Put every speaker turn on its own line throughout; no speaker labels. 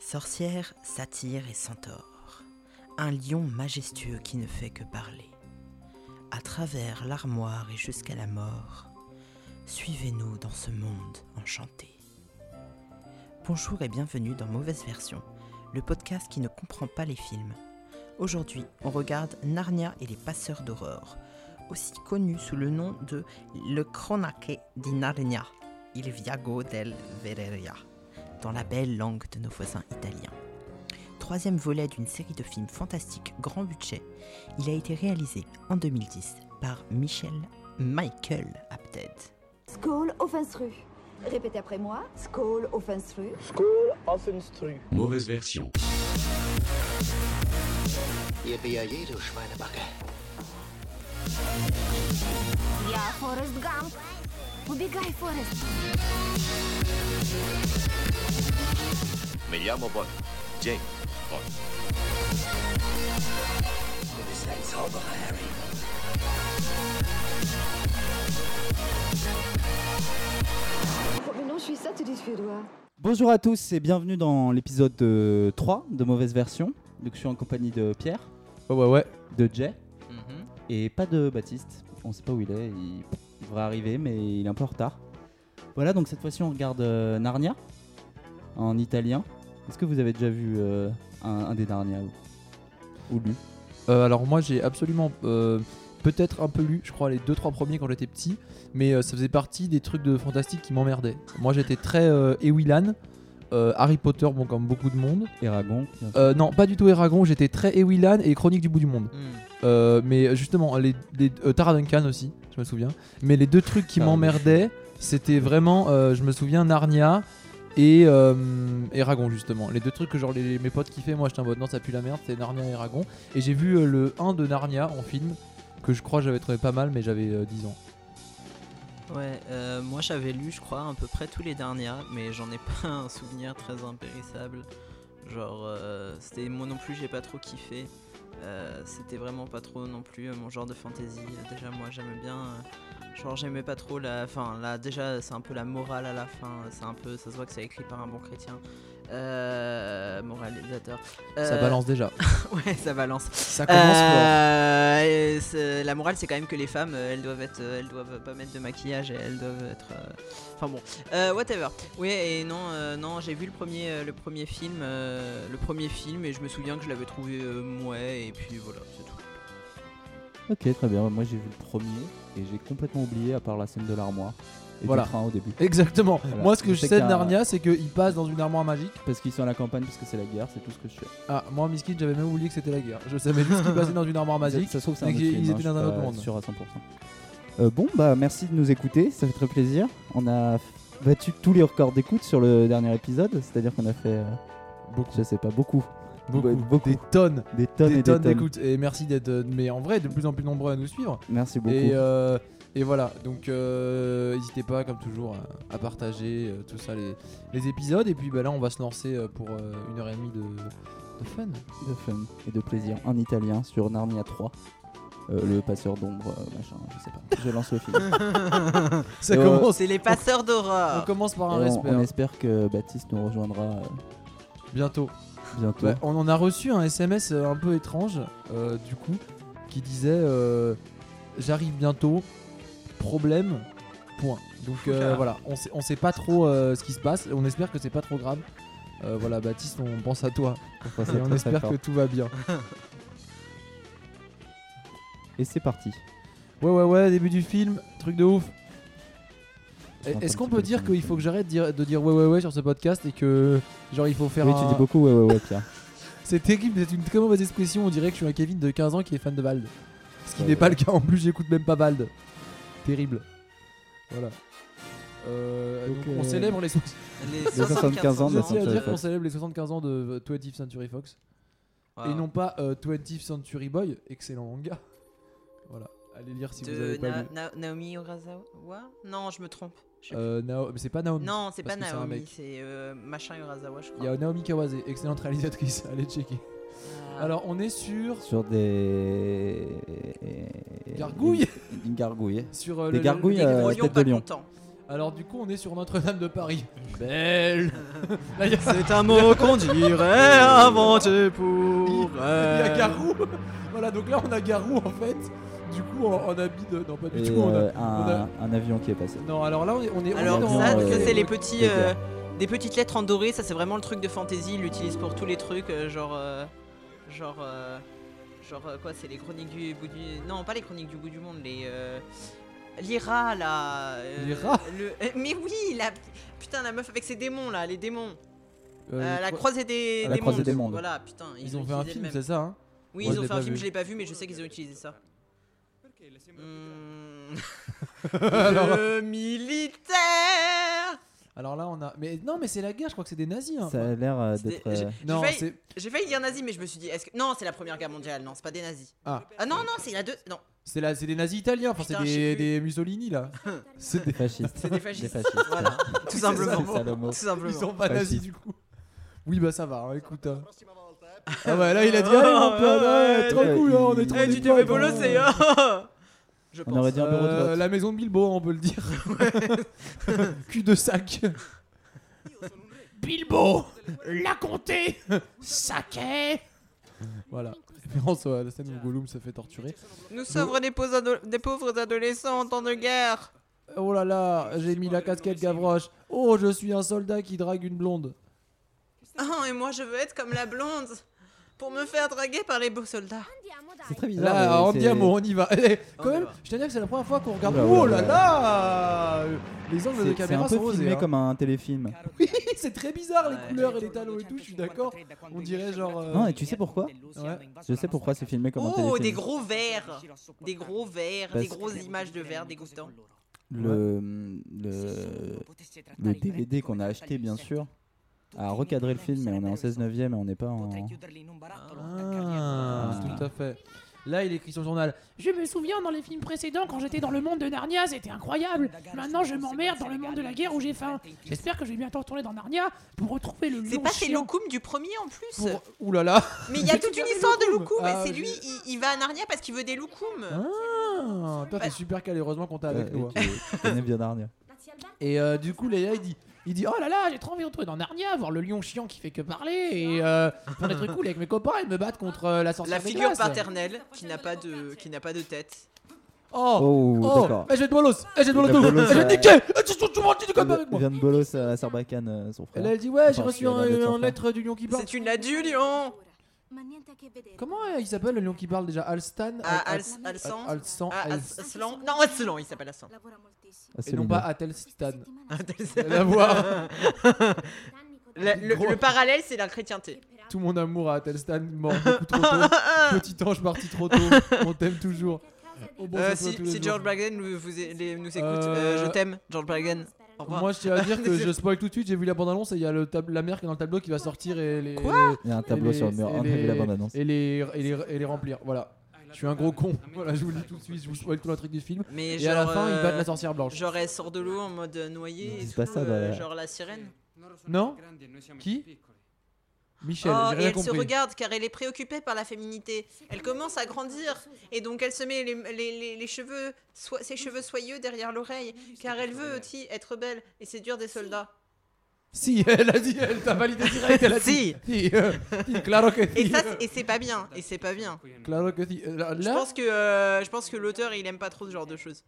sorcière, satyre et centaure. Un lion majestueux qui ne fait que parler. À travers l'armoire et jusqu'à la mort, suivez-nous dans ce monde enchanté. Bonjour et bienvenue dans Mauvaise Version, le podcast qui ne comprend pas les films. Aujourd'hui, on regarde Narnia et les passeurs d'aurore, aussi connu sous le nom de Le Cronaque di Narnia, Il Viago del Vereria, dans la belle langue de nos voisins italiens. Troisième volet d'une série de films fantastiques grand budget, il a été réalisé en 2010 par Michel Michael Apted.
Skoll Offensru. Répétez après moi. Skoll Offensru.
School Offenstru.
Mauvaise version.
Ihr BAJ, du Schweinebacke.
Я Форест Гамп. Убегай, Форест.
Mi llamo Bond. James Bond.
Du bist ein Zauberer, Harry.
Oh, mais non, je suis ça, tu dis suédois.
Bonjour à tous et bienvenue dans l'épisode euh, 3 de Mauvaise Version. Donc je suis en compagnie de Pierre,
Ouais, ouais, ouais.
de Jay et pas de Baptiste. On sait pas où il est, il, il devrait arriver mais il est un peu en retard. Voilà donc cette fois-ci on regarde euh, Narnia en italien. Est-ce que vous avez déjà vu euh, un, un des Narnia ou, ou lu
Euh, alors moi j'ai absolument euh, peut-être un peu lu, je crois les deux trois premiers quand j'étais petit, mais euh, ça faisait partie des trucs de fantastique qui m'emmerdaient. Moi j'étais très euh, Ewilan, euh, Harry Potter bon comme beaucoup de monde.
Eragon bien sûr.
Euh, non pas du tout Eragon, j'étais très Ewilan et Chronique du bout du monde. Euh, mais justement les, les euh, Tara Duncan aussi, je me souviens. Mais les deux trucs qui
Tara
m'emmerdaient, c'était vraiment, euh, je me souviens Narnia. Et euh, Eragon justement, les deux trucs que genre les- mes potes kiffaient, moi j'étais en mode non ça pue la merde, c'est Narnia et Eragon. Et j'ai vu euh, le 1 de Narnia en film, que je crois j'avais trouvé pas mal, mais j'avais euh, 10 ans.
Ouais, euh, moi j'avais lu, je crois, à peu près tous les derniers, mais j'en ai pas un souvenir très impérissable. Genre, euh, c'était moi non plus, j'ai pas trop kiffé. Euh, c'était vraiment pas trop non plus euh, mon genre de fantasy. Euh, Déjà, moi j'aimais bien. euh, genre, j'aimais pas trop la. Enfin, là, déjà, c'est un peu la morale à la fin. Euh, C'est un peu. Ça se voit que c'est écrit par un bon chrétien. Euh, moralisateur.
Ça
Euh,
balance déjà.
ouais, ça balance.
Ah,
Ça commence fort.
Euh, et c'est- la morale, c'est quand même que les femmes, euh, elles doivent être, euh, elles doivent pas mettre de maquillage, et elles doivent être. euh, Enfin bon, Euh, whatever. Oui, et non, euh, non, j'ai vu le premier, euh, le premier film, euh, le premier film, et je me souviens que je l'avais trouvé euh, mouais, et puis voilà, c'est tout.
Ok très bien, moi j'ai vu le premier et j'ai complètement oublié à part la scène de l'armoire et
Voilà.
du train au début.
Exactement.
Voilà.
Moi ce que
Je
je
sais
sais de
qu'un-
Narnia, c'est qu'il passe dans une armoire magique.
Parce qu'ils sont à la campagne, parce que c'est la guerre, c'est tout ce que je fais.
Ah, moi Miskin, j'avais même oublié que c'était la guerre. Je savais juste qu'il passait dans une armoire magique.
Ça se trouve, c'est un
mais
autre
qu'ils-
film,
ils
hein,
étaient
je
dans
suis
un autre
pas
monde.
sûr à 100%. Euh, bon, bah merci de nous écouter, ça fait très plaisir. On a f- battu tous les records d'écoute sur le dernier épisode, c'est-à-dire qu'on a fait, euh,
Beaucoup,
je sais pas, beaucoup,
beaucoup,
ouais, beaucoup.
des tonnes,
des tonnes
des
et
tonnes
des tonnes.
d'écoute. Et merci d'être, euh, mais en vrai, de plus en plus nombreux à nous suivre.
Merci beaucoup.
Et, euh, et voilà, donc euh, n'hésitez pas, comme toujours, à, à partager euh, tout ça, les, les épisodes. Et puis bah, là, on va se lancer euh, pour euh, une heure et demie de, de fun.
De fun et de plaisir en italien sur Narnia 3. Euh, le passeur d'ombre, euh, machin, je sais pas. Je lance le film.
Ça
Et, euh,
commence.
C'est les passeurs
On
d'aurore.
commence par
Et
un
on,
respect
on
hein,
espère que Baptiste nous rejoindra euh,
bientôt.
bientôt.
Bah, on en a reçu un SMS euh, un peu étrange, euh, du coup, qui disait euh, J'arrive bientôt, problème, point. Donc euh,
Oula.
voilà, on sait, on sait pas trop euh, ce qui se passe, on espère que c'est pas trop grave. Euh, voilà, Baptiste, on pense à toi
Enfin, c'est
et on
très, très
espère
fort.
que tout va bien.
Et c'est parti.
Ouais, ouais, ouais, début du film, truc de ouf.
Je suis en
Est-ce
train
qu'on
de
peut
te
dire
laisser
qu'il faut
une
que j'arrête de dire- de dire ouais, ouais, ouais sur ce podcast et que genre il faut faire
Oui,
un.
tu dis beaucoup, ouais, ouais, ouais, Pierre.
C'est terrible, c'est une très mauvaise expression. On dirait que je suis un Kevin de 15 ans qui est fan de Vald. Ce qui
Ouais,
n'est pas
ouais.
le cas en plus, j'écoute même pas Vald. Terrible. Voilà. Euh,
Donc,
donc on
euh,
célèbre les. so-
Les
75 ans de
Je tiens à
Century
dire qu'on
Fox.
célèbre les 75 ans de 20th Century Fox
Wow.
et non pas euh, 20th Century Boy, excellent manga. Voilà, allez lire si vous
de
avez pas
Na-
lu.
Na- Naomi Urasawa. Non, je me trompe. Je sais
Euh, Nao- Mais c'est pas Naomi.
plus. non, c'est
parce
pas
que c'est un
Naomi,
mec.
c'est euh, machin Urasawa, je
Il
crois.
y a Naomi Kawase, excellente réalisatrice, allez checker.
Ah.
Alors on est sur
Sur des.
Gargouilles
Une, une gargouille.
sur euh,
Des
le- le-
gargouilles,
Des
euh,
gros
tête
lions
de
pas
lion.
contents.
Alors du coup, on est sur Notre-Dame de Paris. Belle. Là, il y a-
C'est un mot qu'on dirait inventé pour.
Il y a Garou Voilà, donc là on a Garou en fait, du coup en, en habit de. Non, pas du
Et
tout. on a-
euh, un, un avion qui est passé.
Non, alors là on est. On est
Alors
on est dans-
Avion,
ça,
euh,
ça, c'est les
des
petits, euh, des petites lettres en doré. Ça c'est vraiment le truc de fantasy. Ils l'utilisent pour tous les trucs, euh, genre, euh, genre, euh, genre euh, quoi C'est les chroniques du bout du. Non, pas les chroniques du bout du monde. Les euh, les rats là. euh,
Les rats
le- euh, Mais oui, la putain la meuf avec ses démons là, les démons.
euh,
Euh, la croisée des,
Ah, La
des
croisée
mondes.
des mondes.
Voilà, putain. Ils,
Ils ont fait un
utilisé le
film,
même.
c'est ça hein
Oui,
Moi, je
ils ont
l'ai
fait un
pas
film,
vu.
je l'ai pas vu, mais je sais qu'ils ont utilisé ça. Mmh. Le militaire
Alors là on a. Mais non, mais c'est la guerre, je crois que c'est des nazis. Hein.
Ça a l'air euh,
C'était-
d'être. euh,
j'ai-
Non,
failli-
c'est.
J'ai failli dire nazi, mais je me suis dit, est-ce que. Non, c'est la première guerre mondiale, non, c'est pas des nazis.
Ah.
non, non, c'est la deux. Non,
C'est la- c'est des nazis italiens, enfin c'est
Putain, je sais
des,
plus.
des Mussolini là. C'est des-
Fasciste.
c'est des fascistes.
fascistes,
Voilà, tout simplement.
C'est ça le mot.
Tout simplement.
Ils sont pas nazis
Fasciste.
du coup. Oui bah ça va, hein, écoute. hein. Ah ouais là il a dit ah, on peut- ouais, trop cool, hein, on est trop
Oh, Eh,
Eh,
du
des potes,
Dieu Bolo,
hein.
c'est. Je
On
pense.
aurait dit un bureau de
Euh,
vote.
la maison de Bilbo, on peut le dire. Cul de sac. Bilbo, la comté, saké. Voilà. Référence à la scène où Gollum se fait torturer.
Nous sommes des, pauvres ado- des pauvres adolescents en temps de guerre.
Oh là là, j'ai mis la casquette Gavroche. Oh, je suis un soldat qui drague une blonde.
Oh, et moi, je veux être comme la blonde. Pour me faire draguer par les beaux soldats.
C'est très bizarre.
Là,
mais
en
c'est-
diamant, on y va. Eh,
On
quand
y
même,
va.
je tiens à dire que c'est la première fois qu'on regarde.
Oula,
Oh là
oula, oula.
là Les angles de
C'est c'est
caméra
un
sont
peu
osés.
filmé
hein.
comme un téléfilm.
C'est très bizarre les
Ouais.
couleurs et les talons et tout, je suis d'accord. On dirait genre. euh,
Non, et tu sais pourquoi Je sais pourquoi c'est filmé comme un
Oh,
téléfilm.
des gros verres. Des gros verres,
Parce
des grosses images de verres dégoûtants.
Le, Euh, le, le DVD qu'on a acheté, bien sûr, a recadré le film, mais on est en 16 neuvième et on n'est pas en.
Ah,
Ah.
tout à fait. Là, il écrit son journal.
Je me souviens dans les films précédents quand j'étais dans le monde de Narnia, c'était incroyable. Maintenant je m'emmerde dans le monde de la guerre où j'ai faim. J'espère que je vais bientôt retourner dans Narnia pour retrouver le
C'est
lion
pas c'est
chiant.
Lokoum du premier en plus.
Pour... Ouh là là
Mais il y a toute une histoire de Loukoum
Ah,
et c'est
je-
lui, il, il va à Narnia parce qu'il veut des Loukoum.
Ah, Toi, t'es super calé, heureusement qu'on t'a avec
Euh,
nous. hein.
et tu- tu connais bien Narnia.
Et euh, du coup, Leia, il dit, il dit, oh
Oh là là, j'ai trop envie de retourner dans Narnia, voir le lion chiant qui fait que parler et euh, faire des trucs cool avec mes copains et me battre contre euh, la sorcière
la
des
figure
glaces.
paternelle qui n'a pas de qui n'a pas de tête.
Oh
Oh,
Oh
d'accord.
Eh, je vais te bolos Eh, je vais te bolos
La
tout
bolos,
Eh, je vais te
euh,
niquer Eh, tu- tu- tu mens, tu déconnes pas avec moi
Vient de Bolos à Sarbacane, euh, son
Et là,
frère.
elle dit, ouais, j'ai
Parce
reçu
qu'il a
un,
l'air d'être
un
enfant.
lettre du lion qui parle.
C'est une la du lion.
Comment euh, il s'appelle le lion qui parle déjà Alstan
Ah,
Al-
Als- Alsan.
Al- Alsan
Ah,
Al-
As- Aslan. Non, Aslan, il s'appelle Ah, Aslan.
Ah,
Et
c'est
non
le
pas
mien.
Atelstan.
Le,
La voir
le-
Gros.
le parallèle, c'est la chrétienté.
Tout mon amour à Atelstan, mort beaucoup trop tôt. Petit ange parti trop tôt, on t'aime toujours. Oh, bon,
Euh,
ça se voit
si
tous les
si
jours.
George Bragan nous, vous- les- nous écoute,
Euh,
euh, je t'aime, George Bragan. Au revoir.
Moi, je tiens à dire que je spoil tout de suite. J'ai vu la bande-annonce et il y a le tab- la mère qui est dans le tableau qui va sortir et les.
Quoi
Il y a un
et
tableau
les-
sur le mur,
et
on a vu
les-
la bande-annonce.
Et les, et, les, et les remplir, voilà. Je suis un gros con. Voilà, je vous le dis tout de suite, je vous spoil tout l'intrigue du film.
Mais
Et,
genre,
à la fin,
euh,
ils battent la sorcière blanche.
Genre, elle sort de l'eau en mode noyée.
Ils
et
disent pas
tout,
ça bah, dans
euh,
la-
Genre la sirène.
Non Qui Michel,
Oh,
j'ai
et
rien
elle se
compris.
regarde car elle est préoccupée par la féminité. Elle commence à grandir et donc elle se met les, les- les- les cheveux, soi- ses cheveux soyeux derrière l'oreille car elle veut aussi être belle et séduire des soldats.
Si, elle a dit, elle t'a validé direct, elle a dit. Si euh, si, Claro que si
Et ça, c'est- et c'est pas bien. Et c'est pas bien.
Claro que si Euh, Là,
Je pense que euh, je pense que l'auteur il aime pas trop ce genre de choses.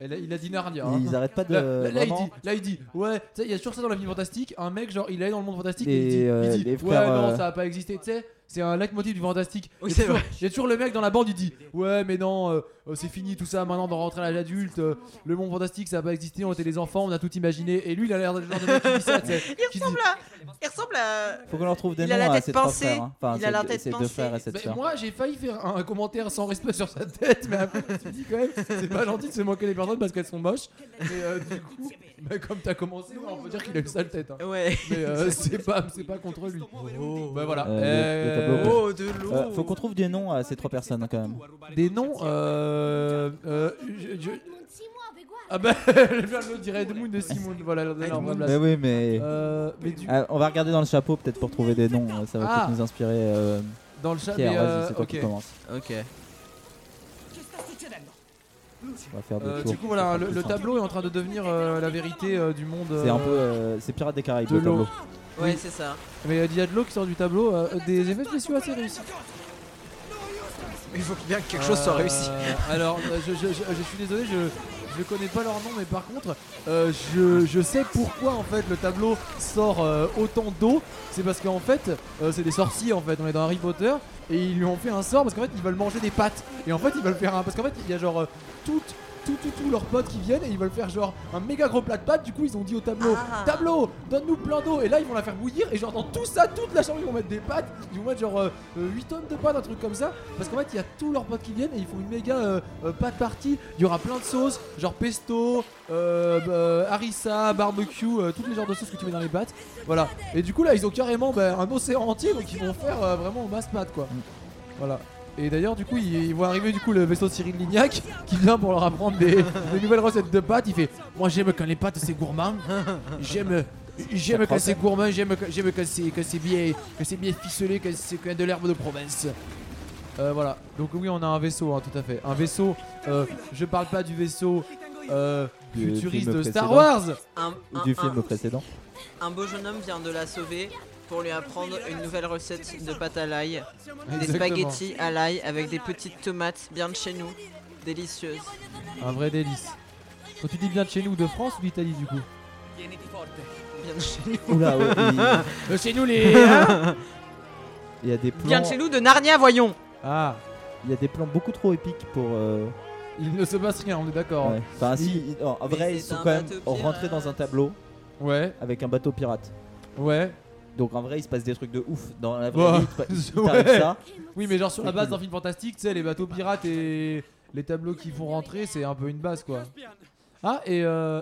elle a- il a dit Narnia. hein.
Ils arrêtent pas de.
Là, là, là, il
Euh, vraiment-
dit, là, il dit, ouais, tu sais, il y a toujours ça dans la film fantastique. Un mec, genre, il est dans le monde fantastique
Les,
et il dit, il
euh,
dit,
les
ouais,
frères,
non,
euh,
ça a pas existé, tu sais. C'est un leitmotiv du fantastique.
Oui,
il, y a
c'est
toujours,
vrai.
il y a toujours le mec dans la bande, il dit, ouais, mais non, euh, euh, c'est fini tout ça, maintenant on doit rentrer à l'âge adulte. euh, le monde fantastique, ça a pas existé, on était des enfants, on a tout imaginé. Et lui, il a l'air de le genre de mec qui dit ça, tu sais. qui dit,
Il ressemble à
Faut qu'on leur trouve des
Il a
noms
la
à
tête
ces trois
pincée.
frères. hein. Enfin,
Il a la
ces-
tête
ces deux
pincée.
frères et cette
Bah,
sœur.
moi j'ai failli faire un, un commentaire sans respect sur sa tête, mais après je me suis dit quand même, c'est pas gentil de se moquer des personnes parce qu'elles sont moches. Mais euh, du coup, bah, comme t'as commencé, on peut dire qu'il a une sale tête. hein.
ouais.
Mais euh, c'est pas, c'est pas contre lui. Bah voilà.
Euh, le- le
Euh,
tableau
Oh de l'eau.
Euh, faut qu'on trouve des noms à ces trois personnes hein, quand même.
des noms. Euh, euh, je- je- Ah bah, je viens de le dire Edmund et Simon. Voilà leur leur vraie
Mais
place.
oui, mais
Euh, mais du
Ah, on va regarder dans le chapeau peut-être pour trouver des noms. euh, Ça va
Ah.
peut-être nous inspirer. euh,
dans le chat,
Pierre,
mais, euh,
vas-y, c'est toi
ok.
qui commence.
Ok.
On va faire des
Euh,
tours.
du coup, voilà, le, le tableau est en train de devenir euh, la vérité euh, du monde.
C'est un
euh,
peu. euh, c'est Pirates des Caraïbes,
de
le
l'eau.
tableau.
Ouais,
Oui.
c'est ça.
Mais euh, il y a de l'eau qui sort du tableau, euh, des effets spéciaux assez réussis.
Il faut bien que quelque
Euh, Alors, euh, je, je- je- je suis désolé, je je connais pas leur nom, mais par contre, euh, je, je sais pourquoi en fait le tableau sort euh, autant d'eau. C'est parce qu'en fait, euh, c'est des sorciers en fait. On est dans Harry Potter et ils lui ont fait un sort parce qu'en fait ils veulent manger des pâtes. Et en fait ils veulent faire un parce qu'en fait il y a genre euh, tout tout tout tout leurs potes qui viennent et ils veulent faire genre un méga gros plat de pâtes. Du coup ils ont dit au tableau tableau donne-nous plein d'eau et là ils vont la faire bouillir et genre dans tout ça toute la chambre ils vont mettre des pâtes. Ils vont mettre genre euh, euh, 8 tonnes de pâtes un truc comme ça parce qu'en fait il y a tous leurs potes qui viennent et ils font une méga euh, euh, pâte partie. Il y aura plein de sauces genre pesto, euh, bah, harissa, barbecue, euh, toutes les genres de sauces que tu mets dans les pâtes. Voilà. Et du coup là ils ont carrément bah, un océan entier donc ils vont faire euh, vraiment au masse pâte quoi.
Mm.
Voilà. Et d'ailleurs du coup ils, ils voient arriver du coup le vaisseau Cyril Lignac qui vient pour leur apprendre des, des nouvelles recettes de pâtes. Il fait moi j'aime quand les pâtes c'est gourmand. J'aime J'aime quand c'est gourmand, j'aime quand- j'aime quand c'est quand c'est bien, quand c'est bien ficelé, quand c'est quand il y a de l'herbe de province. Euh, voilà. Donc oui, on a un vaisseau, hein, tout à fait. Un vaisseau. euh, je parle pas du vaisseau euh,
Du
futuriste
film
de Star
précédent.
Wars.
Un,
Ou
un-
Ah,
du
un-
film précédent.
un beau jeune homme vient de la sauver pour lui apprendre une nouvelle recette de pâte à l'ail. Des
Exactement.
spaghettis à l'ail avec des petites tomates bien de chez nous. Délicieuses.
Un vrai délice. Quand tu dis bien de chez nous, de France ou d'Italie du coup
Bien de chez nous.
Oula, ouais, il-
chez nous les. hein
il y a des plans.
Bien de chez nous de Narnia, voyons
Ah,
Il y a des plans beaucoup trop épiques pour. euh,
il ne se passe rien, on est d'accord.
ouais. Enfin, si, ils- en en
Mais
vrai, ils
c'est
sont
un
quand même
bateau pirate.
rentrés dans un tableau
Ouais,
avec un bateau pirate.
ouais.
Donc en vrai, il se passe des trucs de ouf dans la
Bah,
vraie vie. il se pa- il
ouais.
t'arrive ça.
Oui, mais genre sur la
C'est
base
cool.
d'un film fantastique, tu sais, les bateaux pirates et les tableaux qui font rentrer, c'est un peu une base quoi. Ah, et euh.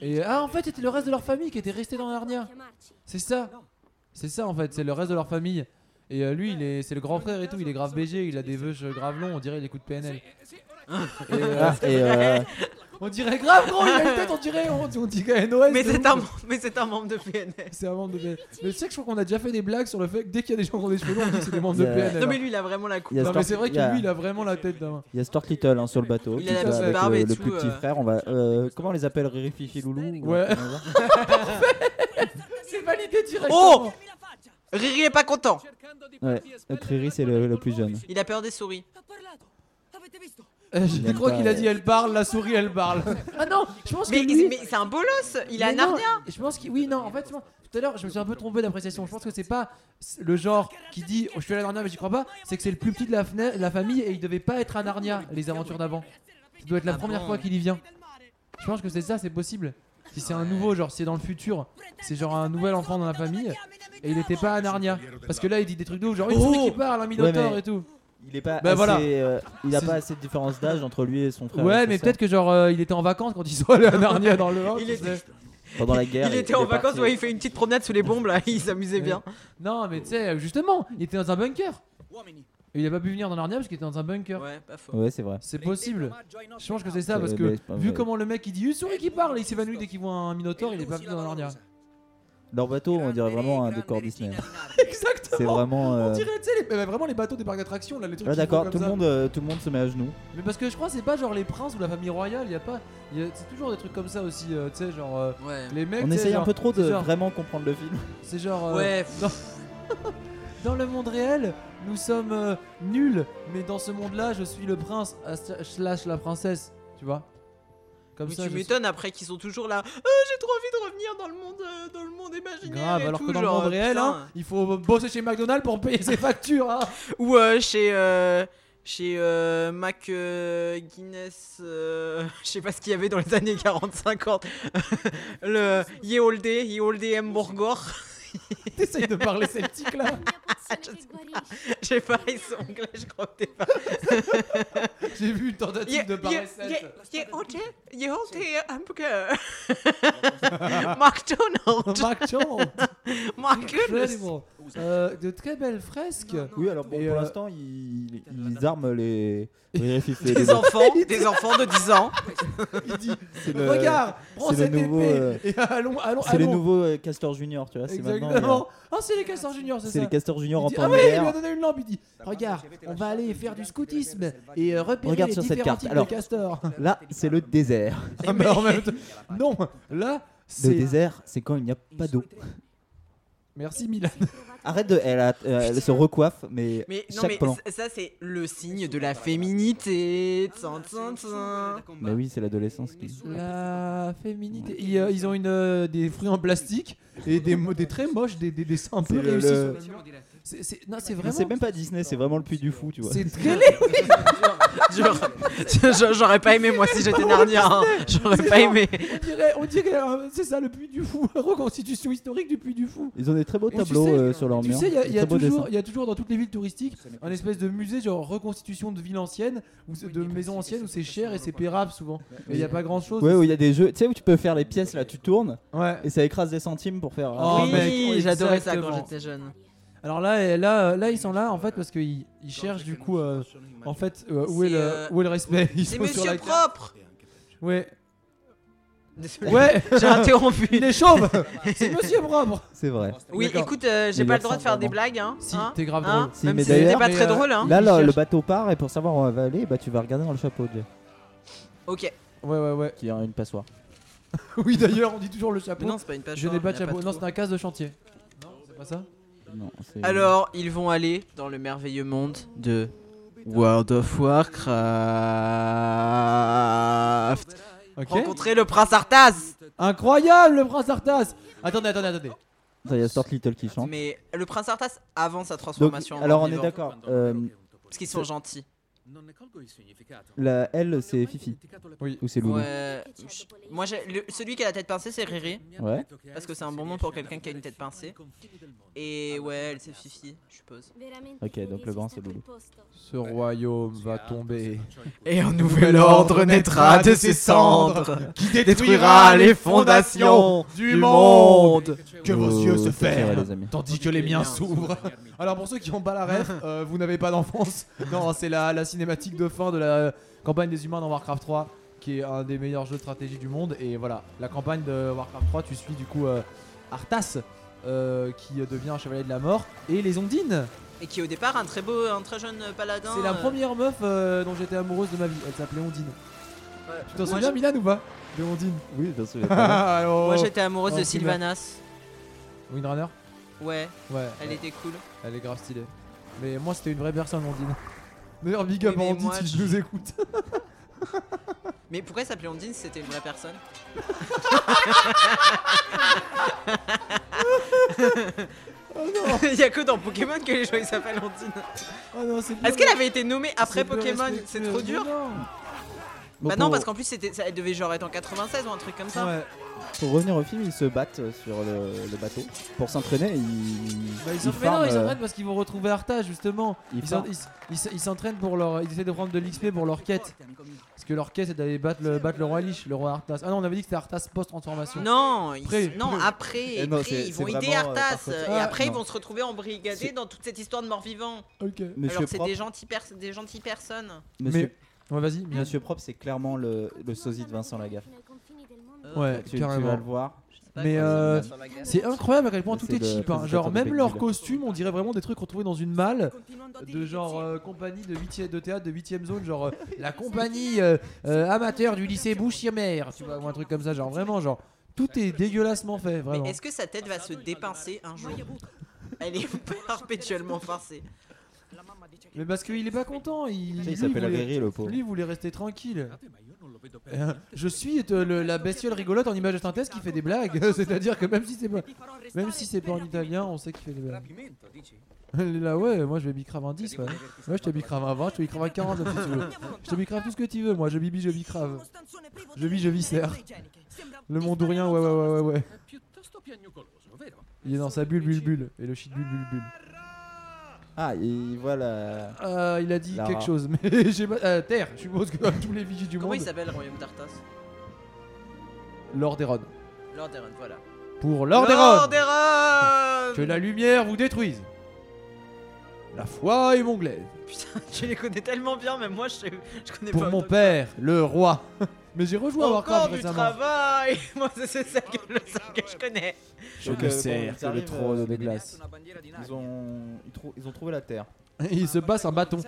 Et ah, en fait, c'était le reste de leur famille qui était resté dans Narnia. C'est ça. C'est ça en fait, c'est le reste de leur famille. Et euh, lui, il est, c'est le grand frère et tout, il est grave BG, il a des vœux euh, grave longs, on dirait il écoute PNL. Et, euh,
Ah, et, euh,
on dirait grave gros, il a une tête, on dirait, on, on dirait NOS.
Mais
de
c'est
ouf.
un, mais c'est un membre de PNL.
C'est un membre de PNL. Mais tu sais que je crois qu'on a déjà fait des blagues sur le fait que dès qu'il y a des gens qui ont des cheveux longs, on dit que c'est des membres de
Il y a-
PNL.
Non mais lui il a vraiment la coupe.
Il y a
hein. Non,
Stork-
mais c'est vrai que
il y a-
lui, il a vraiment la tête d'un.
Il y a Stork Little hein, sur le bateau.
Il
qui
a la
va
petite
avec
barbe
le,
et
le
tout,
plus petit
euh.
frère. On va, euh, comment on les appelle Rirififi Loulou ou
Ouais.
un truc comme ça
C'est validé direct.
Oh Riri est pas content
Ouais. Euh, Riri, c'est le, le plus jeune.
Il a peur des souris.
Je
Il
crois
aime
Eh, qu'il
pas,
a dit elle parle, la souris elle parle. ah non, je pense
Mais,
que lui.
mais c'est un bolos Il a
Mais non,
Narnia
Je pense que oui, non, en fait, moi, tout à l'heure, je me suis un peu trompé d'appréciation. Je pense que c'est pas le genre qui dit oh, je suis allé à Narnia mais j'y crois pas. C'est que c'est le plus petit de la, fena- la famille et il devait pas être à Narnia les aventures d'avant. Ça doit être la
Ah
première
bon
fois qu'il y vient. Je pense que c'est ça, c'est possible. Si c'est un nouveau, genre, si c'est dans le futur, c'est genre un nouvel enfant dans la famille et il était pas à Narnia. Parce que là, il dit des trucs de ouf, genre une
Oh
souris qui parle, un minotaure
mais-
et tout.
Il est pas
Bah
assez,
voilà.
euh, il a
C'est-
pas assez de différence d'âge entre lui et son frère. et
Ouais,
sa
mais
sœur.
peut-être que genre euh, il était en vacances quand ils sont allés à Narnia dans le.
Il
tu
était-
sais.
pendant la guerre.
Il était en
est
vacances,
parti.
ouais, il fait une petite promenade sous les bombes là, il s'amusait
Ouais.
bien.
Non, mais tu sais, justement, il était dans un bunker. Et il a pas pu venir dans Narnia parce qu'il était dans un bunker.
Ouais, bah, pas faux.
Ouais, c'est vrai.
C'est possible. Je pense que c'est ça parce
Euh,
que
mais c'est pas
vu
vrai.
comment le mec il dit une souris qui parle, il s'évanouit dès qu'il voit un minotaure, il est pas venu dans Narnia.
Leur bateau, on dirait vraiment un décor Disney. hein.
Exactement.
C'est vraiment.
On
euh,
dirait, tu sais, les- bah, vraiment les bateaux des parcs d'attractions là, les trucs.
Là,
qui font
d'accord,
comme
tout le
ça.
monde, euh, tout le monde se met à genoux.
Mais parce que je crois que c'est pas genre les princes ou la famille royale, il y a pas, y a- c'est toujours des trucs comme ça aussi, euh, tu sais, genre euh,
Ouais.
les mecs.
On
tu sais,
essaye un
genre-
peu trop de
c'est genre-
vraiment comprendre le film.
C'est genre. euh,
Ouais, pff.
dans... dans le monde réel, nous sommes euh, nuls, mais dans ce monde-là, je suis le prince euh, slash la princesse, tu vois. Comme
Mais
ça.
tu
je suis-
m'étonnes après qu'ils sont toujours là. Ah, j'ai trop envie de revenir dans le monde, euh, dans le monde imaginaire.
Grave,
et
alors
tout,
que dans
genre,
le monde réel, hein,
putain.
il faut bosser chez McDonald's pour payer ses factures. Hein.
Ou euh, chez. euh, Chez euh, Mac euh, Guinness, euh, je sais pas ce qu'il y avait dans les années 40-50, le Ye Olde, Ye Olde Hamburger,
T'essayes de parler sceptique là.
je sais pas, ils sont anglais, je crois que t'es pas.
J'ai vu une tentative
Ye-
de parler
Ye-
sceptique.
Ye- Ye Olde, Ye Olde Hamburger, McDonald's.
McDonald's.
Oh, My goodness.
Incredible. Euh, de très belles fresques.
Oui, alors bon,
Et,
pour
euh,
l'instant, ils, ils arment les.
Des enfants, des enfants de 10 ans.
Il dit
C'est le-
Regarde, prends
c'est le
cette
nouveau,
épée
euh,
et allons,
Oh,
allons,
ah
C'est les
allons.
nouveaux euh, Castors Junior, tu vois. c'est maintenant,
Exactement. Ah, c'est les Castors Juniors,
euh,
c'est
C'est
ça.
les Castors Junior
Il
en
dit,
temps
ah
de
oui, il lui
guerre.
a donné une lampe. Il dit Regarde, on va aller faire du scoutisme et euh, repérer
Regarde
les
sur cette
différents
carte.
types
Alors-
de castors.
Là, c'est le désert.
Ah, mais en même temps- non, là,
Le
c'est.
désert, c'est quand il n'y a pas d'eau.
Merci Milan.
Arrête de. Elle, a- euh, elle se recoiffe, mais,
Mais non,
chaque
mais
plan.
ça- ça, c'est le signe de la féminité. Tin, tin, tin.
Bah oui, c'est l'adolescence qui.
La féminité. Ils, euh, ils ont une, euh, des fruits en plastique et des, mo- des très moches, des, des dessins un peu
C'est le-
réussis.
le-
sur le mur. C'est- c'est- Non, c'est
C'est
vraiment.
même pas Disney, c'est vraiment le puits du fou, tu vois.
C'est très laid.
Genre, J'aurais pas aimé, moi, si j'étais Narnia. hein. J'aurais
C'est
pas
genre-
aimé.
On dirait, on dirait, euh, c'est ça le puits du fou, la reconstitution historique du puits du fou.
Ils ont des très beaux
Et tu
tableaux
sais-
euh, sur leur
Tu
mur.
sais, il y a- il y, a
Très beaux
toujours-
dessins.
il y a toujours dans toutes les villes touristiques un espèce de musée, genre reconstitution de villes anciennes, ou c'est- de maisons anciennes où c'est cher et c'est pérable souvent. Et il y a pas grand chose.
Ouais, où il y a des jeux. Tu sais, où tu peux faire les pièces là, tu tournes
Ouais.
et ça écrase des centimes pour faire.
Oh,
oui,
mec, oui,
j'adorais ça quand
exactement.
j'étais jeune.
Alors là, euh, là, euh, là, ils sont là en fait parce qu'ils ils cherchent du coup, euh, en fait, euh, où, est
C'est,
le,
euh,
où est le respect. Ils
C'est
sont sur
Monsieur
la
Propre.
Ouais.
Désolé,
Ouais.
J'ai interrompu.
Il est chauve. C'est Monsieur Propre.
C'est vrai.
Oui,
D'accord.
écoute, euh, j'ai
Il
pas
leur
le droit de
semble
faire des
vraiment.
blagues, hein.
Si,
hein,
t'es grave
hein,
drôle.
Si,
Même
mais
si c'était
d'ailleurs-
pas
mais,
très
euh,
drôle, hein.
Là,
Ils
le, le
cherchent.
bateau part et pour savoir où on va aller, bah, tu vas regarder dans le chapeau de Jeff,
Ok.
Ouais, ouais, ouais.
qui a une passoire.
Oui, d'ailleurs, on dit toujours le chapeau.
Mais non, c'est pas une page.
Je n'ai pas de chapeau. Non, c'est un casse de chantier. Non, c'est pas ça
Non, c'est-
Alors, ils vont aller dans le merveilleux monde de World of Warcraft.
Ok.
Rencontrer le prince Arthas.
Incroyable, le prince Arthas. Attendez, attendez, attendez.
Attends, il y a Stort Little qui chante.
Mais le prince Arthas avant sa
Donc,
transformation. en
alors on est
herbivore,
d'accord, euh,
Parce qu'ils sont gentils.
la L c'est Fifi
Oui.
ou c'est Loulou
Ouais. Euh, je- Moi, j'ai- le- celui qui a la tête pincée, c'est Riri.
Ouais.
Parce que c'est un bon nom pour quelqu'un qui a une tête pincée. Et ouais, elle, c'est Fifi, je suppose.
Ok, donc le grand, c'est Loulou.
Ce royaume va tomber.
Et un
nouvel ordre naîtra de ses cendres,
qui
détruira les fondations du monde. Que vos
Oh,
yeux se
c'est serré,
ferment,
les amis.
tandis que les miens s'ouvrent. Alors pour ceux qui ont pas la ref, euh, vous n'avez pas d'enfance. Non, c'est la, la cinématique de fin de la euh, campagne des humains dans Warcraft 3, qui est un des meilleurs jeux de stratégie du monde. Et voilà, la campagne de Warcraft 3, tu suis du coup euh, Arthas, euh, qui devient un chevalier de la mort, et les Ondines.
Et qui est au départ un très beau, un très jeune paladin.
C'est la
euh,
première meuf euh, dont j'étais amoureuse de ma vie. Elle s'appelait Ondine.
ouais.
Tu t'en
Moi,
souviens,
j'ai-
Milan, ou pas De Ondine.
Oui, bien sûr.
Alors...
Moi j'étais amoureuse
Oh,
de
c'est
Sylvanas.
Windrunner
Ouais,
Ouais.
elle était cool.
Elle est grave stylée. Mais moi, c'était une vraie personne, Ondine. D'ailleurs, big up
Oui,
à
mais
Ondine
moi,
si
je-
je nous écoute.
Mais pourquoi elle s'appelait Ondine si c'était une vraie personne
Oh non,
Il y a que dans Pokémon que les gens ils s'appellent Ondine.
oh non c'est
Est-ce qu'elle avait été nommée après
C'est plus
Pokémon
respectueux.
C'est trop dur.
Mais non.
Bah non, parce qu'en plus c'était, ça, elle devait genre être en 96 ou un truc comme ça.
Ouais.
Pour revenir au film, ils se battent sur le, le bateau pour s'entraîner. Ils,
Bah, ils
ils
s'entraînent
farment,
non, ils
euh,
s'entraînent parce qu'ils vont retrouver Arthas justement.
ils
Ils s'en-
farment.
ils s- ils s- ils s'entraînent pour leur. Ils essaient de prendre de l'XP pour leur quête. Parce que leur quête c'est d'aller battre le, battre le roi Lich, le roi Arthas. Ah non, on avait dit que c'était Arthas post-transformation.
Non, ils-
Après,
non
après.
après,
Eh non,
après,
c'est-
ils
c'est
vont aider
vraiment, euh,
Arthas
parfois-
euh, et
Ah,
après ils
non.
vont se retrouver embrigadés
C'est-
dans toute cette histoire de mort-vivant.
Ok.
Monsieur
Alors c'est
Prop,
des gentils pers- des gentilles personnes.
Monsieur,
Ouais, vas-y. Milan.
Monsieur Prop, c'est clairement le, le sosie de Vincent Lagaffe.
Ouais,
Tu, tu vas
carrément.
le voir.
Mais, euh, C'est incroyable à quel point
Mais
tout
c'est
est
le
cheap. hein.
présentateur
Genre,
de
même
Big
leurs
Deal.
costumes, on dirait vraiment des trucs retrouvés dans une malle de genre euh, compagnie de, 8 de théâtre de 8ème zone, genre euh, la compagnie euh, euh, amateur du lycée Bouchier-Mer, tu vois, ou un truc comme ça. Genre, vraiment, genre, tout est dégueulassement fait, vraiment.
Mais est-ce que sa tête va se dépincer Ah, un jour Elle est perpétuellement pincée.
Mais parce qu'il est pas content, il,
Tu sais,
lui,
Il s'appelle
voulait-
Riri, le pauvre. Ah.
lui, il voulait rester tranquille. Euh, Je suis euh, le- la bestiole rigolote en image de synthèse qui fait des blagues, c'est-à-dire que même si c'est pas, même si c'est pas en italien, on sait qu'il fait des blagues. Elle est là, ouais, moi je vais bicrave un 10, ouais. Ouais, je te bicrave un 20, je te bicrave un 40, si tu veux. Je te bicrave tout ce que tu veux, moi, je bibi, je bicrave. Je vis, je vis, serre. Le mondourien, ouais, ouais, ouais, ouais, ouais. Il est dans sa bulle, bulle, bulle. Et le shit, bulle, bulle, bulle.
Ah, il voit la.
Euh, il a dit
Lara.
quelque chose, mais j'ai pas. euh, terre, je suppose que tous les vigiles du
Comment
monde.
il s'appelle le royaume d'Arthas
Lord Eron.
Lord Aaron, voilà.
pour Lord
Lord
Heron,
Heron
que la lumière vous détruise. La foi est monglaise.
Putain, tu les connais tellement bien, même moi je, sais- je connais
Pour
pas.
mon père, le roi. Mais j'ai rejoué à
Encore
Warcraft
du
récemment.
travail Moi c'est c'est ça que, le seul que je connais.
Je
Donc,
ne
euh,
sers
bon, ils
que le
arrivent,
trône
euh,
de glace. Ils ont, ils, trou- ils ont trouvé la terre.
il se passe un bâton.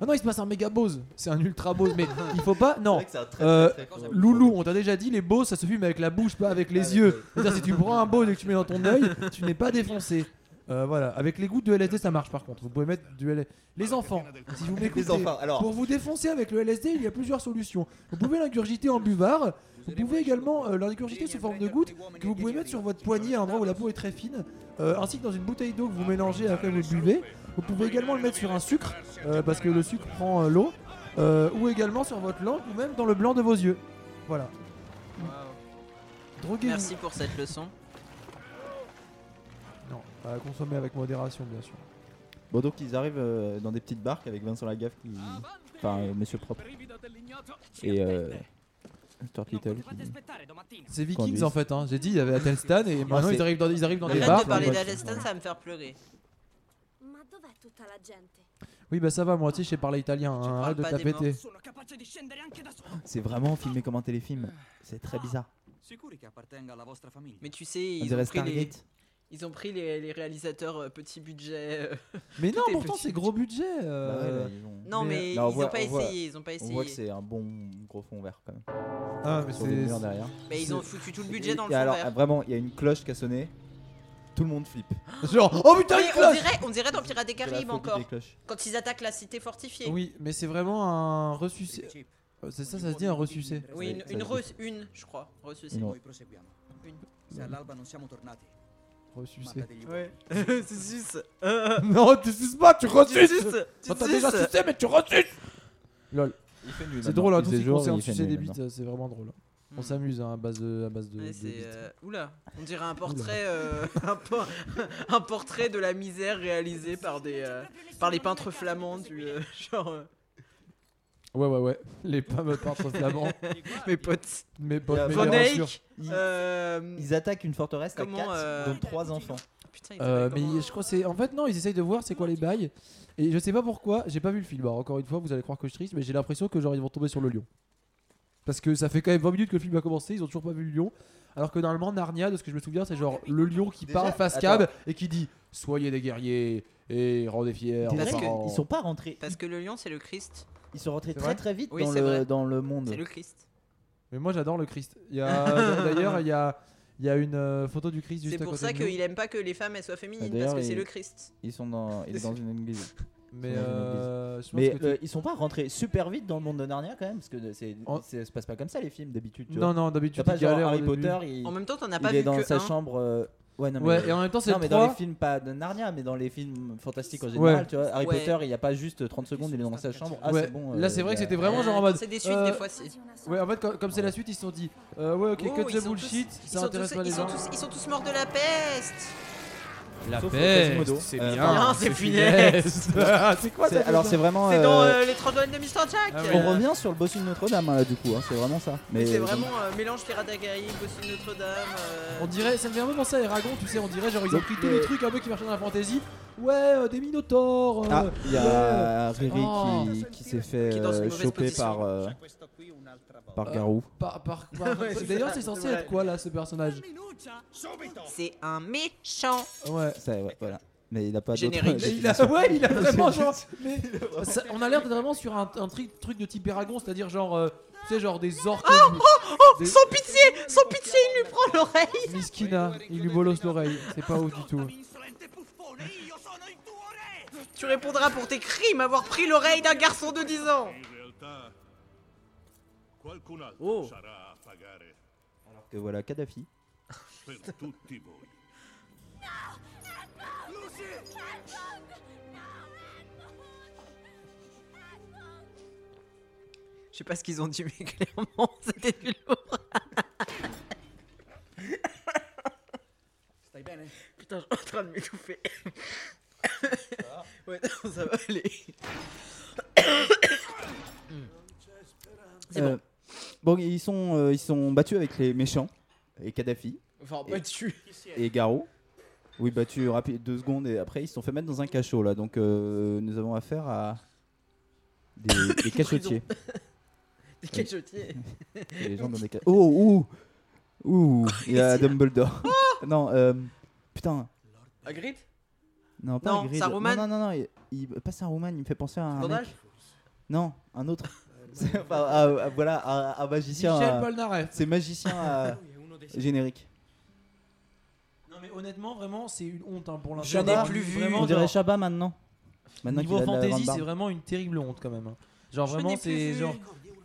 Ah non, il se passe un méga boss. C'est un ultra boss. Mais il faut pas. Non.
vrai que c'est un très,
Euh,
très, très gros
Loulou, on t'a déjà dit, les boss ça se fume avec la bouche, pas avec
Ah,
les yeux. C'est-à-dire, si tu prends un boss et que tu mets dans ton œil, tu n'es pas défoncé. Euh, voilà, avec les gouttes de LSD ça marche par contre. Vous pouvez mettre du LSD. Les enfants, si vous m'écoutez,
Ah, Les enfants,
Oh.
alors.
pour vous défoncer avec le LSD, il y a plusieurs solutions. Vous pouvez l'ingurgiter en buvard, vous pouvez également euh, l'ingurgiter sous forme de gouttes que vous pouvez mettre sur votre poignet, à un endroit où la peau est très fine, euh, ainsi que dans une bouteille d'eau que vous mélangez après vous le buvez. Vous pouvez également le mettre sur un sucre, euh, parce que le sucre prend euh, l'eau, euh, ou également sur votre langue, ou même dans le blanc de vos yeux. Voilà. Droguez-vous.
Merci pour cette leçon.
Non, à consommer avec modération, bien sûr.
Bon, donc ils arrivent euh, dans des petites barques avec Vincent Lagaffe qui. Enfin, euh, Monsieur Propre. Et. Euh, Stuart Little. qui-
C'est Vikings
conduisent.
en fait, hein. j'ai dit il y avait Atelstan et
Non,
maintenant
c'est-
ils arrivent dans, ils arrivent dans des
Arrête
bars.
de parler
Ouais.
d'Alestan, ça va me faire pleurer.
Oui bah ça va, moi aussi je sais parler italien, hein. arrête de
parle pas des
tapeter.
C'est vraiment filmé comme un téléfilm. C'est très bizarre.
Mais tu sais,
On
Ah. ils
dirait
ont, pris les,
Stargate.
ils ont pris les, les réalisateurs euh, petit budget. euh,
Mais non,
tout est
pourtant
petit.
c'est gros budget. euh.
Bah ouais, ils ont-
Non, mais,
Là, on
ils
voit-
ont pas
on voit-
essayé, ils ont pas
On
essayé.
voit que c'est un bon gros fond vert quand même.
Ah, mais
Sur des murs
c'est.
derrière.
Mais ils ont foutu tout le budget
Et-
dans le
et
fond
alors,
vert.
vraiment, il y a une cloche qui a sonné. Tout le monde flippe.
Genre, oh putain,
Mais
une
on
cloche
dirait, on dirait dans Pirates des
C'est la
Caraïbes
phobie
encore,
des cloches.
quand ils attaquent la cité fortifiée.
Oui, mais c'est vraiment un ressucé. Euh, C'est ça, ça se dit un ressucé.
Oui, une,
ça
une
existe.
re- une, je crois. Ressuscité.
Non.
Ressucé.
Ouais. tu suces. Euh,
Non, tu suces pas, tu
tu
ressuces
suces. Tu
Enfin, T'as
suces.
déjà sucé, mais tu ressuces
Il fait nuit.
C'est drôle, hein,
Bah Il
tout
fait
ce qui
jour,
concerne
il fait
sucer
nuit
des
maintenant.
bites, euh, c'est vraiment drôle.
Hmm.
On s'amuse hein, à base de. à base de-
Ouais,
de
c'est,
bites.
euh, Oula, on dirait un portrait, euh, un, por- un portrait de la misère réalisé par des, euh, par les peintres flamands du euh, genre euh,
Ouais, ouais, ouais. Les pommes peintres flamands.
mes potes.
Mes potes,
Van
mes
Van
bien sûr.
Eyck. euh,
Ils attaquent une forteresse à
Comment,
4,
euh,
dont 3 enfants.
putain, ils
Euh,
s'appellent
mais
comment
je crois que c'est. En fait, non, ils essayent de voir c'est quoi les bails. Et je sais pas pourquoi, j'ai pas vu le film. Alors, encore une fois, vous allez croire que je suis triste, mais j'ai l'impression que genre ils vont tomber sur le lion. Parce que ça fait quand même 20 minutes que le film a commencé, ils ont toujours pas vu le lion. Alors que normalement, Narnia, de ce que je me souviens, c'est genre le lion qui
Déjà,
parle face
attends.
cam et qui dit Soyez des guerriers et rendez fiers. vos
T'es
Parce
vrai
que-
parents.
Ils sont pas rentrés.
hein Parce que le lion, c'est le Christ.
Ils sont rentrés
C'est
très
vrai
très vite
Oui,
dans,
c'est
le,
vrai.
dans le monde.
C'est le Christ.
Mais moi, j'adore le Christ. Il y a... D'ailleurs, il y a... il y a une euh, photo du Christ juste
C'est
à
pour
côté
ça
de nous.
qu'il aime pas que les femmes elles soient féminines,
D'ailleurs,
parce que c'est
il-
le Christ.
Ils sont dans, ils sont dans une église.
Mais,
Ouais,
euh, je pense
Mais
que tu-
euh, ils sont pas rentrés super vite dans le monde de Narnia quand même, parce que c'est,
En-
c'est- ça se passe pas comme ça les films d'habitude. tu vois.
Non, non,
T'as
d'habitude,
pas
ils
genre
galèrent au
Harry
début.
Potter, il,
En même temps, t'en as
il
pas
est
vu
dans
que
sa
un.
chambre. euh, Ouais, non, mais,
Ouais, et en même temps, c'est
non,
le
mais dans
3.
les films pas de Narnia, mais dans les films fantastiques en
Ouais.
général, tu vois, Harry
Ouais.
Potter, il y a pas juste 30 secondes, il est dans sa chambre. Ah,
Ouais.
c'est bon.
Là,
euh,
c'est vrai que
il y a-
c'était vraiment genre en mode.
C'est des suites
euh,
des fois. c'est-
Ouais, en fait, comme, comme c'est la suite, ils se sont dit euh, Ouais, ok,
Oh,
cut
ils
the
sont
bullshit,
tous-
ça
ils sont
intéresse
tous-
pas les
ils sont
gens.
tous- Ils sont tous morts de la peste.
La
Sauf Quasimodo. Euh,
bien.
pardon.
c'est funeste.
C'est quoi
C'est- Alors, c'est vraiment.
C'est
euh,
dans euh, les 30 Noëls de Mr. Jack.
Ah ouais.
On revient sur le bossu de Notre-Dame, hein, là, du coup, hein, c'est vraiment ça.
Mais c'est vraiment euh, mélange Pirates des Caraïbes, Bossu de Notre-Dame. euh,
On dirait, ça me fait un peu penser à Eragon, tu sais, on dirait genre ils ont
Donc,
pris tous
le-
les trucs un peu qui marchaient dans la fantasy. Ouais, euh, des minotaures. euh,
Ah, il y a Riri
Oh.
qui, qui s'est fait
Qui est dans une
euh,
mauvaise
choper
position.
par, euh, par
Euh,
Garou.
par- par- par-
Ouais, c'est
D'ailleurs,
ça,
c'est censé
c'est vrai.
être quoi là ce personnage
C'est un méchant.
Ouais.
Ça, ouais, voilà. Mais il a pas d'autre
Générique.
Il a, ouais, il a vraiment genre. mais ça- on a l'air d'être vraiment sur un, un truc, truc de type Eragon, c'est-à-dire genre. euh, tu sais, genre des orques. des-
Ah, Sans pitié, sans pitié, il lui prend l'oreille.
Miskina, il lui bolosse l'oreille. C'est pas ouf du tout.
Tu répondras pour tes crimes avoir pris l'oreille d'un garçon de 10 ans. Oh,
Alors que voilà, Kadhafi.
je sais pas ce qu'ils ont dit, mais clairement, c'était du lourd. hein. Putain, je suis en train de m'étouffer. Ouais, non, ça va aller. C'est Euh,
Euh, bon. ils sont, euh, ils sont battus avec les méchants et Kadhafi.
Enfin,
Et-
battu.
Et Garou. Oui, battu rapide, deux secondes et après ils se sont fait mettre dans un cachot là. Donc euh, nous avons affaire à des, des cachotiers.
Des
euh,
cachotiers.
Et les gens dans des ca- Oh, ouh, ouh, il y a Dumbledore. non, euh, putain,
Hagrid
non, pas
Non,
Hagrid.
Saruman.
Non, non, non, non, il, il- pas Saruman, il me fait penser à un.
Scandale
mec. Non, un autre. C'est- enfin, à- à- voilà, à- à un magicien.
Michel
à-
Polnareff.
C'est magicien à- générique.
Non mais honnêtement, vraiment, c'est une honte hein, pour l'instant.
J'en ai
Vraiment,
plus vu.
vraiment,
On dirait
genre,
Chabat maintenant. Maintenant
niveau
qu'il a de la
fantasy,
grande barbe.
c'est vraiment une terrible honte quand même. hein. Genre
Je
vraiment,
n'ai plus
c'est
vu.
genre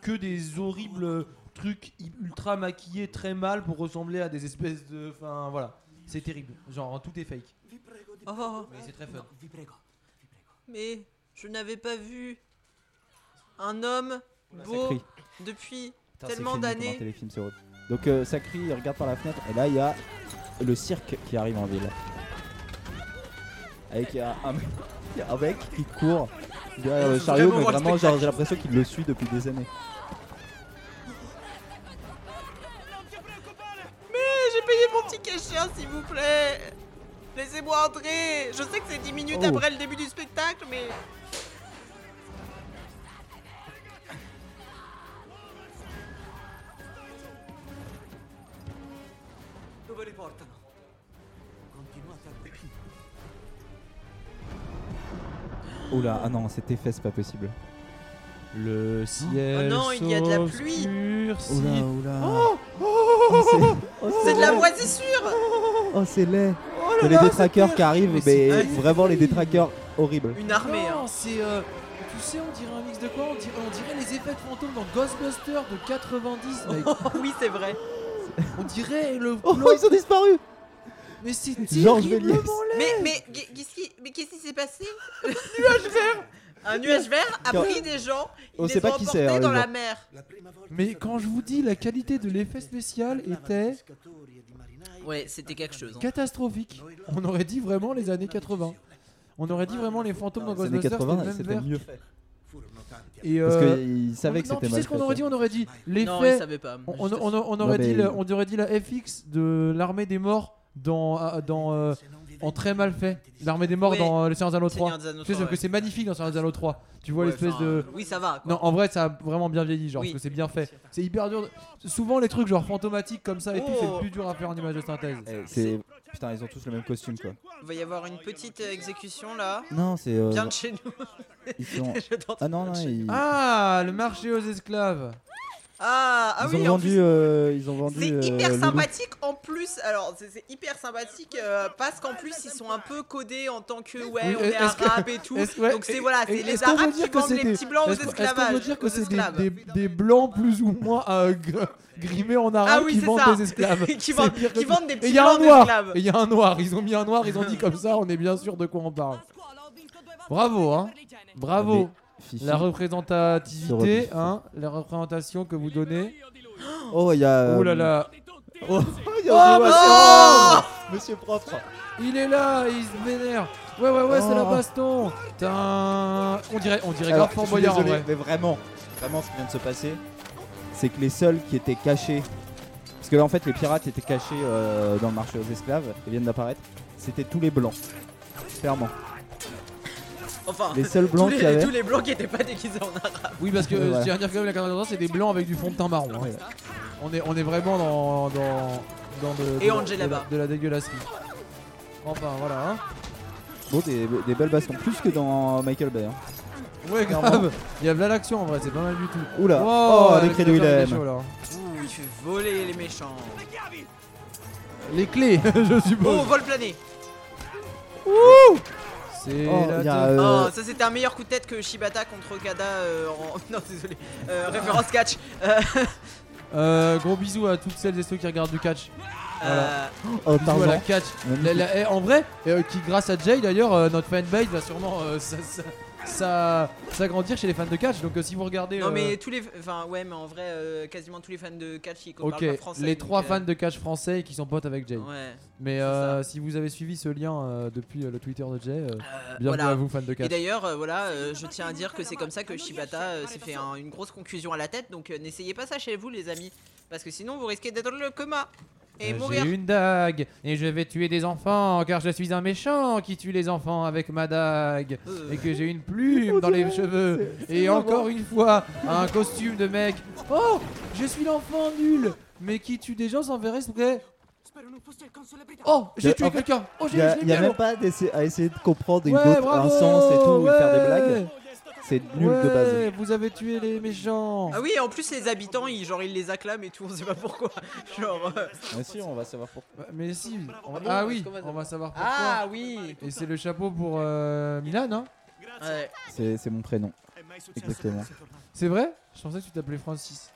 que des horribles euh, trucs hi- ultra maquillés très mal pour ressembler à des espèces de. Enfin voilà, c'est terrible. Genre tout est fake.
Oh,
Mais c'est très fun.
mais je n'avais pas vu un homme beau
crie.
depuis
Putain, c'est
tellement
filmé comme un
d'années.
téléfilm, c'est horrible. Donc euh, ça crie, il regarde par la fenêtre, et là il y a le cirque qui arrive en ville. Avec un, un- il y a un mec qui court derrière le
C'est
chariot,
vraiment
mais
moi le
vraiment genre,
spectacle.
j'ai l'impression qu'il le suit depuis des années.
Mais j'ai payé mon ticket chien, s'il vous plaît Laissez-moi entrer Je sais que c'est 10 minutes
Oh.
après le début du spectacle, mais...
Dove li portano? Continuate a
Oula, ah non, c'était fait, c'est pas possible.
Le ciel
Oh non, il y a de la pluie.
Oula, oula.
Oh,
Oh, c'est- oh,
C'est de la
laid.
moisissure
Oh, c'est laid.
Oh là là,
Il y a les
c'est
détraqueurs qui
clair.
arrivent,
Mais
mais,
c'est-
vraiment les détraqueurs horribles.
Une armée,
Non,
hein.
Ah, c'est. euh, tu sais, on dirait un mix de quoi on dirait, on dirait les effets de fantômes dans Ghostbusters de 90, mec.
oui, c'est vrai.
On dirait le.
Oh, ils ont disparu
Mais c'est
Georges
terriblement
Mais,
Méliès.
mais, qu'est- qu'est-ce qui, mais qu'est-ce qui s'est passé Nuage vert Un nuage vert a
Quand-
pris des gens, il
On
les
sait
a
pas qui c'est,
emportés
hein, les
dans la
gens.
mer.
Mais quand je vous dis la qualité de l'effet spécial était
Ouais, c'était quelque chose. hein.
catastrophique, on aurait dit vraiment les années 80. On aurait dit vraiment les fantômes dans
Les années
Ghostbusters
80,
c'était le
c'était
même
mieux.
vert.
Et
Et,
Parce
euh,
qu'ils savaient
on-
que
non,
c'était
tu
mal
sais ce qu'on
fait,
aurait
ça.
dit On aurait dit l'effet.
Non, ils savaient pas.
On, on- on- on
Non,
aurait
mais
dit le-
ils-
on aurait dit la FX de l'armée des morts dans ah, dans euh, en très mal fait. L'armée des morts
Oui.
dans le Seigneur des Anneaux 3.
des Anneaux
Tu sais,
3,
sauf que
ouais.
c'est magnifique dans Seigneur des Anneaux 3. Tu vois
Ouais,
l'espèce
enfin,
de.
oui, ça va, quoi.
Non, en vrai, ça a vraiment bien vieilli, genre, parce que c'est bien fait. C'est hyper dur. de- Souvent, les trucs genre fantomatiques comme ça et tout, c'est
Oh.
plus dur à faire en image de synthèse.
Eh, C'est. Putain, ils ont tous le même costume quoi.
Il va y avoir une petite euh, exécution là.
Non, c'est, euh,
Viens de chez nous.
Ils sont-
Je t'entends
Ah non, non,
de chez
ils-
nous.
Ah, le marché aux esclaves.
Ah, ah
ils,
oui,
ont
en
vendu,
plus,
euh, ils ont vendu.
C'est
euh,
hyper
Loulou.
sympathique en plus. Alors, c'est c'est hyper sympathique euh, parce qu'en plus, ils sont un peu codés en tant que ouais,
Oui,
on est
est-ce que-
arabes et tout.
est-ce- ouais,
Donc, c'est
et-
voilà, Ah,
et-
c'est les
est-ce qu'on
arabes
peut
qui
dire que
vendent
c'est
les
des-
petits blancs aux
est-ce- Est-ce qu'on peut
esclavages.
dire
aux
que c'est
esclaves.
des, des- des blancs plus ou moins euh, gr- grimés en arabe
Ah oui,
qui
c'est
vendent
ça.
des esclaves
Qui
C'est
vendent-
pire que
qui
tout.
vendent des
Et
petits
il y a un
blancs
noir.
d'esclaves.
Et il y a un noir. Ils ont mis un noir. Ils ont dit comme ça. On est bien sûr de quoi on parle. Bravo, hein. Bravo.
Fifi.
La
Se rebiffe.
représentativité, hein, la représentation que vous donnez.
Oh, il y a.
Oh là là.
Oh, il y
Oh,
a un
monsieur
joueur.
Propre
Monsieur Propre
Il est là, il se vénère. Ouais, ouais, ouais, c'est la
Oh.
baston. Tain. On dirait, on dirait
Alors,
grave Fort
je suis
Boyard en
désolé,
vrai.
Mais vraiment, vraiment, ce qui vient de se passer, c'est que les seuls qui étaient cachés, parce que là en fait les pirates étaient cachés euh, dans le marché aux esclaves, ils viennent d'apparaître, c'était tous les blancs. Clairement.
Ah,
Enfin,
Les seuls blancs
tous les,
qu'il y avait.
tous les blancs qui n'étaient pas déguisés en arabe.
Oui, parce que euh,
Ouais, voilà.
je tiens à dire quand même, la 90 c'est des blancs avec du fond de teint marron. hein. On, est, on est vraiment dans. dans, dans de,
Et
de-
Angela
de la-
Bas.
de la dégueulasserie. Enfin, voilà. Hein.
Bon, des, des belles bastons, plus que dans Michael Bay. hein.
Ouais, grave. Il y a de l'action en vrai, c'est pas mal du tout.
Oula.
Wow,
Oh, les
le
cris de
Peter
Willem.
Michaud, là.
Ouh, il fait voler les méchants.
Les clés, je suppose.
Oh, vol plané.
C'est
Oh,
la
il y a,
tête.
euh,
Oh, ça c'était un meilleur coup de tête que Shibata contre Okada euh, en... Non, désolé. Euh, référence catch. Euh,
Euh, gros bisous à toutes celles et ceux qui regardent du catch.
Euh,
Oh,
Bisous
Tarzan.
à la catch.
Magnifique.
La- la- eh, en vrai, euh, qui grâce à Jay d'ailleurs, euh, notre fanbase va sûrement euh, ça- ça- ça- s'agrandir chez les fans de catch. Donc euh, si vous regardez.
non,
euh,
mais tous les. Enfin, ouais, mais en vrai, euh, quasiment tous les fans de catch ils
Ok,
parlent pas français.
les
donc,
trois
euh,
fans de catch français et qui sont potes avec Jay.
Ouais,
mais euh, si vous avez suivi ce lien euh, depuis euh, le Twitter de Jay, euh, bienvenue
voilà.
à vous fans de
Et
catch.
d'ailleurs, euh, voilà, euh, je tiens à dire que c'est comme ça que Shibata euh, s'est fait un- une grosse concussion à la tête. Donc euh, n'essayez pas ça chez vous, les amis. Parce que sinon, vous risquez d'être dans le coma. Et
Euh,
mourir.
J'ai une dague et je vais tuer des enfants car je suis un méchant qui tue les enfants avec ma dague et que j'ai une plume dans les cheveux et encore une fois un costume de mec. Oh, je suis l'enfant nul mais qui tue des gens sans faire exprès. Oh, j'ai tué quelqu'un. Oh, j'ai
Il y a,
je l'ai
il y a
mis à
même
l'eau.
pas d'essa- à essayer de comprendre une
Ouais,
autre,
bravo,
un sens et tout, et faire des
ouais.
blagues. C'est nul de base.
Ouais, Vous avez tué les méchants.
Ah oui, en plus les habitants, ils, genre ils les acclament et tout, on sait pas pourquoi. Genre. euh,
Mais si, on va savoir pourquoi.
Mais si, on-
Ah bon,
ah
est-ce
oui,
qu'on va
on va savoir pourquoi.
Ah oui.
Et c'est le chapeau pour euh, Milan, hein
Ouais.
C'est c'est mon prénom. Exactement.
C'est vrai Je pensais que tu t'appelais Francis.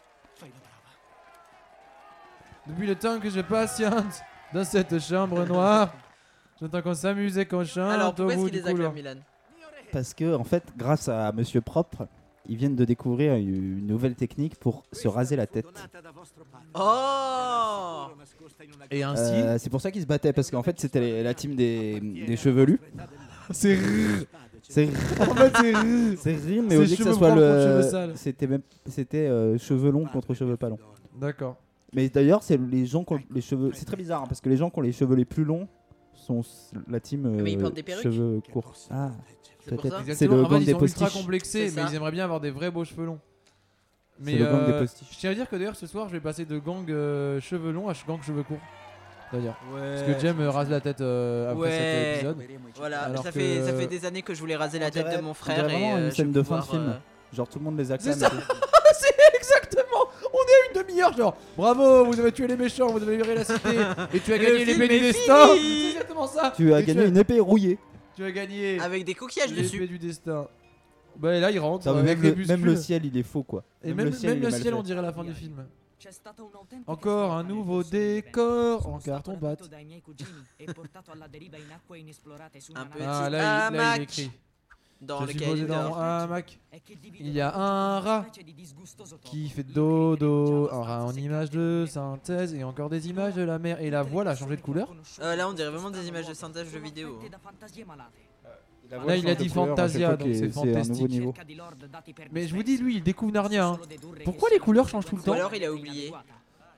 Depuis le temps que je patiente dans cette chambre noire, j'entends qu'on s'amuse et qu'on chante
Alors
au
pourquoi est-ce
bout
qu'ils
Ah, du
les acclament,
couloir.
Milan
Parce que, en fait, grâce à Monsieur Propre, ils viennent de découvrir une nouvelle technique pour se raser la tête.
Oh
Et
Euh, c'est pour ça qu'ils se battaient, parce qu'en fait, c'était les- la team des, des chevelus. C'est rrr. C'est rrr.
En fait, c'est rrr.
C'est rrr, mais
C'est
au lieu que ça
cheveux
soit
propres contre
le.
cheveux sales.
C'était même. C'était euh, cheveux longs contre cheveux pas longs.
D'accord.
Mais d'ailleurs, c'est les gens qui ont les cheveux. C'est très bizarre, hein, parce que les gens qui ont les cheveux les plus longs sont s- la team.
Ah, Mais ils
euh,
portent des perruques.
Cheveux courts. Ah,
pour ça
peut-être. C'est
Exactement.
le
En fait,
gang
ils
des
sont ultra
postiches.
complexés,
C'est
mais
ça.
ils aimeraient bien avoir des vrais beaux cheveux longs.
C'est
Mais
le gang des
euh,
postiches.
je tiens à dire que d'ailleurs ce soir je vais passer de gang euh, cheveux longs à ch- gang cheveux courts. D'ailleurs.
Ouais.
Parce que Jem euh, rase la tête euh, après
ouais.
cet épisode.
Voilà,
Alors
ça fait,
que-
ça fait des années que je voulais raser la tête de mon
On dirait
frère. et
vraiment
euh,
une
je
scène
vais
de fin de
pouvoir,
film.
euh,
Genre tout le monde les
C'est
acclame.
ça C'est exactement On est à une demi-heure, genre Bravo, vous avez tué les méchants, vous avez libéré la cité Et tu as
Le
gagné les
film
l'épée
est
du destin
fini.
C'est exactement ça
Tu as
Et
gagné une épée rouillée.
Tu as gagné
Avec des coquillages
l'épée
dessus.
du destin. Bah et là, il rentre
Non, mais
avec
même,
les
le, même
muscles.
le ciel, il est faux quoi.
Et même, même le ciel,
il est mal fait.
on dirait la fin du film. Encore un nouveau décor en carton pâte.
Un petit
Ah là, il, là, il
hamac
écrit.
dans
Je suis
lequel
posé
il
dans
dort.
un hamac. Il y a un rat qui fait dodo, un rat en image de synthèse et encore des images de la mer. Et la voile a changé de couleur.
Euh, là, on dirait vraiment des images de synthèse de vidéo. hein.
Ah, Là, il a dit Fantasia, donc c'est
un nouveau
fantastique.
niveau.
Mais je vous dis, lui, il découvre Narnia. hein. Pourquoi les couleurs changent tout le
Ou
temps
alors il a oublié.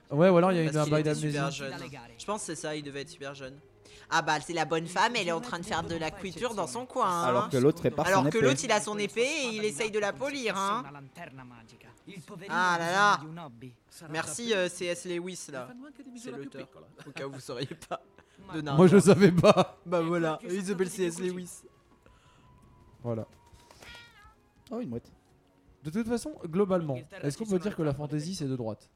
Ouais, ou alors il y a une,
Parce
un
qu'il
bail
était
d'amnésie.
super jeune. Je pense que c'est ça, il devait être super jeune. Ah bah c'est la bonne femme, elle est en train de faire de la cuiture dans son coin. hein.
Alors que l'autre répare
Alors
son
que
épée.
l'autre il a son épée et il essaye de la polir. Hein. Ah là là. Merci euh, C.S. Lewis là. C'est l'auteur. Au cas où vous sauriez pas. De Narnia.
Moi, je savais pas.
Bah voilà, il s'appelle C.S. Lewis.
Voilà.
Oh, une mouette.
De toute façon, globalement, est-ce qu'on peut dire que
hein,
la fantaisie c'est de droite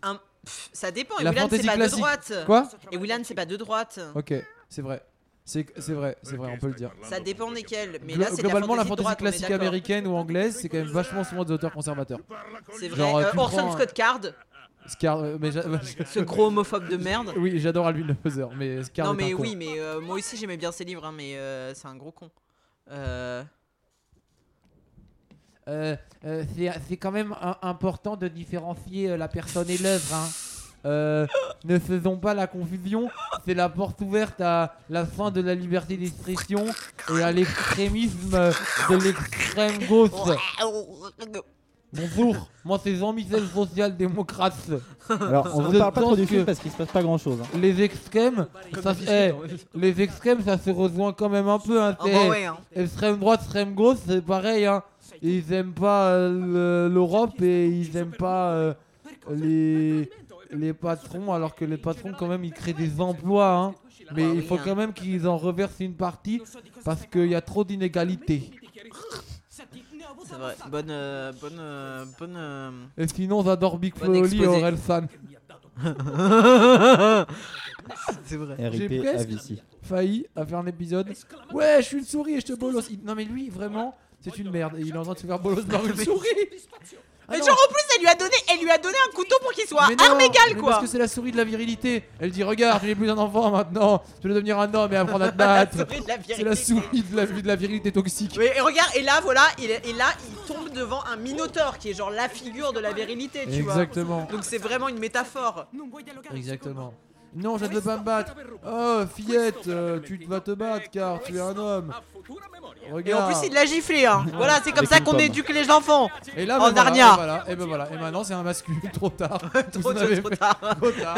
Un- pff, ça dépend, et
La
Willan c'est
fantaisie
pas de
classique.
droite.
Quoi
Et Willan c'est pas de droite.
Ok, c'est vrai. C'est c'est vrai, c'est vrai, on peut le dire.
Ça dépend desquels. Mais
Glo-
là c'est de la
globalement, la
fantaisie de
fantaisie
droite, on est
classique
d'accord.
américaine ou anglaise, c'est quand même vachement souvent des auteurs conservateurs.
C'est vrai.
Genre,
Euh,
tu
Orson
prends,
Scott Card.
euh, Scar, euh, mais j'a-
Ce gros homophobe de merde.
Oui, j'adore Alvin Lefeuzer, mais Scar
non
est un
mais
con.
oui, mais euh, moi aussi j'aimais bien ses livres, hein, mais euh, c'est un gros con. Euh,
Euh, euh, c'est c'est quand même un- important de différencier euh, la personne et l'œuvre. hein. Euh, ne faisons pas la confusion, c'est la porte ouverte à la fin de la liberté d'expression et à l'extrémisme de l'extrême gauche. Bonjour, moi c'est Jean-Michel Social-Démocrate.
Ah,
Alors, on
Je
vous parle pas trop du
pense
film
que-
parce qu'il se passe pas grand chose. Hein.
les extrêmes, ça,
d'habitude,
eh,
en fait.
les extrêmes, ça se rejoint quand même un peu. Hein,
Ah
c'est-
bah ouais, hein.
Extrême droite, extrême gauche, c'est pareil. Hein. Ils aiment pas euh, le- l'Europe et ils aiment pas euh, eh, les, les patrons, alors que les patrons, quand même, ils créent des emplois. hein. Mais il faut quand même qu'ils en reversent une partie parce qu'il y a trop d'inégalités.
c'est vrai. Bonne, euh, bonne, euh, bonne. euh,
Et sinon, j'adore Big
Bon
Flooli et
exposé.
Aurel San.
C'est vrai.
J'ai
R.I.P.
presque
Avicii.
failli à faire un épisode. Ouais, je suis une souris et je te bolos. Il- Non, mais lui, vraiment, c'est une merde. Il est en train de se faire bolos par une souris. Ah
Mais
non.
genre en plus elle lui a donné, elle lui a donné un couteau pour qu'il soit
Mais non,
arme égale
mais
quoi.
Parce que c'est la souris de la virilité. Elle dit Regarde, je n'ai plus un enfant maintenant. Je veux devenir un homme et apprendre à te battre.
La souris de la
C'est la souris de la, de la virilité toxique.
Oui, et regarde, et là voilà, il, est- et là il tombe devant un minotaure qui est genre la figure de la virilité, tu vois.
Exactement.
Donc c'est vraiment une métaphore.
Exactement. Non, je ne veux pas me battre. Oh, fillette, euh, tu vas te battre car tu es un homme.
Et en
Regarde.
plus, il l'a giflé, hein. Voilà, c'est comme
Avec
ça
une
qu'on
pomme.
éduque les enfants.
Et là,
en
ben voilà,
Oh, Narnia.
ben voilà, et ben voilà. Et maintenant, c'est un masculin. Trop tard.
Trop tôt, trop tard.
trop tard.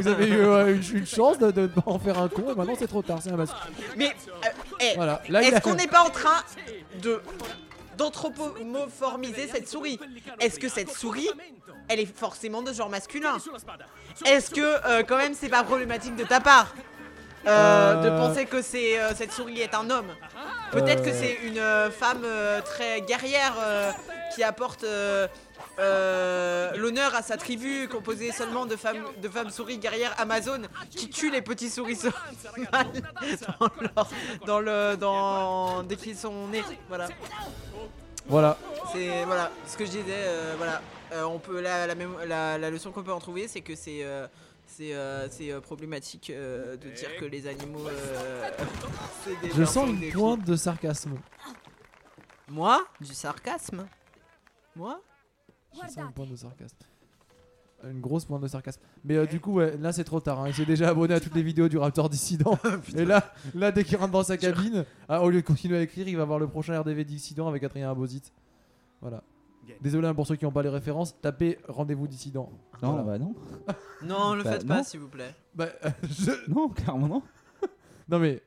Vous avez eu euh, une, une chance de de ne pas en faire un con. Et maintenant, c'est trop tard. C'est un masculin.
Mais, euh, eh,
Voilà. Là, il
est-ce
a-
qu'on n'est pas en train de d'anthropomorphiser cette souris Est-ce que cette souris, elle est forcément de genre masculin Est-ce que, euh, quand même, c'est pas problématique de ta part euh, de
Euh.
penser que c'est euh, cette souris est un homme Peut-être que
Euh.
c'est une euh, femme euh, très guerrière euh, qui apporte euh, euh, l'honneur à sa tribu composée seulement de femmes, de femmes souris guerrières amazones qui tuent les petits souriceaux dans, leur- dans le dans dès qu'ils sont nés. Voilà.
Voilà.
C'est voilà ce que je disais. euh, voilà, Euh, on peut la la, mémo- la- la leçon qu'on peut en trouver, c'est que c'est euh, c'est euh, c'est, euh, problématique euh, de dire que les animaux. euh, c'est des
Je sens
personnes
une
des-
pointe de sarcasme.
Moi, du sarcasme. Moi.
Je sens une pointe de sarcasme. Euh, Une grosse pointe de sarcasme. Mais euh, du coup, ouais, là, c'est trop tard. hein. Il s'est déjà abonné à toutes les vidéos du Raptor Dissident. et là, là, dès qu'il rentre dans sa cabine, ah, au lieu de continuer à écrire, il va voir le prochain RDV Dissident avec Adrien Abosit. Voilà. Désolé hein, pour ceux qui n'ont pas les références, tapez rendez-vous dissident.
Non, bah non.
Non, le
Bah,
faites pas,
non.
s'il vous plaît.
Bah,
Non, clairement non.
Non, mais.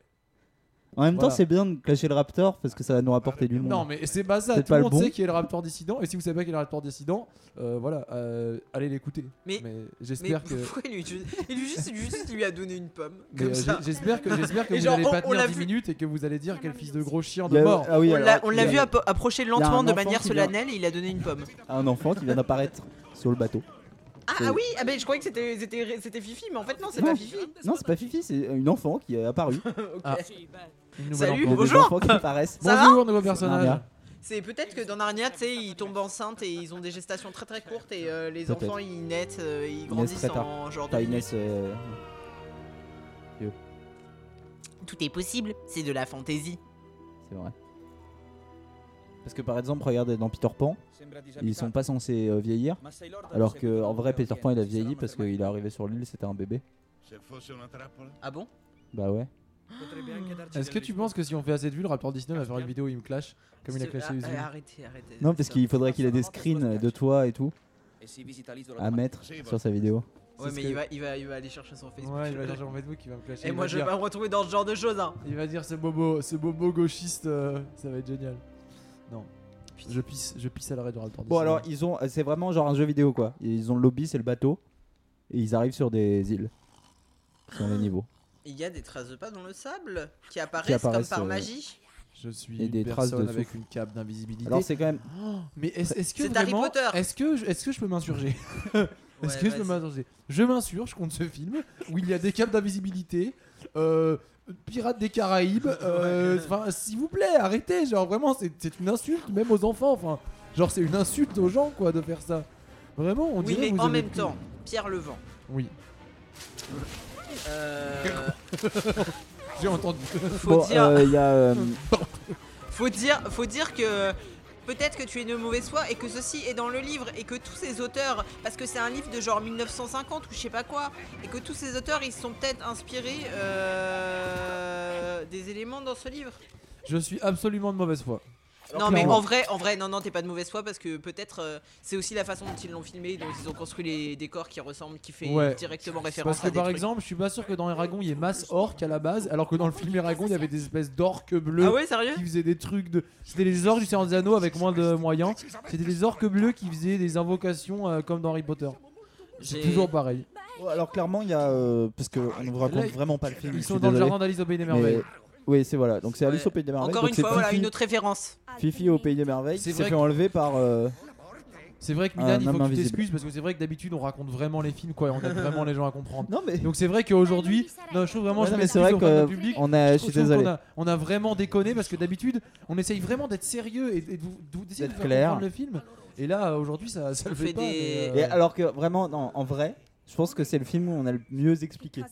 En même
Voilà.
temps, c'est bien de clasher le Raptor parce que ça va nous rapporter du monde.
Non, mais c'est pas ça.
Peut-être
Tout le
pas
monde
bon.
sait qui est le Raptor Dissident. Et si vous savez pas qui est le Raptor Dissident, euh, voilà, euh, allez l'écouter.
Mais-
j'espère
mais
que.
Pourquoi il lui, il lui juste, juste il lui a donné une pomme
Mais,
comme
euh,
ça.
j'ai- J'espère que, j'espère que
Et
vous
genre,
n'allez
on-
pas
on
tenir
l'a
10
vu-
minutes et que vous allez dire quel fils de gros chien
Il y
de
a-
mort.
ah oui,
on
alors,
l'a- on
il y
l'a
a-
vu appo- approcher
il y a un
lentement de
enfant
manière
qui
solennelle et il a donné une pomme.
Un enfant qui vient d'apparaître sur le bateau.
Ah,
C'est-
ah oui, ah ben je croyais que c'était- c'était c'était Fifi, mais en fait non, c'est pas Fifi.
Non, c'est pas Fifi, c'est une enfant qui est apparue.
Ok.
Une nouvelle
Salut,
enfant.
bonjour.
Des enfants qui apparaissent.
Ça va
Bonjour, nouveau personnage. Narnia.
C'est peut-être que dans Narnia, tu sais, ils tombent enceintes et ils ont des gestations très très courtes et euh, les
Peut-être.
enfants ils naissent, euh, ils
Inès
grandissent
très tard.
en genre de
Pas Inès. euh, vieux,
Tout est possible, c'est de la fantaisie.
C'est vrai. Parce que par exemple, regardez dans Peter Pan, ils sont pas censés euh, vieillir. Alors que en vrai, Peter Pan il a vieilli parce qu'il est arrivé sur l'île, c'était un bébé.
Ah bon
Bah ouais.
Est-ce que tu penses que si on fait assez de vues, le Raptor Disney va faire une vidéo où il me clash comme il a
C'est-
clashé
ah,
Usul
ah, arrêtez, arrêtez.
Non, parce qu'il faudrait qu'il ait des screens de toi et tout à mettre sur sa vidéo.
Ouais,
C'est ce
mais
que-
il, va, il, va, il va aller chercher son Facebook.
Ouais, il va chercher son Facebook, il va me clasher,
Et
il
moi,
va
je vais
dire-
pas me retrouver dans ce genre de choses. Hein.
Il va dire ce bobo, ce bobo gauchiste, euh, ça va être génial. Non. Je pisse, je pisse à l'arrêt du Raptor Disney.
Bon alors ils ont, euh, c'est vraiment genre un jeu vidéo quoi. Ils ont le lobby, c'est le bateau, et ils arrivent sur des îles, sur les niveaux.
Il y a des traces de pas dans le sable qui apparaissent,
apparaissent,
comme par
euh,
magie.
Je suis
Et
une
des traces de
personne avec
souffle.
une cape d'invisibilité.
Alors, c'est quand même-
Oh, Mais est-ce est-ce que
C'est Harry
vraiment-
Potter.
Est-ce que je- est-ce que je peux m'insurger Est-ce que je peux
vas-y.
m'insurger Je m'insurge contre ce film où il y a des capes d'invisibilité. euh, Pirates des Caraïbes, euh, enfin s'il vous plaît, arrêtez, genre vraiment c'est c'est une insulte même aux enfants, enfin genre c'est une insulte aux gens quoi de faire ça. Vraiment, on
Oui,
dirait que
mais
vous
en
avez
même
pris-
temps, Pierre Levent.
Oui.
Euh...
J'ai entendu.
Faut
bon,
dire.
euh, il y a, euh,
Faut dire, faut dire que peut-être que tu es de mauvaise foi et que ceci est dans le livre et que tous ces auteurs, parce que c'est un livre de genre 1950 ou je sais pas quoi, et que tous ces auteurs ils se sont peut-être inspirés euh, des éléments dans ce livre.
Je suis absolument de mauvaise foi.
non mais
Clairement.
en vrai, en vrai, non non, t'es pas de mauvaise foi parce que peut-être euh, c'est aussi la façon dont ils l'ont filmé, dont ils ont construit les décors qui ressemblent, qui fait
Ouais.
directement référence
Parce que
à des
par
trucs.
exemple, je suis pas sûr que dans Eragon il y ait masse orques à la base, alors que dans le film Eragon il y avait des espèces d'orques bleus
Ah ouais, sérieux
qui faisaient des trucs de. C'était les orques du Seigneur des Anneaux avec moins de moyens. C'était des orques bleus qui faisaient des invocations euh, comme dans Harry Potter. C'est
J'ai-
toujours pareil.
bon, alors clairement il y a, euh, parce que on ne vous raconte
Là,
vraiment pas le film.
ils
je
sont
suis
dans le
désolé.
jardin d'Alice au Pays des
Mais-
Merveilles.
Oui, c'est voilà. Donc c'est Alice au Pays des Merveilles.
Encore
donc
une
c'est
fois, voilà
Fifi-
une autre référence.
Fifi au Pays des Merveilles. qui
C'est vrai
s'est fait
que-
enlever par. euh,
C'est vrai que
un
Milan, il faut
homme
que tu
invisible.
t'excuses parce que c'est vrai que d'habitude on raconte vraiment les films quoi, et on aide vraiment les gens à comprendre. Donc c'est vrai qu'aujourd'hui, non, je trouve vraiment
Ouais,
je
non, mais
m'excuse
c'est vrai
auprès de
que
notre public.
on a- je
trouve
suis désolé.
qu'on a- On a vraiment déconné parce que d'habitude on essaye vraiment d'être sérieux et, et de vous- de vous d'essayer de
D'être
vous faire
clair.
comprendre le film. Et là aujourd'hui ça, ça le fait, pas. mais, euh,
Et alors que vraiment, non, en vrai, je pense que c'est le film où on a le mieux expliqué.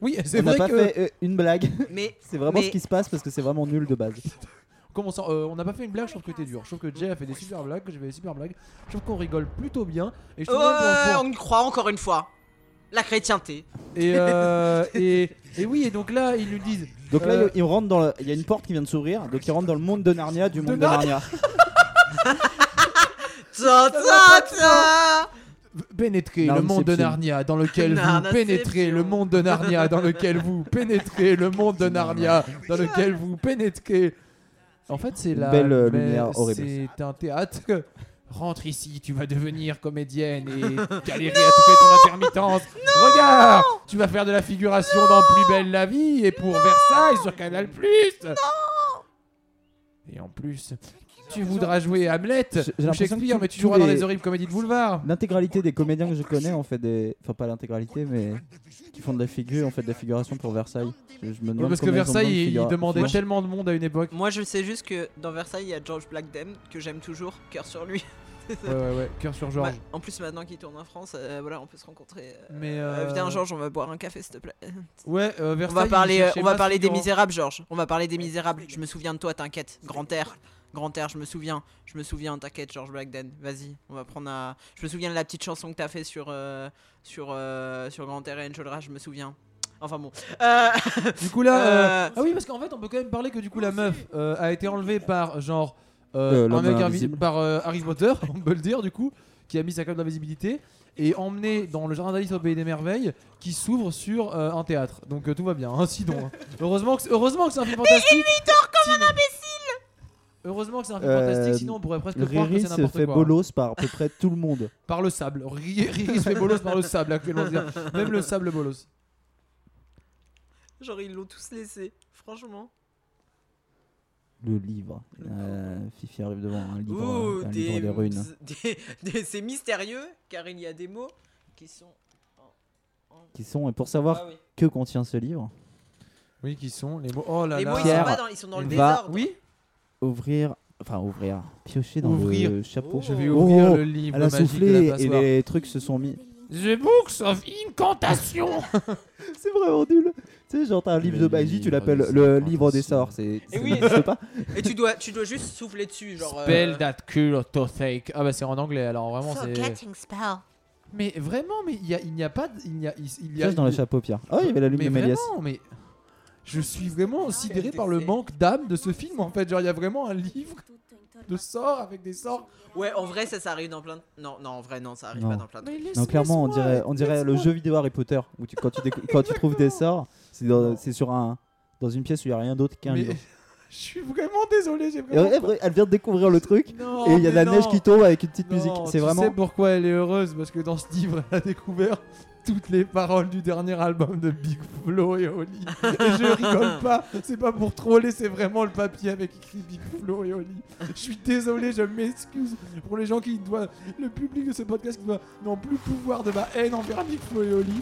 Oui, c'est
On n'a
vrai
pas
que-
fait euh, une blague.
Mais-
c'est vraiment
mais-
ce qui se passe parce que c'est vraiment nul de base.
Comme on sent- euh, on n'a pas fait une blague, je trouve que t'es dur. Je trouve que Jay a fait des super blagues, que j'ai fait des super blagues. Je trouve qu'on rigole plutôt bien. Et je trouve
Ouais,
même qu'on-
on y croit encore une fois. la chrétienté.
Et, euh, et, et oui, et donc là, ils nous disent.
Donc là,
euh,
il rentre dans. le- Il y a une porte qui vient de s'ouvrir, donc il rentre dans le monde de Narnia, du monde de,
Narnia.
Narnia.
Ta, ta, ta.
Pénétrez le monde de
Narnception.
Narnia dans lequel vous
Narnaception.
pénétrez le monde de Narnia dans lequel vous pénétrez le monde de Narnia dans lequel vous pénétrez. En fait, c'est
Une
la
belle, euh,
mais
lumière horrible.
C'est un théâtre. Rentre ici, tu vas devenir comédienne et galérer à tout fait ton intermittence. Regarde, tu vas faire de la figuration dans Plus belle la vie et pour Versailles sur Canal Plus. Et en plus, tu voudras jouer Hamlet ou Shakespeare, mais tu joueras dans les horribles comédies de boulevard.
L'intégralité des comédiens que je connais, en fait, des... enfin pas l'intégralité, mais qui font de la figure, en fait, de la figuration pour Versailles. Je, je me demande
parce que
combien ils ont besoin
Versailles,
de
il- il
figura-
demandait
figurants.
tellement de monde à une époque.
Moi, je sais juste que dans Versailles, il y a George Blackdem que j'aime toujours, cœur sur lui.
Ouais, ouais, ouais, cœur sur Georges.
Ma- en plus, maintenant qu'il tourne en France, euh, voilà, on peut se rencontrer. euh,
Mais,
euh,
euh,
viens, Georges, on va boire un café, s'il te plaît.
Ouais, euh, Versailles.
on va
il
parler, euh,
cherchait
on va
masse
parler des
figurants.
misérables, Georges. On va parler des misérables. Je me souviens de toi, t'inquiète. Grand air, grand air, je me souviens, je me souviens, t'inquiète, Georges Blackden. Vas-y, on va prendre. un- Je me souviens de la petite chanson que t'as fait sur euh, sur euh, sur Grand air et Enjolras. Je me souviens. Enfin bon. Euh,
Du coup là, euh,
euh,
ah oui, parce qu'en fait, on peut quand même parler que du coup la meuf euh, a été enlevée par genre
Euh,
euh, un
l'homme
mec
invisible.
invi- par euh, Harry Potter, on peut le dire du coup, qui a mis sa cape d'invisibilité et emmenée dans le jardin d'Alice au pays des merveilles, qui s'ouvre sur euh, un théâtre. Donc euh, tout va bien, hein, sinon. hein. heureusement que c'est- heureusement que c'est un film fantastique. Mais il dort comme un imbécile. Heureusement que c'est un film fantastique, sinon on pourrait presque croire que
Euh, Riri
c'est
se
n'importe quoi. hein.
fait bolos par à peu près tout le monde.
Par le sable. Riri Riri se fait bolos par le sable actuellement. c'est-à-dire Même le sable bolos.
genre ils l'ont tous laissé, franchement.
Le livre. Euh, Fifi arrive devant un livre,
Ouh,
hein,
un
Oh, des,
livre des runes.
des- des- c'est mystérieux car il y a des mots qui sont.
Qui sont, et pour
Oh.
savoir
Ah oui.
que contient ce livre,
Oui, qui sont les mots. Oh là
Les
là.
mots, ils sont
Pierre
pas dans- ils sont dans le
va-
désordre.
Oui.
ouvrir, enfin ouvrir, piocher dans
Ouvrir.
le chapeau.
Oh. Je vais ouvrir le livre
Oh. Elle a
magique de la
soufflé et
passoire.
les trucs se sont mis.
The Books of Incantation
C'est vraiment nul. Tu sais, genre t'as un livre de magie, tu l'appelles le livre des sorts. C'est
Et
ça
oui,
n'existe pas.
et tu dois, tu dois juste souffler dessus, genre. euh,
Spell that cure to take. Ah bah c'est en anglais alors vraiment c'est.
spell.
Mais vraiment, mais il y a- il n'y a, pas. de- Il y a, il, il y a-
Pioche dans le chapeau, Pierre. Ah, il y avait la lune
mais
de Méliès.
Vraiment, mais je suis
Ah,
vraiment sidéré par le manque d'âme de ce film en fait. Genre il y a vraiment un livre de sorts avec des sorts.
Ouais, en vrai, ça, ça arrive dans plein de. Non, non, en vrai, non, ça arrive
Non.
pas dans plein de. trucs.
Non, clairement, on dirait, on dirait le jeu vidéo Harry Potter où tu- quand, tu, décou- quand tu trouves des sorts, c'est dans, c'est sur un, dans une pièce où il n'y a rien d'autre qu'un
Mais-
livre.
Je suis vraiment désolé, j'ai
Et
vraiment.
ouais, vrai, elle vient de découvrir le truc
Non,
et il y a de la
Oh, mais
neige
non.
qui tombe avec une petite
Non,
musique. C'est
tu
vraiment.
sais pourquoi elle est heureuse parce que dans ce livre, elle a découvert toutes les paroles du dernier album de Big Flo et Oli. Et je rigole pas, c'est pas pour troller, c'est vraiment le papier avec écrit Big Flo et Oli. Je suis désolé, je m'excuse pour les gens qui doivent, le public de ce podcast qui doit n'ont plus pouvoir de ma haine envers Big Flo et Oli.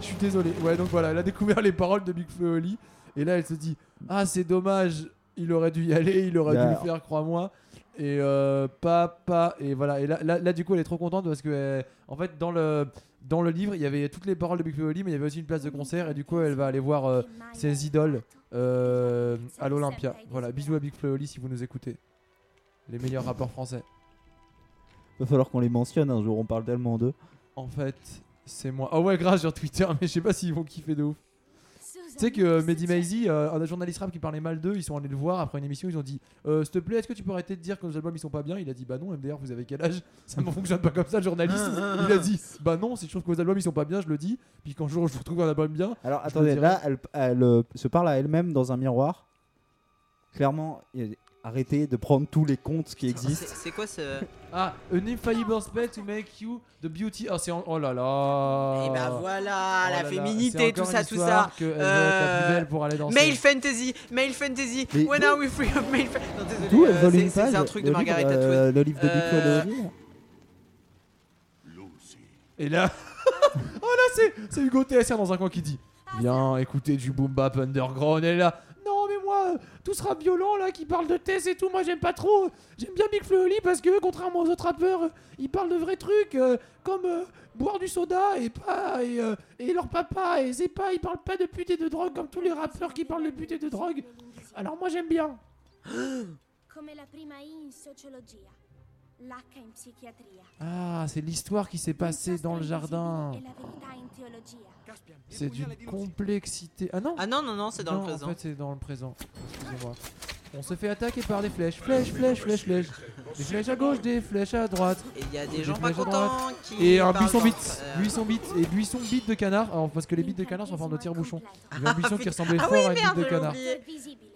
Je suis désolé. Ouais, donc voilà, elle a découvert les paroles de Big Flo et Oli et là elle se dit "Ah, c'est dommage, il aurait dû y aller, il aurait dû le
Alors.
faire faire, crois-moi. Et euh, papa, et voilà. Et là, là, là, du coup, elle est trop contente parce que, euh, en fait, dans le, dans le livre, il y avait toutes les paroles de Big Flo et Oli, mais il y avait aussi une place de concert. Et du coup, elle va aller voir euh, ses idoles euh, à l'Olympia. Voilà, bisous à Big Flo et Oli si vous nous écoutez. Les meilleurs rappeurs français.
Va falloir qu'on les mentionne un jour, on parle tellement d'eux.
En fait, c'est moi. Oh ouais, grâce sur Twitter, mais je sais pas s'ils vont kiffer de ouf. Tu sais que euh, Mehdi Maizi, euh, un journaliste rap qui parlait mal d'eux, ils sont allés le voir après une émission, ils ont dit euh, S'il te plaît, est-ce que tu peux arrêter de dire que nos albums ils sont pas bien Il a dit Bah non, MDR, vous avez quel âge Ça ne fonctionne pas comme ça, le journaliste. Il a dit Bah non, si je trouve que vos albums ils sont pas bien, je le dis. Puis quand un jour je vous trouve un album bien.
Alors
je le
attendez,
dirai.
là, elle, elle, euh, se parle à elle-même dans un miroir. Clairement, il- arrêtez de prendre tous les comptes qui
C'est
existent.
c'est quoi ce.
Ah, an infallible spell to make you the beauty. Oh, c'est en- oh là là
Et bah voilà, la
Oh là là, c'est
féminité, tout
encore
ça,
une
tout ça. Euh,
histoire que elle doit être la plus belle pour aller danser.
Male fantasy, male fantasy.
Mais
When
d'où-
are we free of male fantasy Non, désolé,
D'où elle
euh,
vole
c'est-
une
c'est
page
c'est un truc de
le livre,
Margaret
euh,
Atwood.
Le livre de Ah, Big Flo
Euh,
de Rire.
Et là, oh là, c'est- c'est Hugo TSR dans un coin qui dit Viens écouter du boom bap underground. Et là, non, mais moi, euh, tout sera violent là qui parle de thèse et tout. Moi, j'aime pas trop. J'aime bien Big Flo et Oli parce que, contrairement aux autres rappeurs, euh, ils parlent de vrais trucs euh, comme euh, boire du soda et pas et, euh, et leur papa. Et c'est pas, ils parlent pas de pute et de drogue comme tous les rappeurs qui parlent de pute et de drogue. Alors, moi, j'aime bien.
Come la prima I in sociologia, l'H in psichiatria.
Ah, c'est l'histoire qui s'est passée dans le jardin.
Et la verità in teologia.
C'est d'une complexité. Ah non
Ah non, non, non, c'est dans le
Non,
présent.
En fait, c'est dans le présent. Excusez-moi. On se fait attaquer par des flèches. Flèches, flèches, flèches, flèches. Des flèches à gauche, des flèches à droite.
Et il y a des
Des
gens pas
flèches à
contents
droite.
qui
Et un
parlent
buisson
dans-
bite.
euh,
Buisson bite. Et buisson bite de canard. Alors, parce que les bites de canard sont en forme de tire-bouchon. Il y a un buisson qui ressemblait
Ah
fort
oui,
à une bite
merde,
de
je l'ai
canard.
oublié.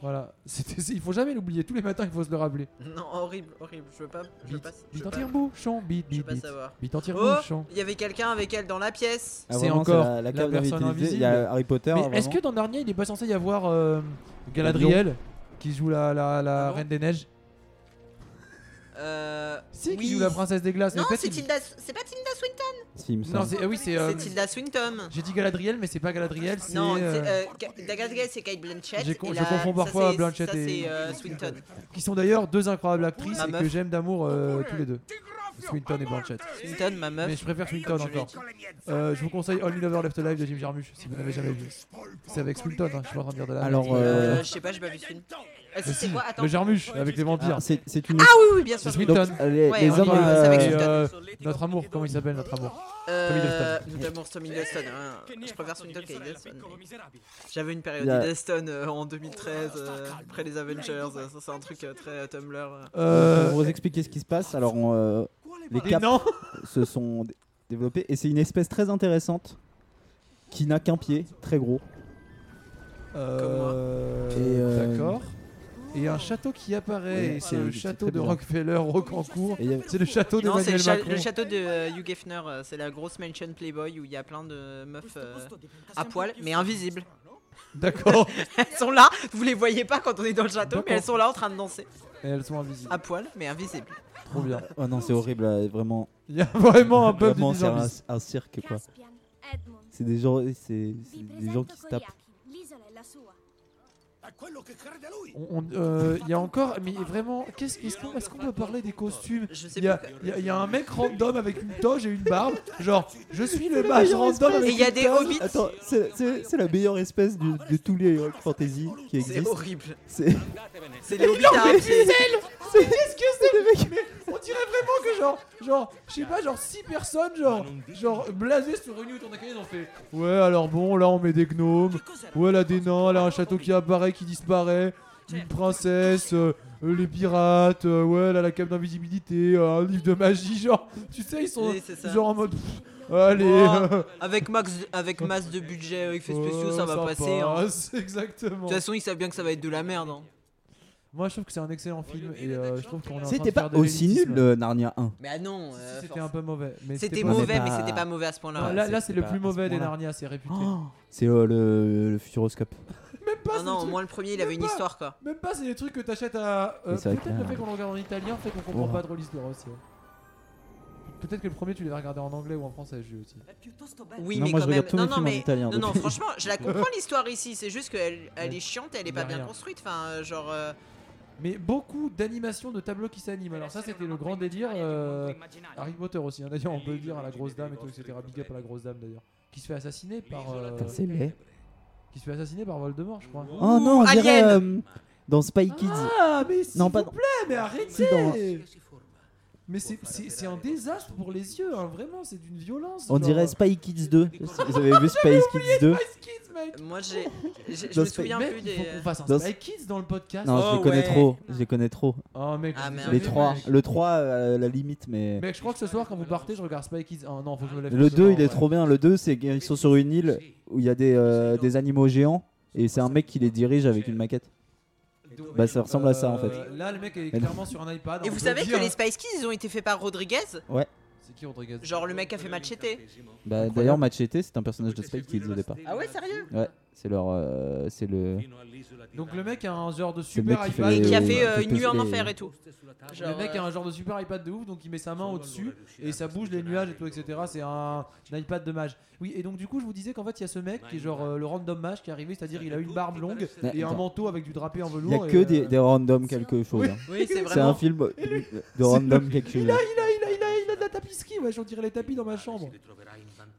Voilà. C'était- Il faut jamais l'oublier. Tous les matins, il faut se le rappeler.
Non, horrible, horrible. Je veux pas. Je veux
Bite,
pas. je
bite
veux
en
pas-
tire-bouchon. Bite,
Je veux
bite,
pas
bite.
savoir.
Bite en tire-bouchon.
Oh, il y avait quelqu'un avec elle dans la pièce.
Ah, vraiment, c'est la- la cave
personne
d'invisibilité. Il y a
invisible.
Harry Potter,
Mais
vraiment.
est-ce que dans Narnia il est pas censé y avoir euh, Galadriel qui joue la, la,
Ah
la reine des neiges
Euh,
Si, qui
oui.
joue la princesse des glaces.
Non,
mais en fait,
c'est
il-
Tilda. C'est pas Tilda Swinton.
Si, il me
Non,
semble.
c'est ah oui, c'est. euh,
C'est Tilda Swinton.
J'ai dit Galadriel, mais c'est pas Galadriel, c'est.
Non,
euh,
c'est, euh, Ga- Ga- Galadriel, c'est Kate Blanchett.
j'ai con-
et
je
la-
confonds
ça,
parfois
c'est-
Blanchett
ça,
et-
c'est euh, Swinton.
Qui sont d'ailleurs deux incroyables actrices
Ma
et
meuf.
que j'aime d'amour euh, tous les deux. Swinton et Blanchett.
Swinton, ma meuf.
Mais je préfère Swinton
Je l'ai
encore.
dit.
Euh, je vous conseille Only Lover Left Alive de Jim Jarmusch si vous n'avez jamais vu. C'est avec Swinton, hein, je suis pas en train de dire de la.
Alors,
merde.
euh,
Euh, je sais pas, j'ai pas vu ce film. Ah, si, c'est quoi Attends.
Le Jarmuche avec les vampires.
Ah, c'est- c'est une-
Ah oui, oui, bien sûr.
C'est Swinton.
Donc, les- Ouais, les
Et,
hommes, euh, c'est avec
et,
Swinton.
euh, notre amour, comment il s'appelle notre amour Tommy
Euh,
Dalton.
Notre amour, Tom Hiddleston. hein. Je préfère Swinton qu'à Hiddleston. mais J'avais une période
Il y a-
Hiddleston euh, en 2013, euh, après les Avengers. euh, ça, c'est un truc euh, très euh, Tumblr. euh.
On va vous expliquer ce qui se passe. Alors, on, euh, les
Des
caps
nains
se sont dé- développés et c'est une espèce très intéressante qui n'a qu'un pied, très gros.
Euh,
Et, euh,
D'accord. Et un château qui apparaît,
Ouais,
et c'est
c'est-
le
c'est
château
très
de
bizarre.
Rockefeller, Rocancourt.
Et il y avait-
C'est le château
Non, c'est le,
d'Emmanuel
cha-
Macron.
le château de euh, Hugh Hefner. euh, c'est la grosse mansion Playboy où il y a plein de meufs euh, à poil, mais invisibles.
D'accord.
elles sont là, vous les voyez pas quand on est dans le château, mais
D'accord.
elles sont là en train de danser.
Et elles sont invisibles.
À poil, mais invisibles.
Trop bien.
Oh non, c'est horrible, là, vraiment.
Il y a vraiment un peuple
Vraiment,
du
c'est un,
Bizarre-Bis.
un cirque quoi. C'est des gens, c'est c'est des gens qui se tapent.
L'isola è la sua.
On- on- euh, Il y a encore, mais vraiment, qu'est-ce qu'est-ce qu'on- est-ce qu'on peut parler des costumes Il y, a- il y a- il y a un mec random avec une toge et une barbe, genre je suis le mage random. avec une toge.
Attends, c'est- c'est c'est la meilleure espèce de, de tous les heroic fantasy qui
C'est
existe.
horrible.
C'est
C'est les hobbits à pied.
Qu'est-ce que c'est Mais on dirait vraiment que genre, genre, je sais pas, genre 6 personnes,
Ah
genre, genre blasées se réunissent autour d'un cahier et ont fait Ouais, alors bon, là on met des gnomes, ouais, là des nains, là un château qui apparaît, qui disparaît, une princesse, euh, euh, les pirates, euh, ouais, là la cape d'invisibilité, euh, un livre de magie, genre, tu sais, ils sont
Oui, c'est ça.
genre en mode pff, Allez,
Oh,
euh,
avec, max, avec masse de budget, avec effets spéciaux,
Oh,
ça va
ça
passer. hein.
passe, exactement.
De toute façon, ils savent bien que ça va être de la merde. hein.
moi je trouve que c'est un excellent
Oh,
film et euh, je trouve qu'on est en train
C'était
de faire de
pas aussi
l'élitisme.
nul le Narnia 1.
Mais ah non. euh,
C'était un peu mauvais. mais
C'était
pas-
mauvais, mais c'était pas mauvais à ce point-là.
Non,
Ouais,
Là,
c'est-
là, c'est
c'est
le
pas
plus
à ce
mauvais des
point-là.
Narnia, c'est réputé.
C'est euh, le, le futuroscope.
non, non, au moins le premier, il avait une
pas-
histoire quoi.
Même pas, c'est des trucs que t'achètes à. euh,
Mais c'est vrai
Peut-être
que
le
là-
fait qu'on le regarde en italien fait qu'on comprend
Oh.
pas trop l'histoire aussi. ouais. Peut-être que le premier, tu l'avais regardé en anglais ou en français, je aussi.
Bah,
Oui,
Non,
mais
moi,
quand
je regarde
même.
tous
non,
mes
non,
films en
mais-
italien,
non, non,
depuis.
franchement, je la comprends l'histoire ici. C'est juste qu'elle elle est chiante, elle est
Il y
pas
a
bien
rien.
construite. Enfin, euh, genre. euh,
Mais beaucoup d'animations de tableaux qui s'animent. Alors, ça, c'était le grand délire. euh, Harry Potter aussi. hein. D'ailleurs, on peut le dire à la grosse dame et tout, etc. Big up à la grosse dame d'ailleurs. Qui se fait assassiner par. euh,
Putain, c'est laid.
Qui se fait assassiner par Voldemort, je crois.
Oh non, on dirait
Alien
euh, dans Spy Kids.
Ah, mais s'il
Non,
vous
pas
plaît,
dans-
mais
Si,
arrêtez
dans-
Mais c'est- c'est c'est un désastre pour les yeux, hein, vraiment, c'est d'une violence.
On
genre. euh,
dirait Spy Kids 2. Si Vous avez vu
J'avais
Spy
oublié
Kids 2
Spice Kids, mec.
Moi, j'ai. j'ai- Je
Dans
me
Spy-
souviens
Mec,
plus
il faut
des. Oh.
qu'on fasse un
Dans-
Spy Kids Oh, dans le podcast.
Non, je les connais trop. Je les connais trop.
Oh, mec,
Ah,
je suis
merde.
Les
désolé,
3.
mec.
Le 3 à la limite, mais.
Mec, je crois que ce soir, quand vous partez, je regarde Spy Kids. Ah non, faut que je me lève.
Le
tout
2,
seul,
il est
ouais.
trop bien. Le 2, c'est qu'ils sont sur une île où il y a des, euh, des animaux géants et c'est un mec qui les dirige avec une maquette. Bah, ça ressemble à ça en fait.
Euh, Là, le mec est clairement sur un iPad.
Et
on
vous
peut
savez
le dire. hein.
que les Spice Kids, ils ont été faits par Rodriguez
Ouais.
C'est qui Rodriguez
Genre le mec qui a fait Machete.
Bah, d'ailleurs, Machete, c'est un personnage de Spy Kids au départ.
Ah ouais, sérieux
Ouais, c'est leur. euh, c'est le.
Donc, le mec a un genre de
C'est le mec
super
qui fait
iPad.
les-
Et qui a fait euh,
qui
une nuit en
les-
enfer et tout.
le
Genre,
mec
euh,
a un genre de super iPad de ouf, donc il met sa main au-dessus et ça bouge les nuages et tout, etc. C'est un, un iPad de mage. Oui, et donc du coup, je vous disais qu'en fait, il y a ce mec qui est genre euh, le random mage qui est arrivé, c'est-à-dire il a une barbe longue
Mais
et un
attends.
manteau avec du drapé en
Il y a
velours.
que
et,
des,
euh,
des random quelque chose. hein.
Oui, c'est
C'est un
vraiment-
film euh, de random quelque chose.
Il a, il a, il a, il a, il a de la tapisserie, ouais, j'en dirais Ah, les tapis
Ah,
dans ma chambre.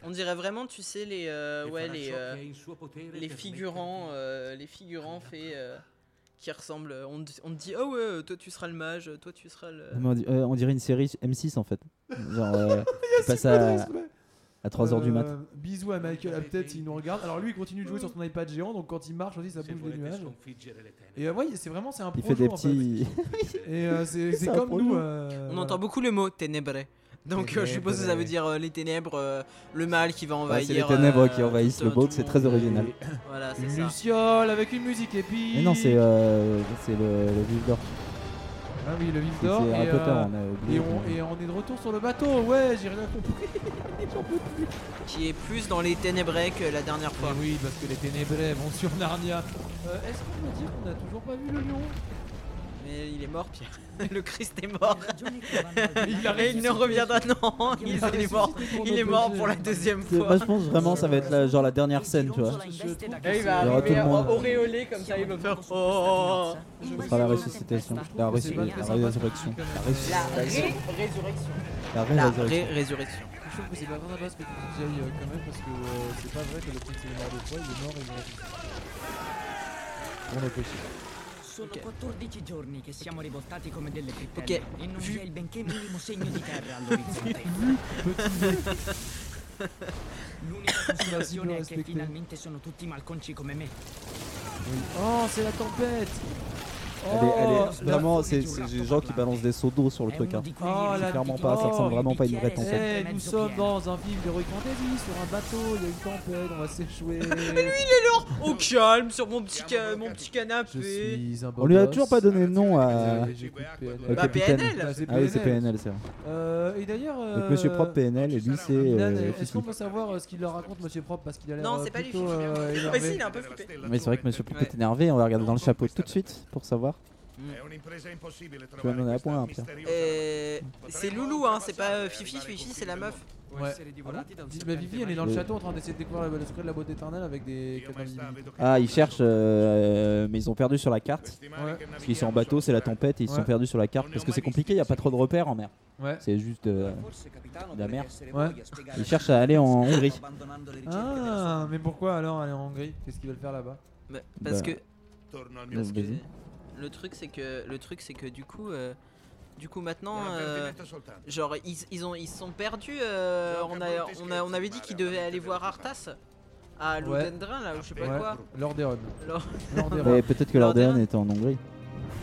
On dirait vraiment, tu sais, les, euh, ouais, les, euh, les figurants, euh, les figurants faits euh, qui ressemblent. On, te- on te dit, oh ouais, toi tu seras le mage, toi tu seras le.
Mais on, di- euh, on dirait une série M6 en fait. Genre. euh, tu passes
Pas de Euh,
à-
respect.
à 3h du mat.
Bisous à Michael Apted s'il nous regarde. Alors lui il continue de jouer sur son iPad géant donc quand il marche aussi ça bouge les nuages. Et euh, ouais c'est vraiment c'est un
Il
projo,
fait des
en fait.
petits-
Et euh, c'est c'est
C'est un
comme nous.
projo.
euh,
On entend beaucoup le mot ténèbres. Donc euh, je suppose que ça veut dire euh, les ténèbres, euh, le mal qui va
Ouais,
envahir.
c'est les ténèbres
euh,
qui envahissent le boat, c'est très original.
Voilà, c'est
Une
ça.
luciole avec une musique épique.
Mais non, c'est euh, c'est le, le vif d'or.
Ah oui, le vif
C'est-
d'or.
c'est Harry
et,
Potter, hein.
euh,
on a oublié.
et on- et on est de retour sur le bateau. Ouais, j'ai rien compris. J'en peux plus.
Qui est plus dans les ténèbres que la dernière fois.
Ah oui, parce que les ténèbres vont sur Narnia. Euh, Est-ce qu'on peut dire qu'on a toujours pas vu le lion
Mais il est mort, Pierre. Le Christ est mort.
Il a
Et il ne
ressuscité.
reviendra non. Il,
Il a
est mort.
ressuscité pour
Il est
notre
mort
jeu.
pour la deuxième
C'est-
fois.
Moi, je pense vraiment ça va être la, genre la dernière scène, tu vois.
Et il va
Il y aura tout
arriver
le monde.
auréolé comme ça, il va faire. Oh.
Ce sera la ressuscitation, la, ressu- la résurrection,
Ah,
la
La
ressuscitation,
ré- résurrection.
la
La
résurrection.
ré- résurrection.
Je trouve que c'est pas vraiment pas ce que tu dis, Jay, euh, quand même, parce que euh, c'est pas vrai que le prince il est mort deux fois, il est mort et il est mort. On a péché.
Sono 14 giorni che siamo rivoltati come delle
Ok.
frittelle e non c'è il benché minimo segno di terra all'orizzonte. L'unica consolazione è che finalmente sono tutti malconci come me.
Oh, c'est la tempête
Elle est, elle est-
Oh, la-
vraiment, c'est c'est
hein.
des gens qui balancent des seaux d'eau sur le truc. Hein.
Oh, la
c'est clairement pas, ça ressemble vraiment pas à une vraie tempête.
Eh, nous sommes dans un film d'Heroic Fantasy, sur un bateau, il y a une tempête, on va s'échouer.
Mais lui, il est là, au calme, sur mon petit, ca- mon petit canapé.
On lui a toujours pas donné de nom à.
J'ai coupé PNL.
au
Bah,
capitaine.
PNL. Bah, c'est
Ah oui, c'est
PNL,
PNL, c'est vrai.
Euh, et d'ailleurs.
Donc, Monsieur Propre, PNL, et lui, c'est.
Milan,
euh,
est-ce
Fifi.
qu'on peut savoir euh, ce qu'il leur raconte, Monsieur Propre Parce qu'il a l'air.
Non,
euh,
c'est pas lui,
plutôt,
Fifi.
euh, énervé.
Mais si, il est un peu flippé.
Mais c'est vrai que Monsieur Propre est énervé, on va regarder dans le chapeau tout de suite pour savoir. Tu vas me donner un point après.
Euh, c'est Loulou, hein, c'est pas euh, Fifi, Fifi, c'est la meuf.
Ouais. Bah, Vivi, elle est dans le château en train d'essayer de découvrir le secret de la beauté éternelle avec des.
Ah, ils cherchent, euh, mais ils ont perdu sur la carte. Parce qu'ils sont en bateau, c'est la tempête, et ils se sont
Ouais.
perdus sur la carte. Parce que c'est compliqué, il n'y a pas trop de repères en mer.
Ouais.
C'est juste euh, de la mer.
Ouais.
Ils cherchent à aller en Hongrie.
Ah, mais pourquoi alors aller en Hongrie Qu'est-ce qu'ils veulent faire là-bas
Bah, parce
Bah,
que.
Vas-y.
Le truc c'est que le truc c'est que du coup euh, du coup maintenant euh, genre ils, ils ont ils se sont perdus euh, on a on a on avait dit qu'ils devaient aller voir Arthas à Ludendrin là ou je sais pas
Ouais.
quoi.
Lordaeron.
Lord-
Mais peut-être que l'Ordeon était en Hongrie.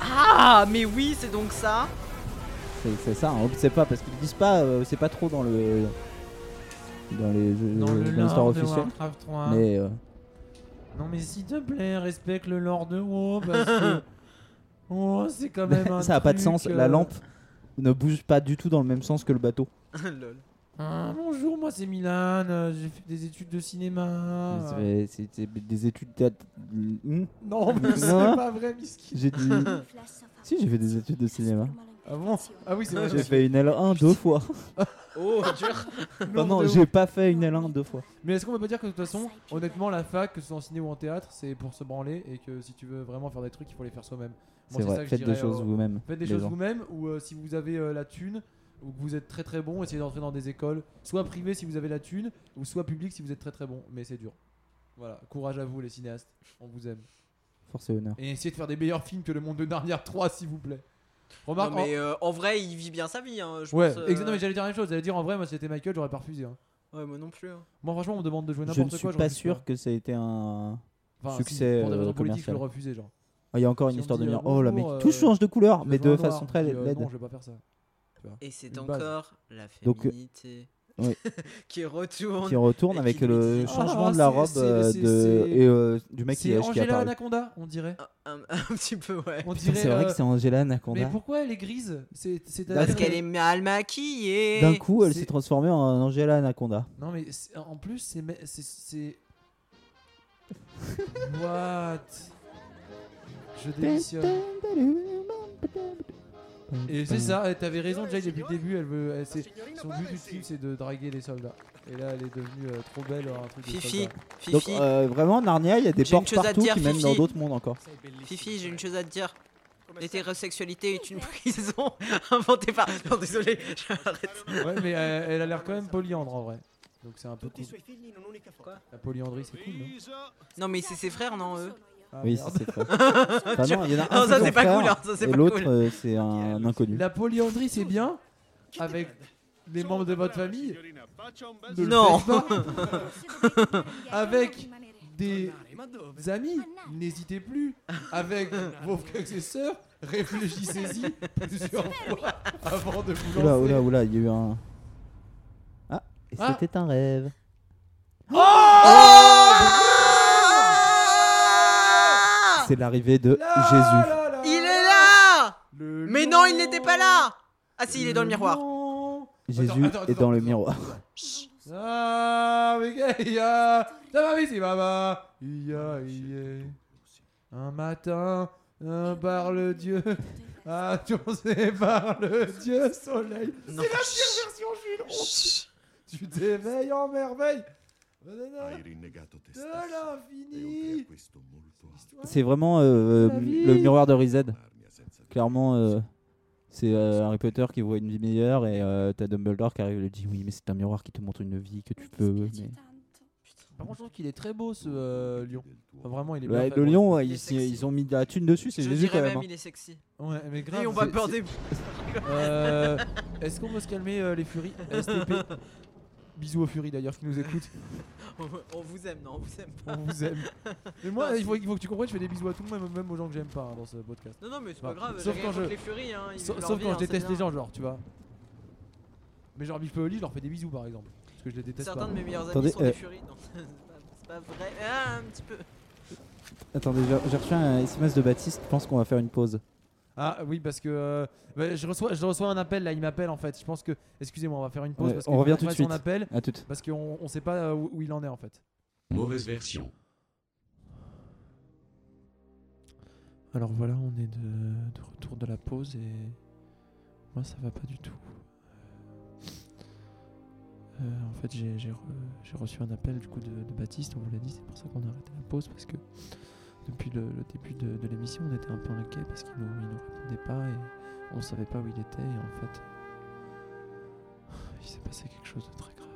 Ah mais oui, c'est donc ça.
C'est- C'est ça, hein, on ne sait pas, parce qu'ils disent pas, euh, c'est pas trop dans le. Dans les jeux-
Dans le
dans l'histoire
lore de
officielle.
Warcraft 3.
Mais euh,
Non mais s'il te plaît, respecte le lore de WoW parce que WoW c'est quand même un
ça a pas de
truc,
sens.
euh,
La lampe ne bouge pas du tout dans le même sens que le bateau.
Ah, bonjour, moi c'est Milan, euh, j'ai fait des études de cinéma.
C'est- c'est- c'est des études théâtre. Hmm
Non, mais c'est
Hein
pas vrai, Miski.
J'ai dit.
Eh.
si, j'ai fait des études de cinéma.
Ah bon Ah oui, c'est vrai.
J'ai fait une L1 deux fois.
Oh, dur.
non, non,
Lord de
j'ai
WoW.
pas fait une L1 deux fois.
Mais est-ce qu'on peut pas dire que de toute façon, honnêtement, la fac, que ce soit en ciné ou en théâtre, c'est pour se branler et que si tu veux vraiment faire des trucs, il faut les faire soi-même.
C'est vrai,
ça que je
faites des
dirais,
choses
euh,
vous-même,
Faites des
les
choses
gens.
vous-même ou euh, si vous avez euh, la thune ou que vous êtes très très bon, essayez d'entrer dans des écoles, soit privées si vous avez la thune ou soit publiques si vous êtes très très bon, mais c'est dur. Voilà, courage à vous les cinéastes, on vous aime.
Force et honneur.
Et essayez de faire des meilleurs films que Le Monde de Narnia 3 s'il vous plaît.
Non,
Remarque, Bah, en-
mais euh, en vrai, il vit bien sa vie hein, je
ouais,
pense, euh,
exactement, mais j'allais dire la même chose, j'allais dire en vrai moi si c'était Michael, j'aurais pas refusé hein.
Ouais, moi non plus. hein.
Moi franchement, on me demande de jouer
Je ne
n'importe quoi,
suis
j'en
pas
refuse
sûr que ça a été un
Enfin, si,
succès
pour des raisons
euh,
politiques, je peux
commercial.
le refuser, genre.
Ah, Il y a encore
Si on
une histoire de
dit, euh,
dire oh le mec,
bonjour, euh,
tout change de couleur,
je
mais
veux un
de
noir,
façon très
je dis, euh,
laide.
Non, je vais pas faire ça. Tu vois.
Et c'est
Une base.
encore la
Donc, euh,
féminité
ouais.
qui retourne.
qui retourne
et
avec
qui lui
le
dit-
changement
Ah,
de la
c'est-
robe
c'est-
euh,
c'est-
de,
c'est-
et euh, du mec qui,
C'est
qui a
Angela
apparu.
Anaconda, on dirait.
Un, un petit peu, ouais.
On
Putain,
dirait,
c'est vrai que
euh,
c'est Angela Anaconda.
Mais pourquoi elle est grise C'est c'est-
Parce qu'elle est mal maquillée.
D'un coup, elle
c'est-
s'est transformée en Angela Anaconda.
Non, mais c'est- en plus, c'est. mais- c'est- C'est. What Je démissionne. Et c'est ça, eh, t'avais raison, Jay, depuis le début, elle veut. elle- c'est- son but ultime, c'est de draguer les soldats. Et là, elle est devenue euh, trop belle, euh, un truc de
Fifi,
soldat.
Donc
Fifi,
euh, vraiment, Narnia, il y a des
J'ai une
portes
chose à te
partout
dire,
qui mènent
Fifi.
dans d'autres mondes encore.
Fifi, j'ai une chose à te dire. L'hétérosexualité est une prison inventée par. Non, désolé, j'arrête.
Ouais, mais euh, elle a l'air quand même polyandre en vrai. Donc c'est un peu cool. La polyandrie, c'est cool, non Ah,
Non, mais c'est ses frères, non eux
Oui, ça, c'est vrai. Enfin, non, il y en a un
Non, ça
son
c'est pas
frère,
euh,
euh,
cool, hein, ça c'est
et
pas
l'autre
cool.
euh, c'est un inconnu.
La polyandrie, c'est bien avec les membres de votre famille ne le
Non.
faites pas. Avec des amis, n'hésitez plus. Avec vos frères et sœurs, réfléchissez-y plusieurs fois avant de vous
Oula,
lancer.
oula, oula, il y a eu un. Ah, et
Ah.
c'était un rêve.
Ah.
C'est l'arrivée de Jésus.
Il est là Mais non, il n'était pas là Ah si, il est dans le miroir.
Jésus est dans le miroir.
Ah, mais gars, il y a- Ça va, mais si, baba. Il y a- il y a- Un matin, un par le Dieu, Ah,
Ah.
attiré par le Dieu soleil. C'est la pire version, Jules. Oh, Tu t'éveilles en merveille. De l'infini.
C'est vraiment euh,
La vie.
le miroir de Rized. Clairement, euh, c'est euh, Harry Potter qui voit une vie meilleure et euh, t'as Dumbledore qui arrive et lui dit Oui, mais c'est un miroir qui te montre une vie que tu peux. mais-
Par contre, je trouve qu'il est très beau ce euh, lion. Enfin, vraiment, il est
Ouais,
bien fait,
le
ouais.
lion, ouais, ils, ils ont mis de la thune dessus, c'est
Je
Jésus
dirais
quand
même,
même. hein.
il est sexy. Ouais, mais grave.
Et on va
c'est-
peur
c'est-
des-
Euh, Est-ce qu'on peut se calmer, euh, les furies STP. Bisous aux furies d'ailleurs qui nous écoutent.
On- On vous aime, non, on vous aime pas.
On vous aime. Mais moi, il faut, il faut que tu comprennes, je fais des bisous à tout le monde, même- même aux gens que j'aime pas hein, dans ce podcast.
Non, non, mais c'est
Voilà.
pas grave,
Bah, Sauf
j'ai
quand
rien
je,
contre les furies, hein, ils
sauf,
vivent leur
sauf
vie,
quand
hein,
je
c'est
déteste les
bien.
gens, genre, tu vois. Mais genre, Bill Paoli, je leur fais des bisous par exemple. Parce que je les déteste
Certains
pas.
de mes meilleurs amis
Attendez,
sont
euh,
des furies. Non, c'est pas- c'est pas vrai. Ah, un petit peu.
Attendez, j'ai- j'ai reçu un SMS de Baptiste, je pense qu'on va faire une pause.
Ah oui, parce que euh, bah, je, reçois, je reçois un appel là, il m'appelle en fait. Je pense que. Excusez-moi, on va faire une pause
Ouais,
parce
on
qu'il
revient
faut
tout de
fasse son
suite.
appel.
À toutes.
Parce qu'on on sait pas euh, où, où il en est en fait.
Mauvaise version.
Alors voilà, on est de, de retour de la pause et moi ça va pas du tout. Euh, en fait, j'ai- j'ai re- j'ai reçu un appel du coup de, de Baptiste, on vous l'a dit, c'est pour ça qu'on a arrêté la pause parce que depuis le, le début de, de l'émission, on était un peu inquiets parce qu'il nous, il nous répondait pas et on savait pas où il était et en fait, il s'est passé quelque chose de très grave.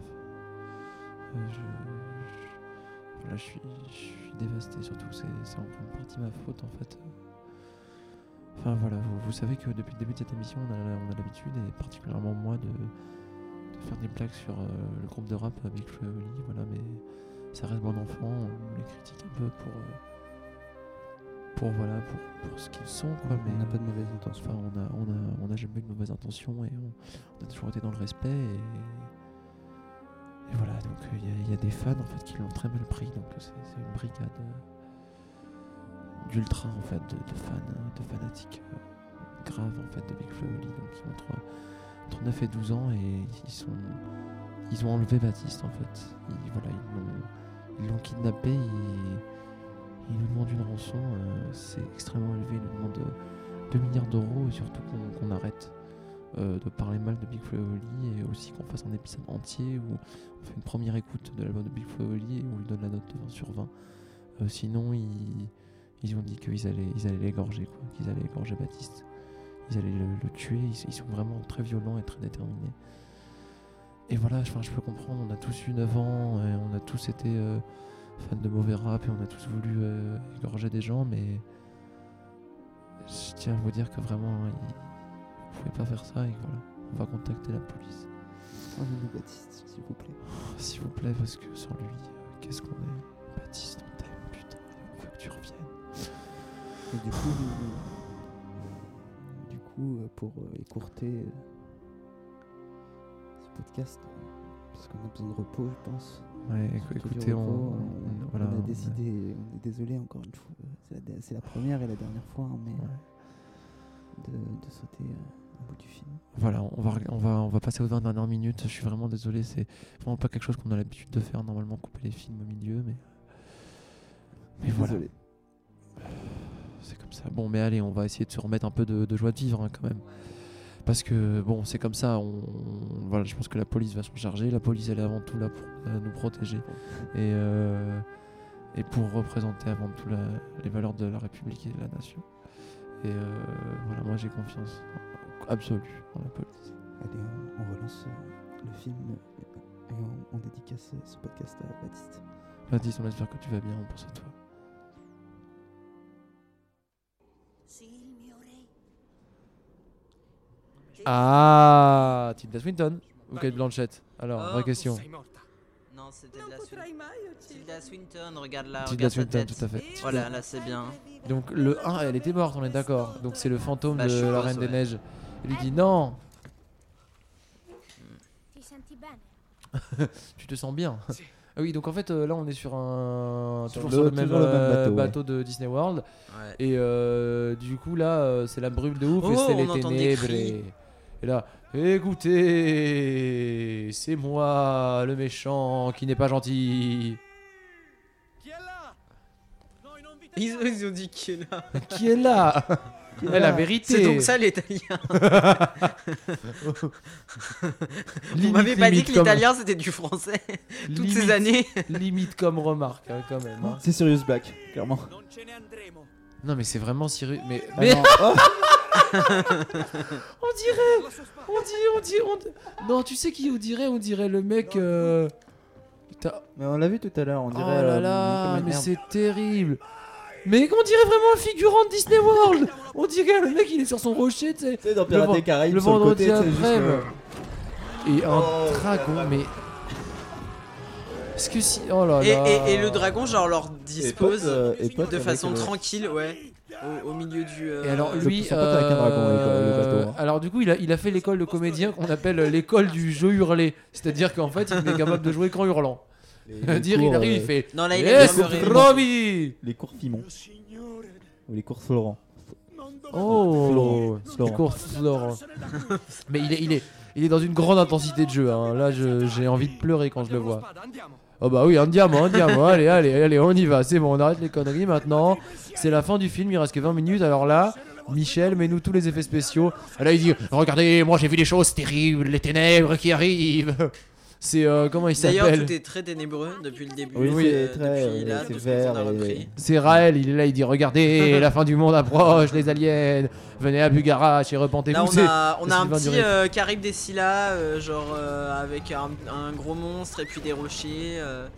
Euh, je, je- voilà, je suis, je suis dévasté surtout, c'est c'est en grande partie ma faute en fait. Enfin voilà, vous, vous savez que depuis le début de cette émission, on a, on a l'habitude, et particulièrement moi, de, de faire des plaques sur euh, le groupe de rap avec Flo et Oli, voilà, mais ça reste bon enfant, on les critique un peu pour. euh, pour voilà, pour, pour ce qu'ils sont, quoi. Mais, on n'a pas de mauvaise intention. Enfin, on a, on a, on a jamais eu de mauvaise intention et on, on a toujours été dans le respect et. et voilà, donc il y, a- il y a des fans en fait qui l'ont très mal pris, donc c'est c'est une brigade. euh, d'ultra en fait, de, de fans, de fanatiques euh, graves en fait de Big Flo et Oli, donc ils ont trois- entre 9 et 12 ans et ils sont, ils ont enlevé Baptiste en fait. Ils, voilà, ils l'ont, ils l'ont kidnappé, ils, ils nous demandent une rançon, euh, c'est extrêmement élevé, ils nous demandent euh, 2 milliards d'euros et surtout qu'on, qu'on arrête. euh, de parler mal de Big Flo et Oli et aussi qu'on fasse un épisode entier où on fait une première écoute de l'album de Big Flo et Oli et on lui donne la note de 20 sur 20 euh, sinon, ils, ils ont dit qu'ils allaient ils allaient l'égorger, quoi, qu'ils allaient égorger Baptiste. Ils allaient le, le tuer. Ils, ils sont vraiment très violents et très déterminés. Et voilà, enfin, je peux comprendre. On a tous eu 9 ans, et on a tous été euh, fans de mauvais rap et on a tous voulu euh, égorger des gens, mais je tiens à vous dire que vraiment, hein, il- vous pouvez pas faire ça et que voilà, on va contacter la police. Baptiste, s'il vous plaît. S'il vous plaît, parce que sans lui, euh, qu'est-ce qu'on est Baptiste, on t'aime, putain, on veut que tu reviennes.
Et du coup, euh, du coup, euh, pour euh, écourter euh, ce podcast, euh, parce qu'on a besoin de repos, je pense.
Ouais, écou-
Surtout du
écoutez, on-
repos,
on-
euh,
voilà,
on
on-
a décidé, on est désolé encore une fois, euh, c'est la, dé- c'est la première et la dernière fois, hein, mais euh, de, de sauter euh, au bout du film.
Voilà, on va, on va, on va passer aux 20 dernières minutes. Je suis vraiment désolé, c'est vraiment pas quelque chose qu'on a l'habitude de faire. Normalement, couper les films au milieu, mais. Mais voilà.
Désolé.
C'est comme ça. Bon, mais allez, on va essayer de se remettre un peu de, de joie de vivre hein, quand même. Parce que, bon, c'est comme ça. On, on- voilà, je pense que la police va s'en charger. La police, elle est avant tout là pour euh, nous protéger. Et. euh, et pour représenter avant tout la- les valeurs de la République et de la nation. Et euh, voilà, moi j'ai confiance absolue en la police.
Allez, on, on relance euh, le film euh, et on, on dédicace euh, ce podcast à Baptiste.
Baptiste, on espère que tu vas bien, on pense à toi. Ah, Tilda Swinton. ou Kate Blanchett Alors, vraie question.
Non, c'était de la Swinton. Tilda Swinton, regarde-la.
Tilda
regarde sa
Swinton,
tête.
tout à fait.
Voilà, là c'est bien.
Donc le 1, elle était morte, on est d'accord. Donc c'est le fantôme
Bah,
de
chose,
la Reine
ouais.
des Neiges. Elle lui dit non,
Ti senti bene?
tu te sens bien. Ah oui, donc en fait euh, là on est sur un
Sur
toujours sur
le-
le même,
toujours le même
euh,
bateau, ouais.
de Disney World
Ouais.
et euh, du coup là euh, c'est la brûle de ouf
Oh,
et c'est
on
les
entend des
ténèbres et,
cris.
et là écoutez c'est moi le méchant qui n'est pas gentil
Ils, ils ont dit qui est là
qui est là
Qui est
Eh, la
Ah.
là
vérité
C'est donc ça l'italien
Limite,
On m'avait pas dit
limite,
que
comme-
l'italien c'était du français toutes
Limite-
ces années.
limite comme remarque hein, quand même. hein.
C'est Sirius Black, clairement.
Non mais c'est vraiment sérieux. Mais,
Ah
mais...
non.
on dirait, on dirait, on dirait, on di- Non, tu sais qui on dirait On dirait le mec. euh, Putain.
Mais on l'a vu tout à l'heure, on dirait.
oh là
euh,
là,
comme une
mais
merde.
c'est terrible. Mais on dirait vraiment un figurant de Disney World. On dirait le mec, il est sur son rocher, tu sais.
dans
le
Pirates
ven-
des Caraïbes,
le
sur le
vendredi
côté, tu sais, juste
après. euh.
le-
Et un
Oh,
dragon, mais. Est-ce que si. Oh là
Et,
là.
et- et le dragon, genre, leur dispose
pote, euh, et pote
de
avec,
façon
euh,
tranquille, ouais, au, au milieu du. euh,
Et alors lui,
son pote avec un dragon, oui,
euh,
le bateau, hein.
alors du coup, il a, il a fait l'école de comédien qu'on appelle euh, l'école du jeu hurlé, c'est-à-dire qu'en fait, il n'est capable de jouer qu'en hurlant.
les
dire,
cours,
il arrive,
euh,
il fait
Non, là, il
Yes,
est bien pleuré.
Robbie
Les cours Fimon. Ou les cours Florent.
Oh,
Florent.
il court Florent. Mais il est, il est, il est dans une grande intensité de jeu. hein. Là, je- j'ai envie de pleurer quand je le vois. Oh bah oui, un diamant, un diamant. allez, allez, allez, on y va. C'est bon, on arrête les conneries maintenant. C'est la fin du film. Il reste que 20 minutes. Alors là. Michel, mets-nous tous les effets spéciaux. Là, il dit Regardez, moi j'ai vu des choses terribles, les ténèbres qui arrivent. C'est. euh, comment il
D'ailleurs,
s'appelle
tout est très ténébreux depuis le début.
Oui,
euh,
c'est très,
depuis
euh,
là,
c'est
depuis
vert
qu'on a
et-
repris.
C'est Raël, il est là, il dit Regardez, la fin du monde approche, les aliens, venez à Bugara, chez Repentez-vous.
Là, on
C'est-
a, on
c'est
a un
Sylvain
petit
Durif.
euh, Caribe des Scylla, euh, genre euh, avec un, un gros monstre et puis des rochers. euh,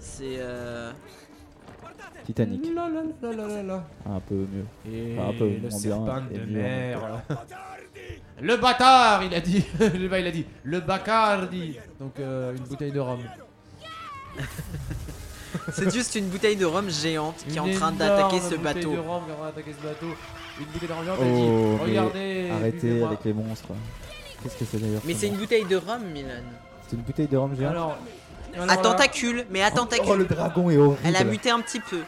c'est. euh,
Titanic.
La, la, la, la, la, la.
Un peu mieux.
Et
Enfin, un peu
le
en bien,
serpent
et
de
mieux en-
mer. Le bâtard, il a dit. Le bah, il a dit. Le bacardi. Donc euh, une bouteille de rhum.
C'est juste une bouteille de rhum géante qui est en
Une
train d'attaquer
énorme
ce
bouteille
bateau.
de rhum qui est en train d'attaquer ce bateau. Une bouteille de rhum.
Oh,
géante, elle dit,
mais
Regardez.
arrêtez
buvez-moi.
avec les monstres. Qu'est-ce que c'est d'ailleurs
Mais
ce
c'est une
monstre
bouteille de rhum, Milan.
C'est une bouteille de rhum géant.
Alors,
À tentacule, mais à tentacule.
Oh, le dragon est horrible.
Elle a muté un petit peu.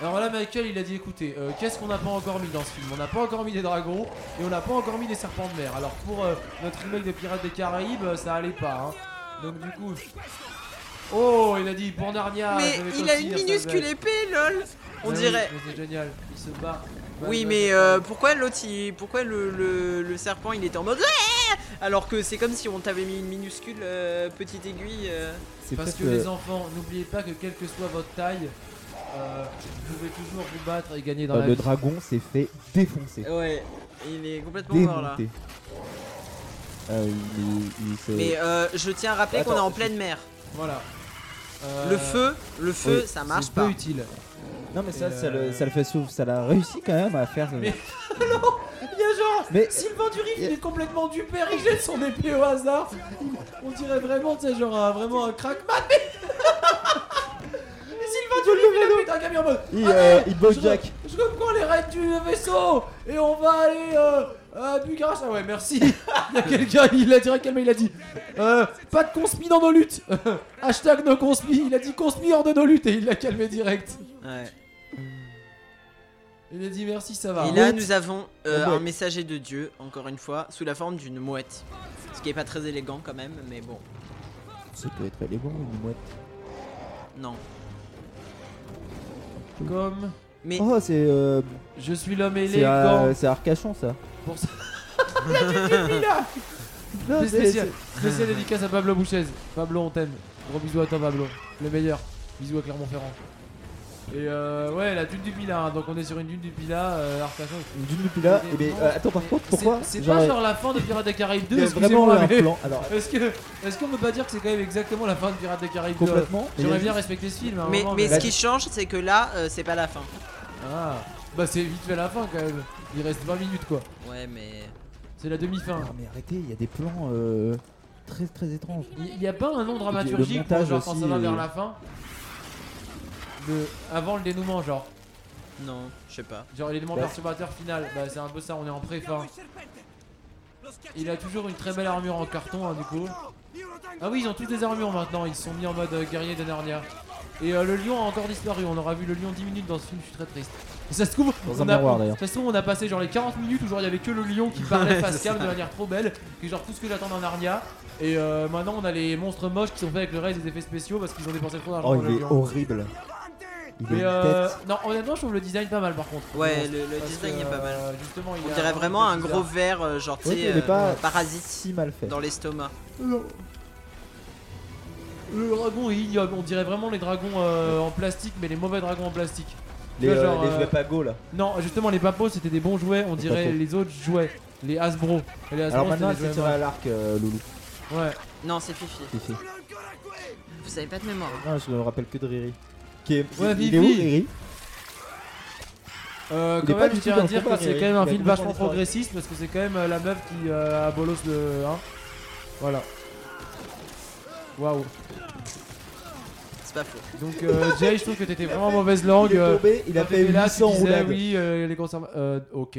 Alors là, Michael, il a dit écoutez, euh, qu'est-ce qu'on n'a pas encore mis dans ce film On n'a pas encore mis des dragons et on n'a pas encore mis des serpents de mer. Alors pour euh, notre remake de Pirates des Caraïbes, euh, ça allait pas. hein. Donc du coup. Oh, il a dit pour Narnia.
Mais
je vais
il a
continuer,
une
ça va
minuscule
être-
épée, lol. On
Mais Ah oui,
dirait.
mais C'est génial, il se bat.
Oui,
Bah,
mais
bah,
euh, pourquoi l'autre, il- pourquoi le, le- le serpent, il était en mode Ouais alors que c'est comme si on t'avait mis une minuscule euh, petite aiguille. euh.
C'est
Parce
peut-être
que
le-
les enfants, n'oubliez pas que quelle que soit votre taille, euh, vous pouvez toujours vous battre et gagner dans
Euh,
la
le
vie.
dragon s'est fait défoncer.
Ouais, il est complètement mort là.
Démonté. Ah oui, il, il s'est-
Mais euh, je tiens à rappeler qu'on est
Attends, Euh,
en pleine mer.
Voilà. Euh,
Le feu, le feu,
oui,
ça marche
c'est
pas.
peu utile.
Non, mais ça,
Et,
ça,
euh,
le, ça le fait souffle. Ça l'a réussi quand même à faire. euh,
Mais- Il y a genre
Mais-
Sylvain Durif, il est complètement du père, il jette son épée au hasard. Il- On dirait vraiment, tu sais, genre un- vraiment un crackman. Mais, Mais Sylvain Durif, il a pété un camion en mode.
Il,
Allez,
euh, il bosse
je,
Jack.
je reprends les rênes du vaisseau et on va aller euh, à Bugaras. Ah ouais, merci. Il y a quelqu'un, il a direct calmé, il a dit euh, Pas de conspi dans nos luttes. Hashtag no conspi. Il a dit conspi hors de nos luttes et il l'a calmé direct.
Ouais.
Il a dit merci, ça va.
Et là,
What
nous avons euh,
La
un
mouette.
messager de Dieu, encore une fois, sous la forme d'une mouette. Ce qui est pas très élégant quand même, mais bon,
Ça peut être élégant, une mouette.
non.
Comme.
Mais
Oh, c'est. euh,
Je suis l'homme
c'est,
élégant.
euh, c'est Arcachon ça.
Pour ça. Il y a du film, il a
Non,
Spécial-
c'est-
Spécial, dédicace à Pablo Bouchez. Pablo, on t'aime. Gros bisous à toi, Pablo. Le meilleur. Bisous à Clermont-Ferrand. Et euh, ouais, la dune du Pila. hein. Donc on est sur une dune du Pila, euh, Arcachon.
Une dune du Pila. Et mais, euh, attends, par contre, pourquoi
C'est pas
Genre-
genre la fin de Pirates des Caraïbes 2,
Il y a
excusez-moi,
vraiment eu un
mais-
plan, alors.
Est-ce que, est-ce qu'on peut pas dire que c'est quand même exactement la fin de Pirates des Caraïbes 2
Complètement, mais il y a
J'aimerais bien
juste-
respecter ce film. hein, à un
Mais,
moment,
mais ce qui change, c'est que là, euh, c'est pas la fin.
Ah, bah c'est vite fait la fin quand même. Il reste 20 minutes quoi.
Ouais, mais.
C'est la demi-fin.
Mais arrêtez, il y a des plans. euh,
très très étrange.
Il n'y a pas un nom
Le
dramaturgique pour
montage
genre quand ça
aussi
va vers
est-
la fin le... Avant le dénouement, genre.
Non, je sais pas.
Genre l'élément
Bah.
perturbateur final, bah c'est un peu ça, on est en pré-fin. Il a toujours une très belle armure en carton, hein, du coup. Ah oui, ils ont toutes des armures maintenant, ils se sont mis en mode euh, guerrier de Narnia. Et euh, le lion a encore disparu, on aura vu le lion 10 minutes dans ce film, je suis très triste. Et ça se trouve,
Dans un
on a-
miroir, d'ailleurs.
ça se trouve, on a passé genre les 40 minutes où genre il y avait que le lion qui parlait
Ouais,
face
c'est
cam de
ça.
manière trop belle, que genre tout ce que j'attends dans Narnia. Et euh, maintenant on a les monstres moches qui sont faits avec le reste des effets spéciaux parce qu'ils ont dépensé trop d'argent.
Oh,
pour le
il est
lion.
horrible. Il a
Mais
une
euh,
tête.
non, honnêtement, je trouve le design pas mal par contre.
Ouais, le, le
Parce
design
que,
est pas mal.
euh, Justement, il
On
a
dirait
un
vraiment un
truc
gros
bizarre.
verre, euh, genre, tu
Ouais,
sais,
il est
euh,
pas
parasite
si mal fait.
dans l'estomac.
Le dragon est ignoble, on dirait vraiment les dragons euh, en plastique, mais les mauvais dragons en plastique.
Les,
Tu vois,
euh, les jouets Pago, là.
Non, justement, les papos c'était des bons jouets, on dirait
papos.
les autres jouets, les Hasbro. Et les Hasbro,
Alors maintenant, elle
c'était des
s'est tirée
jouets
à l'arc, euh, Loulou.
moches. Ouais.
Non, c'est Fifi.
Fifi.
Vous avez pas de mémoire. hein.
Non, je me rappelle que de Riri. Qui est...
Ouais,
il
Fifi.
est où, Riri
Euh,
Il
quand
est pas
même,
du
je
tout
tiens
dans
à
le
dire
combat,
que c'est
Riri.
quand même un
Il a
film
complètement
vachement
disparu.
progressiste parce que c'est quand même euh, la meuf qui euh, a bolos de. Hein Waouh.
C'est pas faux.
Donc, euh, Jay, je trouve que t'étais vraiment mauvaise langue.
Il est
euh,
tombé, il a
quand
fait
t'étais là, tu
800
disais,
roulades.
Oui, euh, les conservateurs. Euh, ok.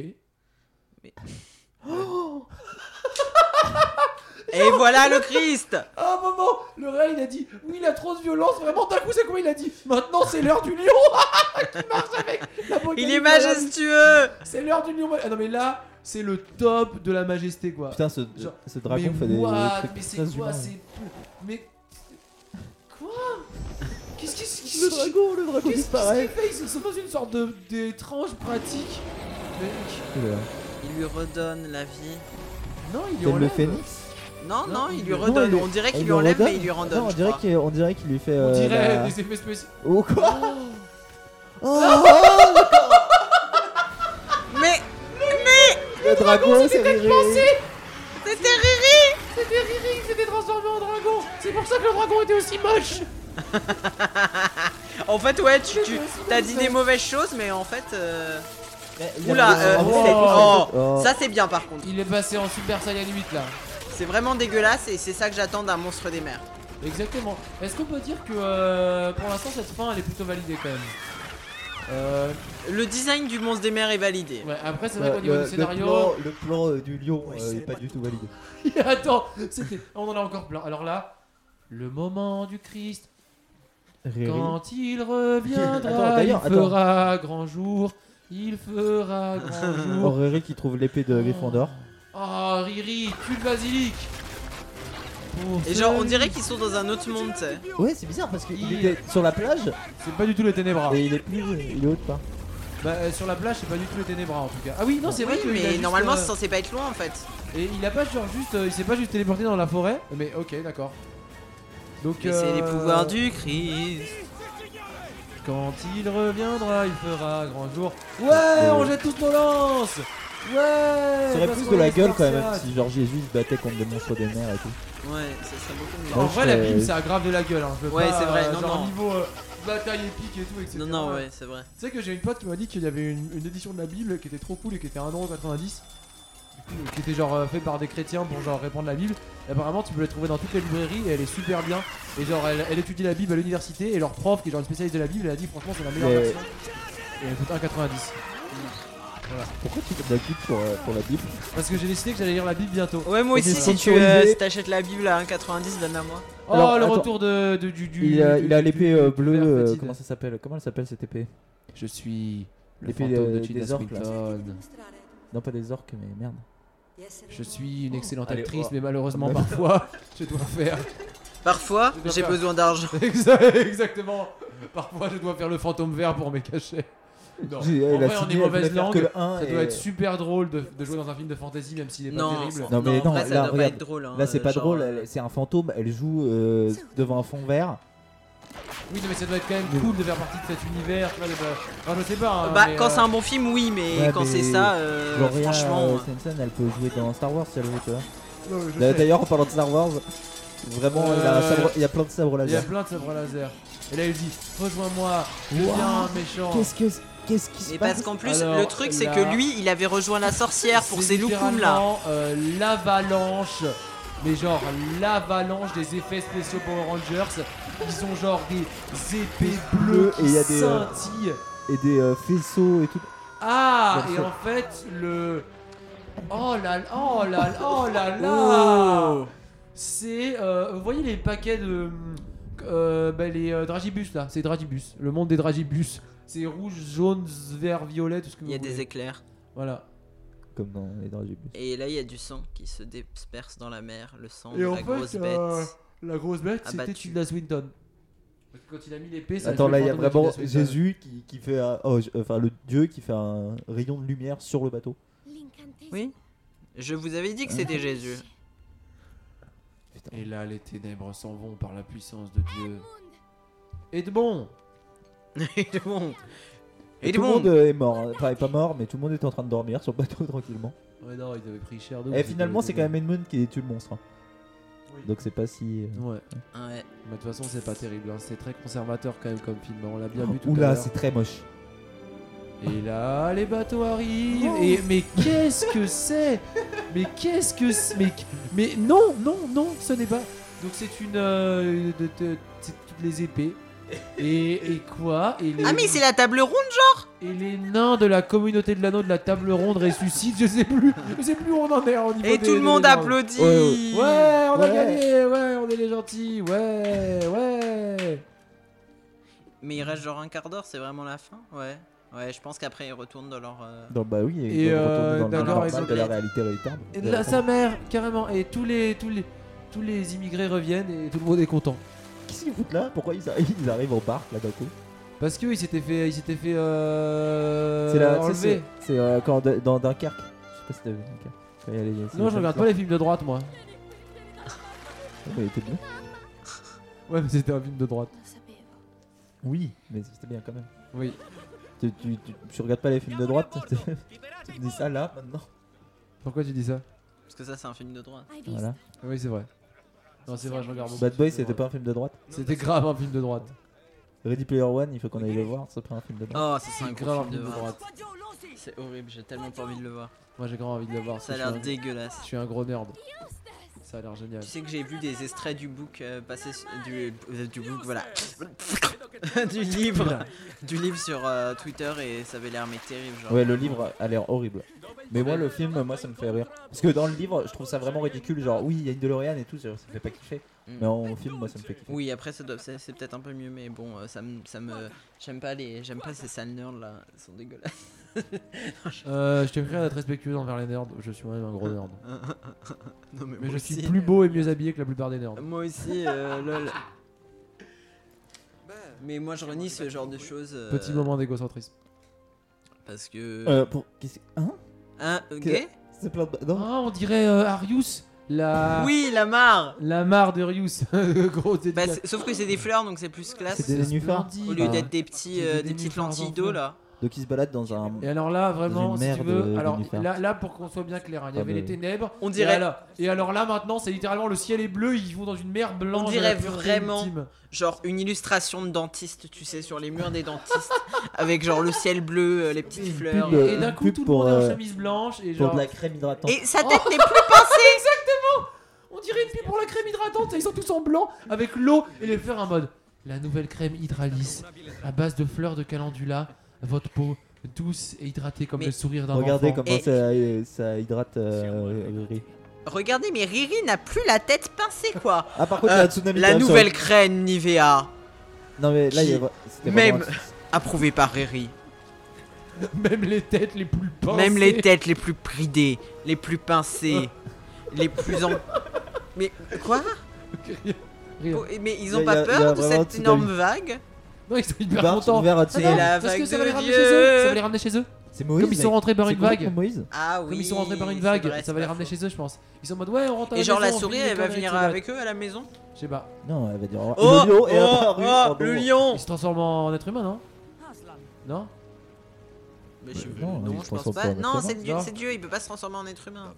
Et voilà le Christ
À Ah, un moment, le réel il a dit Oui, la transviolence, vraiment, d'un coup, c'est quoi Il a dit Maintenant, c'est l'heure du lion Qui marche avec la
Il
bocaline
est
dans la-
majestueux
C'est l'heure du lion Ah non, mais là, c'est le top de la majesté, quoi.
Putain, ce,
Genre,
ce dragon
mais
fait des
what
trucs
Mais
très
c'est quoi
humains.
c'est- Mais. Quoi Qu'est-ce qu'est-ce qu'est-ce-
Le dragon, le dragon
qu'est-ce-
disparaît.
Qu'est-ce qu'il fait Ils sont dans une sorte de- d'étrange pratique. Mais-
Il est là.
Il lui redonne la vie.
Non, il
C'est le phénix
Non, non, il lui
Non,
redonne.
il-
on dirait
il
qu'il lui enlève,
redonne.
mais il lui redonne.
Non, on
je
dirait
crois.
qu'il on dirait qu'il lui fait.
On
euh,
dirait
la-
des effets spéciaux.
Oh quoi Oh,
Mais.
Le dragon, c'est Riri.
C'était Riri
C'était Riri qui s'était transformé en dragon C'est pour ça que le dragon était aussi moche
En fait, ouais, tu, tu as dit des mauvaises choses, mais en fait. euh,
il y a
Oula,
des-
euh,
oh,
c'est-
oh,
oh,
oh.
ça c'est bien par contre.
Il est passé en Super Saiyan 8 là.
C'est vraiment dégueulasse et c'est ça que j'attends d'un monstre des mers.
Exactement. Est-ce qu'on peut dire que euh, pour l'instant cette fin elle est plutôt validée quand même Euh,
Le design du monstre des mers est validé.
Ouais, après c'est
Ouais,
vrai qu'au niveau
le-
du scénario.
Le plan, Euh, le plan, euh, du lion euh, est pas du tout validé.
Attends, c'était- on en a encore plein. Alors là, le moment du Christ.
Riri.
Quand il reviendra,
Attends,
il
d'ailleurs, attends.
fera grand jour. Il fera grand
Oh,
jour.
Riri qui trouve l'épée de Gryffondor.
Oh, Riri, tue le basilic. Pour
Et genre, on
celui-
dirait qu'ils sont dans un autre monde. tu sais.
Ouais, c'est bizarre parce qu'il était sur la plage.
C'est pas du tout hein. le Ténébra.
Et il est plus. Il est haut de pas.
Bah, euh, sur la plage, c'est pas du tout le Ténébra en tout cas. Ah oui, non, c'est vrai
Oui,
que. euh,
mais normalement, c'est
c'est
censé pas être loin en fait.
Et il a pas genre juste. euh, il s'est pas juste téléporté dans la forêt. Mais ok, d'accord. Donc.
Mais c'est les
euh,
pouvoirs du Christ.
Quand il reviendra, il fera grand jour. Ouais, on jette toutes nos lances Ouais
Ça aurait
parce
plus
qu'on
de la
est
gueule quand même
spartiate.
si genre Jésus se battait contre des monstres des mers et tout.
Ouais, ça serait beaucoup mieux.
En
Ouais, je
vrai, la
serais-
Bible, ça a grave de la gueule. Hein. Je veux
Ouais,
pas,
c'est vrai,
euh,
non,
genre,
non.
niveau euh, bataille épique et tout, etc.
Non, non, ouais, c'est vrai.
Tu sais que j'ai une pote qui m'a dit qu'il y avait une, une édition de la Bible qui était trop cool et qui était à 1,90€. Du coup, Qui était genre euh, fait par des chrétiens pour genre répandre la Bible. Et apparemment, tu peux la trouver dans toutes les librairies et elle est super bien. Et genre, elle, elle étudie la Bible à l'université et leur prof, qui est genre une spécialiste de la Bible, elle a dit franchement, c'est la meilleure
Mais-
version. Et elle coûte 1,90€. Voilà.
Pourquoi tu fais de la pub pour, euh, pour la Bible
Parce que j'ai décidé que j'allais lire la Bible bientôt.
Ouais, moi
Ils
aussi,
sont
si tu euh,
autorisés.
si t'achètes la Bible à 1,90, donne à moi.
Oh,
Alors,
le
attends.
retour de, de- du, du.
Il a,
du-
il a
du-
l'épée
du-
euh,
du
bleue.
vert
euh,
fétide.
comment ça s'appelle Comment elle s'appelle cette épée
Je suis le
L'épée
fantôme
euh,
de Tilda
des orques là.
Swinton.
Non, pas des orques, mais merde.
Je suis une excellente
Allez,
actrice,
oh.
mais malheureusement, parfois, je dois faire.
Parfois,
Je dois
j'ai
faire-
besoin d'argent.
Exa- Exactement. Parfois, je dois faire le fantôme vert pour mes cachets. Non.
J'ai- elle
En
a
vrai, on est
signé, eh, elle
mauvaise
voulait faire
langue.
que le un
ça
et-
doit être super drôle de, de jouer dans un film de fantasy, même s'il est
Non,
pas terrible.
non,
mais
en
non,
vrai, ça
là,
doit pas
regarde,
être drôle, hein,
là c'est
euh,
pas
genre,
drôle,
euh,
elle- c'est un fantôme, elle joue euh, devant un fond vert.
Oui, non, mais ça doit être quand même cool de faire partie de cet univers. tu vois, de- Enfin, je sais pas. hein,
Bah,
mais,
quand
euh,
c'est un bon film, oui, mais
Ouais,
quand
mais
c'est ça, euh,
Gloria,
franchement.
euh, Stenson, elle peut jouer dans Star Wars si elle veut, tu vois.
Non, mais je
Là,
sais.
D'ailleurs, en parlant de Star Wars, vraiment, il, a un
Euh,
sabre- il y a plein de sabres
Il y a
laser.
plein de sabres laser. Et là, il dit Rejoins-moi, je
Wouah,
deviens un méchant.
Qu'est-ce que qu'est-ce qui se
Mais
passe
parce qu'en plus,
Alors,
le truc, c'est
là-
que lui, il avait rejoint la sorcière pour
C'est
ses loukoums là.
littéralement, euh, l'avalanche mais genre l'avalanche des effets spéciaux Power Rangers. Ils ont genre des épées bleues
et il
qui
y a des euh,
scintillent.
et des euh, faisceaux et tout.
Ah,
Comme
et
ça.
en fait, le. Oh là là, oh là là, oh là là
Oh.
C'est. euh, vous voyez les paquets de. euh, bah, les euh, dragibus là, c'est dragibus, le monde des dragibus. C'est rouge, jaune, vert, violet, tout ce que vous
Il y a
voulez.
des éclairs.
Voilà.
Comme dans les dragibus.
Et là, il y a du sang qui se disperse dans la mer, le sang
Et
de
en
la
fait,
grosse bête.
euh, la grosse bête, c'était
abattue.
une la Swinton. Parce que Quand il a mis l'épée, ça a
Attends,
joué
là, il y a
le fantôme de
vraiment
Tilda Swinton.
Jésus qui, qui fait. un- oh, je- enfin, le dieu qui fait un rayon de lumière sur le bateau.
Oui Je vous avais dit que c'était Jésus.
Et là, les ténèbres s'en vont par la puissance de Dieu. Edmond
Edmond
Et tout le monde euh, est mort. hein. Enfin, est pas mort, mais tout le monde est en train de dormir sur le bateau tranquillement.
Ouais, non, il avait pris cher de
Et
ouf,
Eh, finalement,
il
c'est
devait-
quand même Edmund qui tue le monstre. hein. Donc, c'est pas si. euh,
Ouais.
Ouais.
Mais de toute façon, c'est pas terrible. hein. C'est très conservateur quand même comme film. hein. On l'a bien vu tout à
Oh, Oula,
l'heure.
c'est très moche.
Et là, les bateaux arrivent.
Oh.
Et mais qu'est-ce que c'est Mais qu'est-ce que c'est mais, mais non, non, non, ce n'est pas. Donc c'est une, euh, de- de- c'est toutes les épées. Et, et quoi et les,
Ah, mais c'est la table ronde, genre
Et les nains de la communauté de l'anneau de la table ronde ressuscitent. Je sais plus, je sais plus où on en est au niveau
Et
des-
tout le
des
monde
légendes.
applaudit.
Ouais, ouais. Ouais, on a
Ouais.
gagné. Ouais, on est les gentils. Ouais, ouais.
Mais il reste genre un quart d'heure, c'est vraiment la fin Ouais. Ouais, je pense qu'après, ils retournent dans leur. euh,
Donc, bah oui,
Et,
ils doivent
euh,
retourner dans le
d'accord,
normal
ils ont-
de la réalité véritable.
Et
De
là,
la-
sa mère, carrément. Et tous les, tous les, tous les immigrés reviennent et tout le monde est content.
Qu'est-ce qu'ils foutent là Pourquoi ils, arri- ils arrivent au parc là d'un coup
Parce que il s'était fait, il s'était fait euh,
C'est là, tu sais,
enlever.
c'est c'est, euh, quand de- dans Dunkerque. Je sais pas si t'as vu Dunkerque. Quand il y a les- c'est
Non, je regarde pas les films de droite, moi.
Ouais, mais il était bien.
Ouais, mais c'était un film de droite.
Oui, mais c'était bien quand même.
Oui.
Tu, tu, tu- tu regardes pas les films de droite Tu te dis ça là maintenant
Pourquoi tu dis ça
Parce que ça, c'est un film de droit.
Voilà.
Oui, c'est vrai. Non, c'est vrai, je regarde. beaucoup
Bad
de
Boy,
films de
c'était pas un
droite.
film de droite
C'était grave un film de droite.
Ready Player One, il faut qu'on aille le voir, c'est pas un film de droite.
Oh, ça, c'est un gros
grave
film de
de
droite. C'est horrible, j'ai tellement pas envie de le voir.
Moi, j'ai grave envie de le voir.
Ça a
parce que
l'air
je suis un-
dégueulasse.
Je suis un gros nerd. Ça a l'air génial.
Tu sais que j'ai vu des extraits du book euh, passer su- du, euh, du book voilà du livre du livre sur euh, Twitter et ça avait l'air mais terrible genre.
Ouais, le livre a l'air horrible. Mais moi, le film, moi, ça me fait rire. Parce que dans le livre, je trouve ça vraiment ridicule. Genre, oui, il y a une DeLorean et tout, ça ça me fait pas kiffer.
Mm.
Mais en film, moi, ça me fait kiffer.
Oui, après ça doit- c'est c'est peut-être un peu mieux mais bon euh, ça me ça me j'aime pas les j'aime pas ces sales nerds là, ils sont dégueulasses.
Euh, je te prie d'être respectueux envers les nerds. Je suis moi-même un gros nerd.
Non, mais
mais
moi
je suis
aussi.
plus beau et mieux habillé que la plupart des nerds.
Moi aussi euh, lol. Mais moi je renie ce genre de choses euh,
Petit moment d'égocentrisme.
parce que
Euh, pour. Qu'est-ce Hein
Hein, euh,
Que-
gay
C'est plein de. Non
Ah, on dirait euh, Arius. La...
Oui, la mare
La mare de Rius. Gros
Bah,
dédicace.
c'est- sauf que c'est des fleurs donc c'est plus classe.
C'est des nénuphars Bah.
Au lieu d'être des petits
C'est
euh,
des
des petites
nénuphars
lentilles
en
d'eau
fleurs.
là.
Donc, ils se baladent dans un.
Et alors là, vraiment,
Une
si
merde
tu veux,
de
alors
nénuphar.
là, là pour qu'on soit bien clair, hein, il y
Ah,
avait
de-
les ténèbres.
On
et
dirait-
alors- Et alors, là, maintenant, c'est littéralement le ciel est bleu, ils vont dans une mer blanche.
On
de
dirait
la pureté
vraiment
ultime.
genre une illustration de dentiste, tu sais, sur les murs des dentistes, avec genre le ciel bleu, euh, les petites fleurs.
pub, euh,
Et d'un
une
coup,
pub
tout le
pour,
monde est en
euh,
chemise blanche et
Pour
genre.
de la crème hydratante.
Et sa tête n'est plus
Exactement On dirait une pub pour la crème hydratante, ils sont tous en blanc avec l'eau et les fleurs en mode. La nouvelle crème Hydralis, à base de fleurs de calendula, votre peau douce et hydratée comme
Mais-
le sourire d'un
Regardez
enfant.
comment ça, ça hydrate. euh, Riri.
Regardez, mais Riri n'a plus la tête pincée quoi.
Ah, par contre, il y a un tsunami
Euh, la
quand même sur-
nouvelle crème Nivea,
Non, mais là, il y a.
Qui-
c'était vraiment
même approuvée par Riri.
Même les têtes les plus pincées.
Même les têtes les plus bridées, les plus pincées, les plus en. Mais quoi
Rien.
Oh, et- Mais ils
Y
ont
a- y
pas
a- y a
peur de
vraiment
cette
tout
énorme
à vu.
vague
Non, ils sont hyper
Bart,
contents.
ouvert à
Ah
Tsunamis.
non,
La
parce
vague
que ça
de
va les ramener
Dieu.
chez eux. Ça va les ramener chez eux.
C'est Moïse.
Comme ils sont
mec.
rentrés par
C'est
une vague.
complètement Moïse.
Ah oui.
Comme ils sont rentrés par une
c'est
vague,
vrai, c'est
ça va les
pas
ramener
faux.
chez eux, je pense. Ils sont en mode ouais, on rentre à la
Et genre la
maison, on
souris,
finit les
elle va
conneries,
venir
etc.
avec eux à la maison
Je sais pas.
Non, elle va dire.
Oh,
et le lion et
oh,
un rue.
oh,
Ah, bon.
le lion
Ils se transforment en être humain, non Non
Mais je,
Euh,
non,
non, il
je
se
pense
transforme
pas.
pas en
Non,
être
c'est
humain.
Dieu,
Non.
c'est Dieu, il peut pas se transformer en être humain.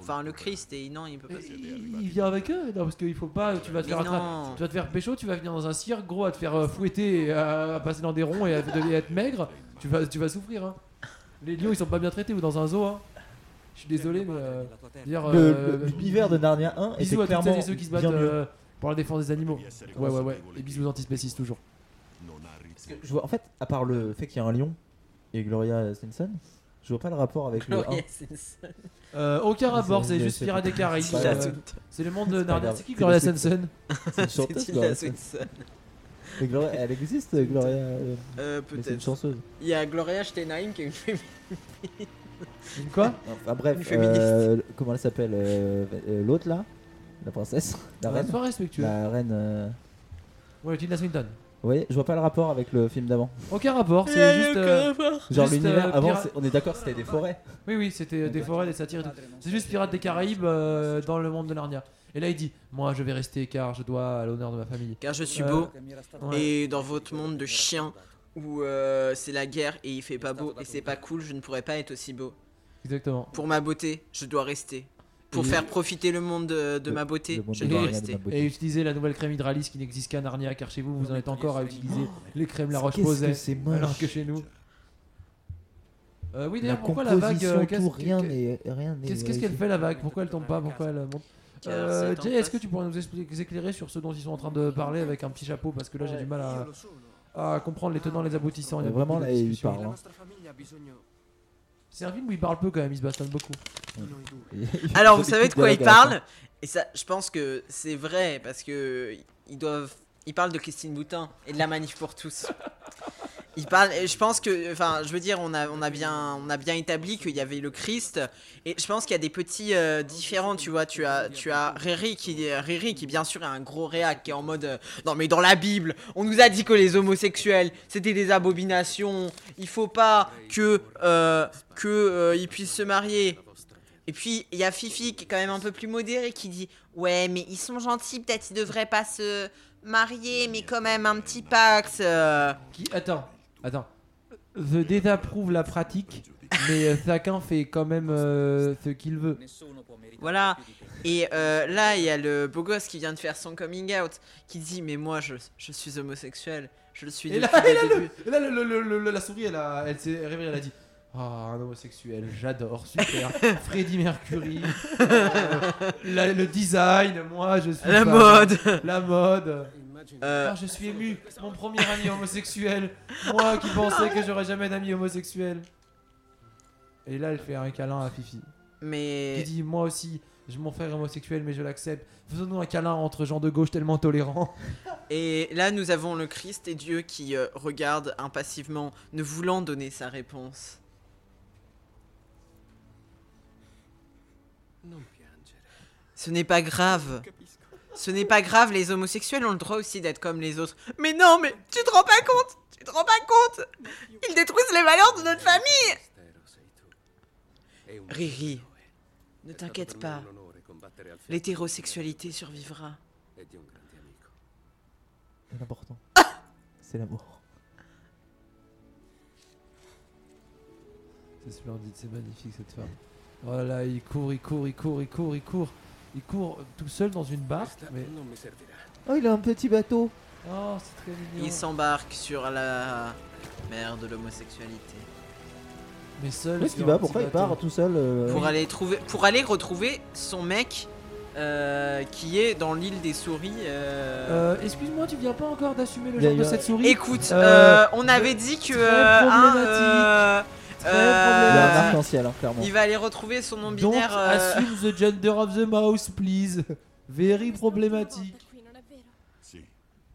Enfin, le Christ, et non, il peut pas. se-
Il il vient avec eux Non, parce qu'il faut pas. Tu vas te
Mais
faire attra-
non.
tu vas te faire pécho, tu vas venir dans un cirque, gros, à te faire euh, fouetter, et à à passer dans des ronds et à, et à être maigre. Tu vas, tu vas souffrir. Hein. Les lions, ils sont pas bien traités ou dans un zoo. Hein. Je suis désolé, mais. euh, dire,
Le-
euh,
le- l'univers de Narnia 1 était
bisous à toutes
clairement
celles et ceux qui se battent
bien mieux.
euh, pour la défense des animaux. Ouais, ouais, ouais. Et bisous antispécistes toujours.
Je vois, en fait, à part le fait qu'il y a un lion et Gloria Stinson, je vois pas le rapport avec le 1.
Gloria
Bah,
Stinson.
Euh, aucun rapport, c'est
une-
juste Pirates des Caraïbes.
pas grave.
Euh, c'est le monde de
C'est pas
Narnia.
grave.
C'est qui
C'est
Gloria
des suites.
Stinson
C'est une chanteuse,
C'est
Gloria
Tilda
Stinson.
Stinson.
Mais Gloria- Elle existe, Gloria euh,
Euh,
mais C'est une
peut-être.
chanceuse.
Il y a Gloria Steinheim qui est une féminine.
Une quoi
Enfin bref,
Une féministe.
euh, comment elle s'appelle euh, euh, L'autre là La princesse La
Ouais,
reine
c'est pas respectueux.
La reine. euh,
Ouais, Tilda Swinton.
Vous voyez, je vois pas le rapport avec le film d'avant.
Aucun rapport, c'est juste. euh,
Genre
juste,
l'univers,
euh,
avant,
Pirates-
c'est- on est d'accord, c'était des forêts.
Oui, oui, c'était euh, des forêts, des satires. et tout. C'est juste Pirates des Caraïbes euh, dans le monde de Narnia. Et là, il dit Moi, je vais rester car je dois à l'honneur de ma famille.
Car je suis
Euh,
beau.
ouais.
Et dans votre monde de chiens où euh, c'est la guerre et il fait pas beau et c'est pas cool, je ne pourrais pas être aussi beau.
Exactement.
Pour ma beauté, je dois rester. Pour
Et-
faire profiter le monde de, de
Le-
ma beauté,
le monde
je
de
dois
Narnia,
rester.
de ma beauté. Et utiliser la nouvelle crème hydralise qui n'existe qu'à Narnia, car chez vous, vous en êtes encore à utiliser les crèmes La
qu'est-ce
Roche-Posay.
que c'est moche.
Alors que chez nous. Euh, oui,
La
d'ailleurs, pourquoi la vague. euh,
composition,
qu'est-ce-
tout, rien
qu'est-
n'est- rien n'est
Qu'est-ce qu'est-ce qu'elle
vérifié.
fait la vague Pourquoi elle tombe pas Pourquoi elle euh, monte
Car
euh,
c'est en
Jay, est-ce que tu pourrais nous expli- éclairer sur ce dont ils sont en train de parler avec un petit chapeau Parce que là, j'ai du mal à, à comprendre les tenants, les aboutissants. Il y a
Mais vraiment,
beaucoup de
là, il
discussions.
parle, hein.
C'est un film où il parle peu quand même, il se bastonne beaucoup.
Alors vous savez de quoi ils parlent Et ça, je pense que c'est vrai parce que ils doivent, ils parlent de Christine Boutin et de la manif pour tous. Ils parlent. et Je pense que, enfin, je veux dire, on a, on a bien, on a bien établi qu'il y avait le Christ. Et je pense qu'il y a des petits euh, différents, tu vois. Tu as, tu as Riri qui, Riri qui bien sûr est un gros réac qui est en mode, euh, non mais dans la Bible, on nous a dit que les homosexuels c'était des abominations. Il faut pas que, euh, que euh, ils puissent se marier. Et puis il y a Fifi qui est quand même un peu plus modérée qui dit ouais mais ils sont gentils peut-être ils devraient pas se marier mais quand même un petit pacte. euh.
Qui Attends, attends. The désapprouve la pratique, mais euh, chacun fait quand même euh, ce qu'il veut.
Voilà. Et euh, là, il y a le beau gosse qui vient de faire son coming out, qui dit Mais moi, je, je suis homosexuel. Je le suis
Et
depuis
là, et là,
le
le-
début.
et là, le- le- le- le- la souris, elle, a- elle s'est réveillée, elle a dit Ah, un homosexuel, j'adore, super. Freddie Mercury, euh, la- le design, moi je suis.
La
pas-
mode.
La mode.
Euh.
Ah, je suis ému, mon premier ami homosexuel. Moi qui pensais que j'aurais jamais d'amis homosexuels. Et là, elle fait un câlin à Fifi.
Mais.
Qui dit Moi aussi, je- mon frère est homosexuel, mais je l'accepte. Faisons-nous un câlin entre gens de gauche tellement tolérants.
Et là, nous avons le Christ et Dieu qui euh, regardent impassivement, ne voulant donner sa réponse. Ce n'est pas grave. Ce n'est pas grave, les homosexuels ont le droit aussi d'être comme les autres. Mais non, mais tu te rends pas compte Tu te rends pas compte Ils détruisent les valeurs de notre famille Riri, ne t'inquiète pas. L'hétérosexualité survivra.
Mais L'important, c'est l'amour.
C'est splendide, c'est magnifique cette femme. Oh là, il court, il court, il court, il court, il court. Il court tout seul dans une barque, mais.
Oh, il a un petit bateau.
Oh, c'est très mignon.
Ils s'embarquent sur la mer de l'homosexualité.
Mais seul.
Où est-ce qu'il
sur
va
un petit
Pourquoi il
bateau.
part tout seul euh,
Pour aller trouver, pour aller retrouver son mec euh, qui est dans l'île des souris. euh.
Euh, excuse-moi, tu viens pas encore d'assumer le
Il y a
genre de
eu un-
cette souris
Écoute,
Euh,
euh, on
très-
avait dit que
très
euh, hein,
problématique.
euh,
Très
euh,
Il y a un arc-en-ciel, hein, clairement.
il va aller retrouver son nom
Don't
binaire. euh,
assume the gender of the mouse, please. Very problématique.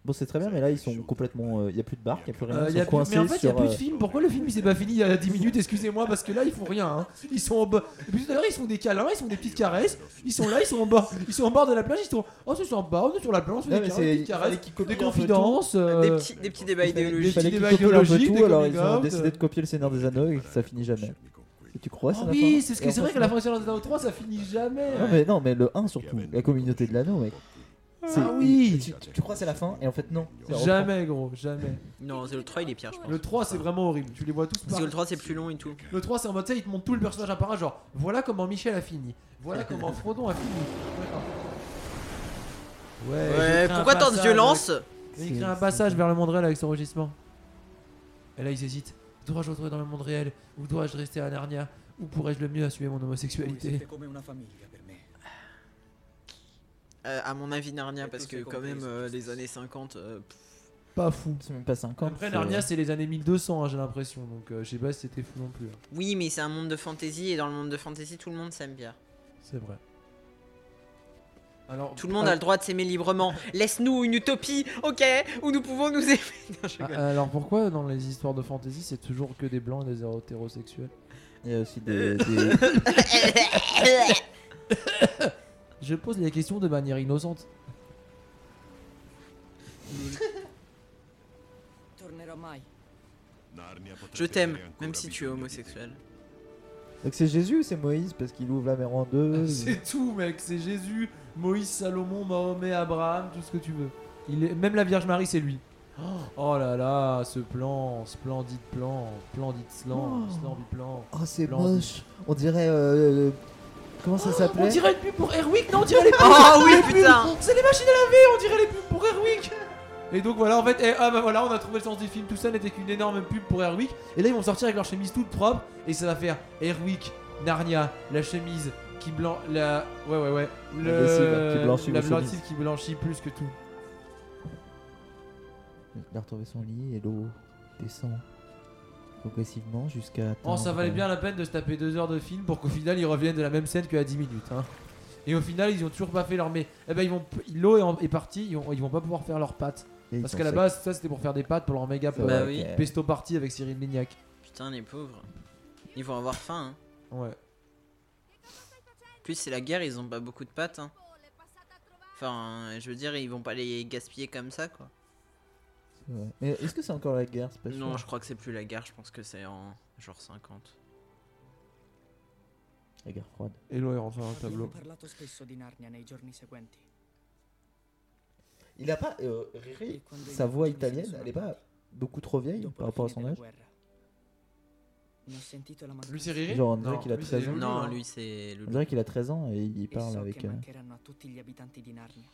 Bon, c'est très bien, mais là, ils sont complètement. euh, Il y a plus de barque, il y a plus rien.
Euh,
ils
y a
sont
plus-
coincés
mais en fait, il
sur.
a plus de
euh,
film. Pourquoi le film il s'est pas fini il y a 10 minutes Excusez-moi, parce que là ils font rien. hein. Ils sont en bas. Depuis tout à l'heure, ils se font des câlins, ils se font des petites caresses. Ils sont là, ils sont en bas. Ils sont en bord de la plage. Ils sont. Oh, c'est sympa, on est sur la plage, on se fait
Non,
des
mais
câlins,
c'est-
des
il
petites
fallait
caresses,
qu'ils
des
copient un peu tout.
confidences. euh,
Des petits, des petits débats
Il
idéologiques.
fallait qu'ils copient un peu tout, alors ils ont décidé
euh.
de copier le Seigneur des Anneaux et que ça finit jamais. Et tu crois ça
Oh
la
oui,
fin
c'est ce
Et
que
en
c'est vrai
fait,
que la fonction d'Anneau 3 ça finit jamais.
Non mais, non, mais le 1 surtout, la communauté de l'anneau, mec. C'est-
Ah oui.
tu, tu crois que c'est la fin et en fait non. C'est-
Jamais, gros, jamais.
Non, c'est le 3 il est pire, je pense.
Le 3 c'est vraiment horrible, tu les vois tous
Parce que
partout.
le 3 c'est plus long et tout.
Le 3, c'est en mode, tu sais, il te montre tout le personnage à part, un, genre, voilà comment Michel a fini, voilà comment Frodon a fini. Ouais,
Ouais,
il crée un
pourquoi tant de
passage
violence
avec- Il crée un
C'est-
passage vers le monde réel avec son rugissement. Et là, ils hésitent. Dois-je retourner dans le monde réel ou dois-je rester à Narnia Où pourrais-je le mieux assumer mon
C'était
homosexualité
come una famiglia per me.
Euh, à mon avis, Narnia, parce que quand même, euh, les années 50. euh, pff,
Pas fou.
C'est même pas Euh, 50.
Après,
euh,
Narnia, c'est les années 1200, hein, j'ai l'impression. Donc, euh, je sais pas si c'était fou non plus. hein.
Oui, mais c'est un monde de fantasy, et dans le monde de fantasy, tout le monde s'aime bien.
C'est vrai. Alors, ah,
Tout le monde a le droit de s'aimer librement. Laisse-nous une utopie, ok, où nous pouvons nous aimer. Non, je
Ah,
rigole.
alors pourquoi dans les histoires de fantasy c'est toujours que des blancs et des hétérosexuels
Il y a aussi des.
Je pose les questions de manière innocente.
Tornerò mai.
ah.
Je t'aime, même si tu es homosexuel.
Donc c'est Jésus ou c'est Moïse Parce qu'il ouvre la mer en deux. il-
Ah, C'est tout, mec. C'est Jésus, Moïse, Salomon, Mahomet, Abraham, tout ce que tu veux. Il est... Même la Vierge Marie, c'est lui. Oh là là, ce plan, splendide plan, splendide slan,
Oh.
splendide plan.
Oh, c'est
splendide.
moche. On dirait. euh, Comment ça s'appelait
Ah, On dirait une pub pour Airwick, non, on dirait les pubs.
Oh oui,
Les pubs.
putain.
C'est les machines à laver, on dirait les pubs pour Airwick. Et donc voilà, en fait, eh, ah bah voilà, on a trouvé le sens du film. Tout ça n'était qu'une énorme pub pour Airwick. Et là, ils vont sortir avec leur chemise toute propre et ça va faire Airwick, Narnia, la chemise qui blanc, la, ouais ouais ouais,
La
Le-
lessive hein, qui blanchit
la
vos
blanchisse
chemises.
qui blanchit plus que tout.
Il a retrouvé son lit et l'eau descend progressivement jusqu'à.
Oh, ça
atteindre-
valait bien la peine de se taper deux heures de film pour qu'au final ils reviennent de la même scène que à 10 minutes. hein. Et au final, ils ont toujours pas fait leur. Mais eh ben, ils vont l'eau est, en- est partie, ils, vont- ils vont pas pouvoir faire leurs pâtes.
Et ils
Parce
sont
qu'à la
secs.
base, ça c'était pour faire des pâtes pour leur méga
C'est vrai Bah oui. que-
pesto party avec Cyril Lignac.
Putain, les pauvres. Ils vont avoir faim. Hein.
Ouais.
Puis c'est la guerre, ils ont pas beaucoup de pâtes. Hein. Enfin, euh, je veux dire, ils vont pas les gaspiller comme ça, quoi.
Ouais. Mais est-ce que c'est encore la guerre C'est pas sûr.
Non, je crois que c'est plus la guerre, je pense que c'est en genre 50.
La guerre froide.
Et l'eau est rentrée dans le
Abbiamo
tableau.
parlato spesso di Narnia nei giorni seguenti.
Il a pas. euh,
E
Riri, sa voix italienne, elle est pas beaucoup trop vieille par rapport à son âge
Ne ho sentito la
Lui
mancanza
c'est Riri
Genre, on dirait qu'il a
lui,
13 ans.
Loulou,
Non,
hein.
lui c'est
On
Loulou.
dirait qu'il a 13 ans et il
e
parle
so
avec.
che
euh,
mancheranno a tutti gli abitanti di Narnia.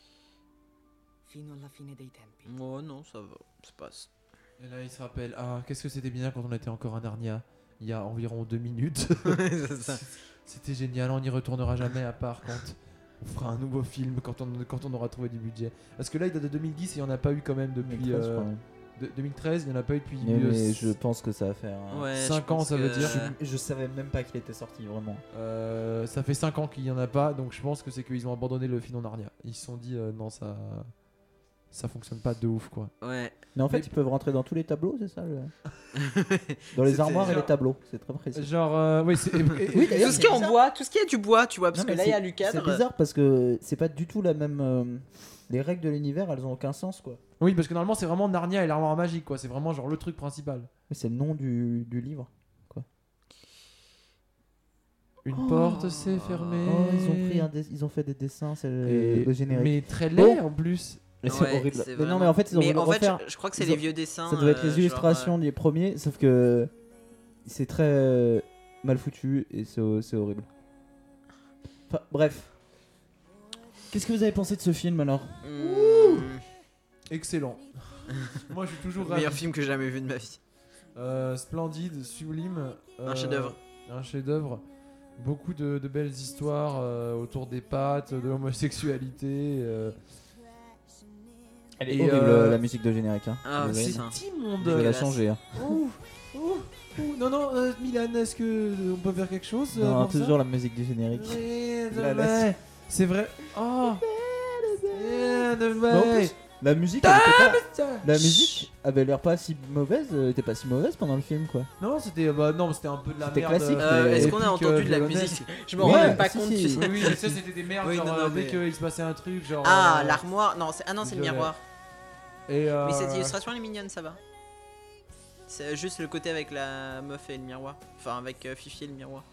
Fino alla fine dei tempi.
Oh non, ça va, ça passe.
Et là, il se rappelle, ah, qu'est-ce que c'était bien quand on était encore à Narnia il y a environ deux minutes.
c'est ça.
C'était génial, on n'y retournera jamais à part quand on fera un nouveau film, quand on, quand on aura trouvé du budget. Parce que là, il date de 2010 et il n'y en a pas eu quand même depuis.
2013, je
euh,
crois, ouais.
de- 2013, il n'y en a pas eu depuis.
Mais,
euh,
mais je pense que ça va faire. hein.
Ouais, je Cinq ans, pense ça veut que- dire.
Je, je savais même pas qu'il était sorti, vraiment.
Euh, ça fait 5 ans qu'il n'y en a pas, donc je pense que c'est qu'ils ont abandonné le film en Narnia. Ils se sont dit, euh, non, ça. Ça fonctionne pas de ouf, quoi.
Ouais.
Mais en fait, ils peuvent rentrer dans tous les tableaux, c'est ça le- Dans les
C'était
armoires et
genre-
les tableaux, c'est très précis.
Genre, euh, oui, c'est.
Oui,
tout
d'ailleurs,
ce
c'est
qui est en
bizarre.
bois, tout ce qui est du bois, tu vois, parce
Non,
que
mais
là
c'est-
il y a Lucas. euh,
C'est bizarre parce que c'est pas du tout la même. euh, Les règles de l'univers, elles ont aucun sens, quoi.
Oui, parce que normalement, c'est vraiment Narnia et l'armoire magique, quoi. C'est vraiment genre le truc principal.
Mais c'est le nom du, du livre, quoi.
Une porte s'est fermée.
Oh, ils ont pris un dess- ils ont fait des dessins, c'est le,
Et-
le générique.
mais très laid, en plus.
Mais c'est
Ouais,
horrible.
c'est
Mais
vraiment-
non, mais en fait, ils ont
Mais
voulu
en fait,
refaire-
je- je crois que c'est
ils
les
ont-
vieux dessins,
Ça devait être
euh,
les
genre,
illustrations des premiers, sauf que c'est très euh, mal foutu et c'est c'est horrible. Enfin, bref. Qu'est-ce que vous avez pensé de ce film alors
euh, hmm.
Excellent. Moi, je suis toujours
Meilleur
ravi.
film que j'ai jamais vu de ma vie.
Euh, splendide, sublime. euh,
chef-d'œuvre.
Un chef-d'œuvre. Beaucoup de, de belles histoires euh, autour des pattes, de l'homosexualité. euh,
Elle
et,
est horrible
euh,
la musique de générique. Hein.
Ah,
Désolé.
putain.
C'est immonde.
Je vais la changer. hein.
Ouh, ouh, ouh. Non, non, euh, Milan, est-ce que euh, on peut faire quelque chose euh,
Non,
pour ça
toujours la musique du générique.
Ouais,
Je
ouais.
la laisse.
C'est vrai. Oh. Yeah, the
Mais en
way.
plus, la musique, elle était
Ah,
pas- la musique avait l'air pas si mauvaise, euh, était pas si mauvaise pendant le film quoi.
Non, c'était bah, non, c'était un peu de la
C'était
merde.
classique,
Euh,
mais-
Est-ce qu'on a
épique,
entendu de la
euh, polonaise.
musique Je m'en
Oui,
rends même pas
si,
compte.
si.
tu sais.
Oui, mais ça c'était des merdes.
Oui,
genre,
non, non,
euh,
mais-
Dès qu'il se passait un truc, genre.
Ah,
euh,
l'armoire. Non, c'est- ah non, c'est le
violet.
miroir.
Et, euh,
Mais cette illustration elle est mignonne, ça va. C'est juste le côté avec la meuf et le miroir. Enfin, avec euh, Fifi et le miroir.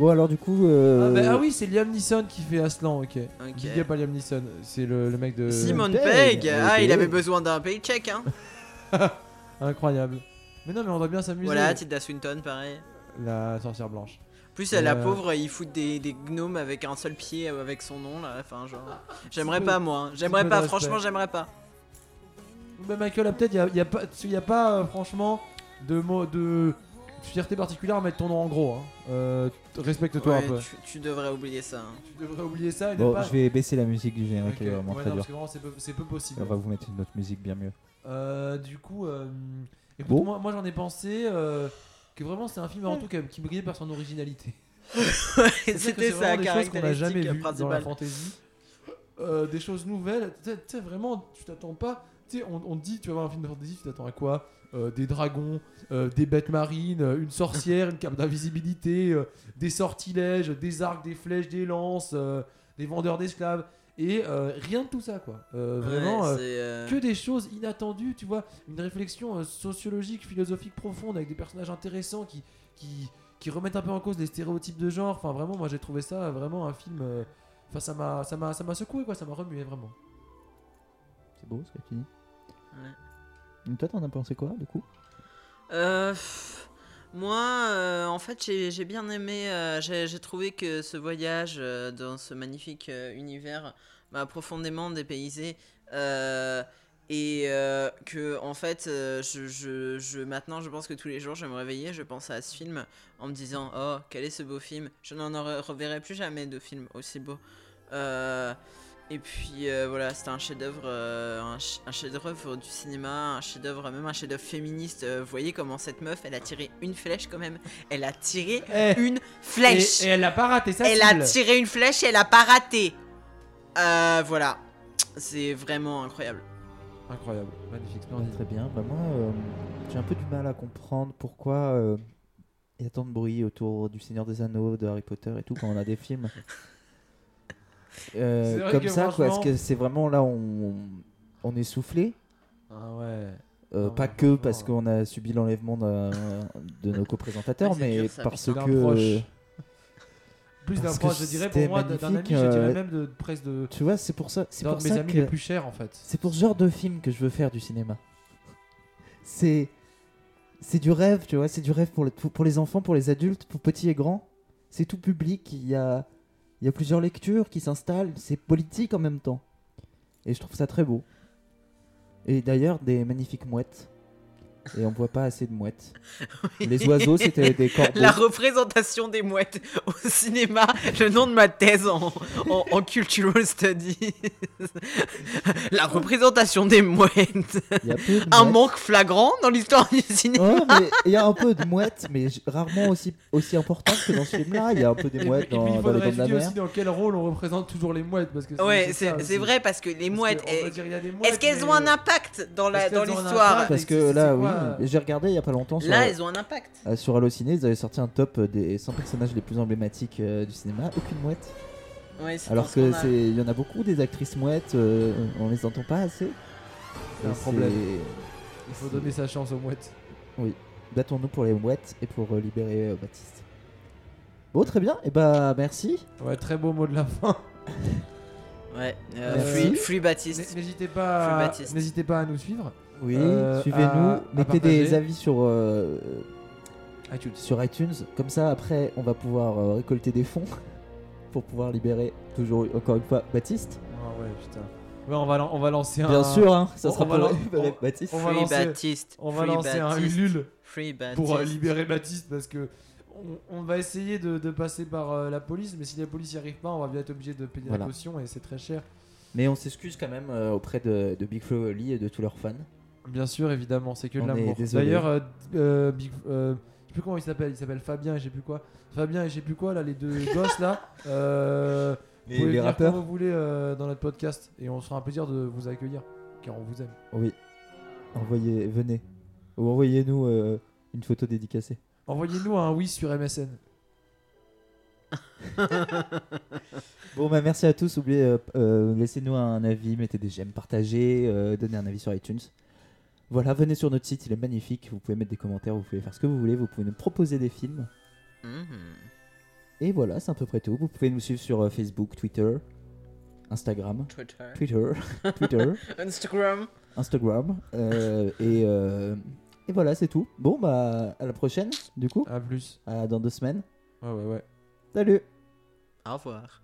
Bon alors du coup. euh,
Ah, bah, ah oui, c'est Liam Neeson qui fait Aslan, ok.
Ok.
Big up à Liam Neeson, c'est le, le mec de.
Simon
Pegg.
Pegg
Euh,
Ah, il
Pegg.
avait besoin d'un paycheck, hein
Incroyable. Mais non, mais on doit bien s'amuser.
Voilà, Tilda Swinton, pareil.
La sorcière blanche.
Plus, elle, la
Euh,
pauvre, ils foutent des, des gnomes avec un seul pied, euh, avec son nom, là. Enfin, genre. J'aimerais pas, moi. hein. J'aimerais
peu
pas,
de
franchement,
respect.
j'aimerais pas.
Bah Michael Apted, il n'y a, pas, y a pas euh, franchement de, mo- de fierté particulière à mettre ton nom en gros. hein. Euh, t- Respecte-toi
Ouais,
un peu.
tu, tu devrais oublier ça. hein.
Tu devrais oublier ça et ne
Bon,
pas-
je vais baisser la musique du générique, elle est
Ok,
vraiment
ouais,
très
non,
dure.
parce que vraiment, c'est peu- c'est peu possible.
On va vous mettre une autre musique bien mieux.
Euh, du coup, euh, écoute,
Bon.
moi, moi, j'en ai pensé euh, que vraiment c'est un film en tout cas, qui brillait par son originalité. C'est-à-dire que
c'était
c'est
sa
vraiment des choses qu'on n'a jamais
caractéristique
vues dans la
principale.
fantasy. Euh, des choses nouvelles, tu sais- tu sais vraiment, tu t'attends pas. Tu sais, on, on te dit, tu vas voir un film de fantasy, tu t'attends à quoi Euh, Des dragons, euh, des bêtes marines, euh, une sorcière, une cape d'invisibilité, euh, des sortilèges, des arcs, des flèches, des lances, euh, des vendeurs d'esclaves. Et euh, rien de tout ça, quoi. Euh,
Ouais,
vraiment, euh,
c'est, euh,
que des choses inattendues, tu vois, une réflexion euh, sociologique, philosophique profonde avec des personnages intéressants qui, qui, qui remettent un peu en cause les stéréotypes de genre. Enfin, vraiment, moi j'ai trouvé ça euh, vraiment un film. euh, Enfin, ça m'a ça m'a ça m'a secoué, quoi, ça m'a remué vraiment.
C'est beau, c'est fini.
Ouais.
Mais toi, t'en as pensé quoi du coup
Euh, pff, moi, euh, en fait, j'ai j'ai bien aimé. euh, j'ai j'ai trouvé que ce voyage euh, dans ce magnifique euh, univers m'a profondément dépaysé. euh, et euh, que, en fait, euh, je, je- je- maintenant, je pense que tous les jours, je vais me réveiller, je pense à ce film en me disant Oh, quel est ce beau film Je n'en re- reverrai plus jamais de film aussi beau. Euh, et puis euh, voilà, c'était un chef-d'œuvre, euh, un, ch- un chef-d'œuvre du cinéma, un chef-d'œuvre, même un chef-d'œuvre féministe. Euh, vous voyez comment cette meuf, elle a tiré une flèche quand même. Elle a tiré
Eh,
une flèche.
et- et elle l'a pas raté, ça,
Elle a
cible.
tiré une flèche et elle a pas raté. Euh, voilà, c'est vraiment incroyable.
Incroyable, magnifique,
Ouais,
splendide.
très bien. Bah, moi, euh, j'ai un peu du mal à comprendre pourquoi euh, il y a tant de bruit autour du Seigneur des Anneaux, de Harry Potter et tout quand on a des films. Euh,
C'est vrai
comme
que
ça, quoi. Est-ce
franchement-
que c'est vraiment là, on, on est soufflé
Ah ouais.
Euh, pas que parce qu'on a subi l'enlèvement d'un- de nos
Ouais,
co-présentateurs,
c'est
mais
dur, ça,
parce
putain.
que.
D'un proche. Plus d'un
parce que
proche, je dirais, pour
c'était
moi, d'un
magnifique,
ami, je dirais
euh,
même de- presque de-
Tu vois, c'est pour ça. C'est
d'un
pour
de mes
ça
amis
que-
les plus chers, en fait.
C'est pour ce genre de film que je veux faire du cinéma. C'est. C'est du rêve, tu vois, c'est du rêve pour, le- pour les enfants, pour les adultes, pour petits et grands. C'est tout public, il y a, il y a plusieurs lectures qui s'installent, c'est politique en même temps. Et je trouve ça très beau. Et d'ailleurs, des magnifiques mouettes. Et on voit pas assez de mouettes. Les oiseaux, c'était des corbeaux.
La représentation des mouettes au cinéma, le nom de ma thèse en, en- en cultural studies. La représentation des mouettes.
Il y a peu de
Un
mouettes.
manque flagrant dans l'histoire du cinéma.
Ouais, mais il y a un peu de mouettes, mais j- rarement aussi, aussi importante que dans ce film-là. Il y a un peu des
Et
mouettes
puis- et puis,
dans,
il faudrait
dans les dents de la
étudier
mer.
aussi dans quel rôle on représente toujours les mouettes. Parce que
Ouais,
ça
c'est
aussi.
c'est vrai parce que les mouettes.
on va
eh,
dire, il y a des mouettes,
Est-ce qu'elles
mais- euh,
ont un impact dans la-
Est-ce
dans
qu'elles ont un
l'histoire
impact
Parce
C'est-
que
c'est
là, oui,
quoi, euh,
j'ai regardé il y a pas longtemps. Sur,
Là, elles ont un impact.
euh, sur Allociné, ils avaient sorti un top euh, des 100 personnages les plus emblématiques euh, du cinéma. Aucune mouette.
Ouais, c'est un
Alors que
scandale.
c'est, il y en a beaucoup des actrices mouettes, euh, on les entend pas assez.
C'est un
Et
problème.
c'est-
Il faut
c'est-
donner sa chance aux mouettes.
Oui, battons-nous pour les mouettes et pour euh, libérer euh, Baptiste. Bon, très bien. Et bah merci.
Ouais, très beau mot de la fin.
Ouais, euh, Free- Free Baptiste.
N- N'hésitez pas,
Free
à-
Baptiste.
n'hésitez pas à nous suivre.
Oui,
Euh,
suivez-nous,
à- à
mettez des
partager.
avis sur, euh,
iTunes.
sur iTunes. Comme ça, après, on va pouvoir euh, récolter des fonds pour pouvoir libérer, toujours encore une fois, Baptiste.
Ah ouais, putain. Ouais, on va, lan- on va lancer un.
Bien sûr, hein, ça
on-
sera
on va
pour
lan-
libérer
on-
Baptiste.
On va
Free
lancer,
Baptiste,
on va
Free
lancer un
Baptiste,
Ulule
Free
pour euh,
Baptiste.
libérer Baptiste parce que on, on va essayer de, de passer par euh, la police, mais si la police n'y arrive pas, on va bien être obligé de payer
Voilà.
la caution et c'est très cher.
Mais on s'excuse quand même euh, auprès de, de Big Flo et Oli et de tous leurs fans.
Bien sûr, évidemment, c'est que de
On est
l'amour.
désolé.
D'ailleurs, euh, euh, Big- euh, je sais plus comment il s'appelle, il s'appelle Fabien et je sais plus quoi. Fabien et je sais plus quoi, là, les deux gosses là. Euh,
Les-
vous pouvez
les
venir
rappeurs.
quand vous voulez euh, dans notre podcast et on sera un plaisir de vous accueillir car on vous aime.
Oui, envoyez, venez. Ou envoyez-nous euh, une photo dédicacée.
Envoyez-nous un oui sur MSN.
Bon bah merci à tous, oubliez, euh, euh, laissez-nous un avis, mettez des j'aime, partagez, euh, donnez un avis sur iTunes. Voilà, venez sur notre site, il est magnifique, vous pouvez mettre des commentaires, vous pouvez faire ce que vous voulez, vous pouvez nous proposer des films.
Mhm.
Et voilà, c'est à peu près tout. Vous pouvez nous suivre sur euh, Facebook, Twitter, Instagram,
Twitter.
Twitter, Twitter,
Instagram.
Instagram, euh, et, euh, et voilà, c'est tout. Bon bah à la prochaine, du coup.
À plus.
dans deux semaines.
Ouais ouais ouais.
Salut
Au revoir.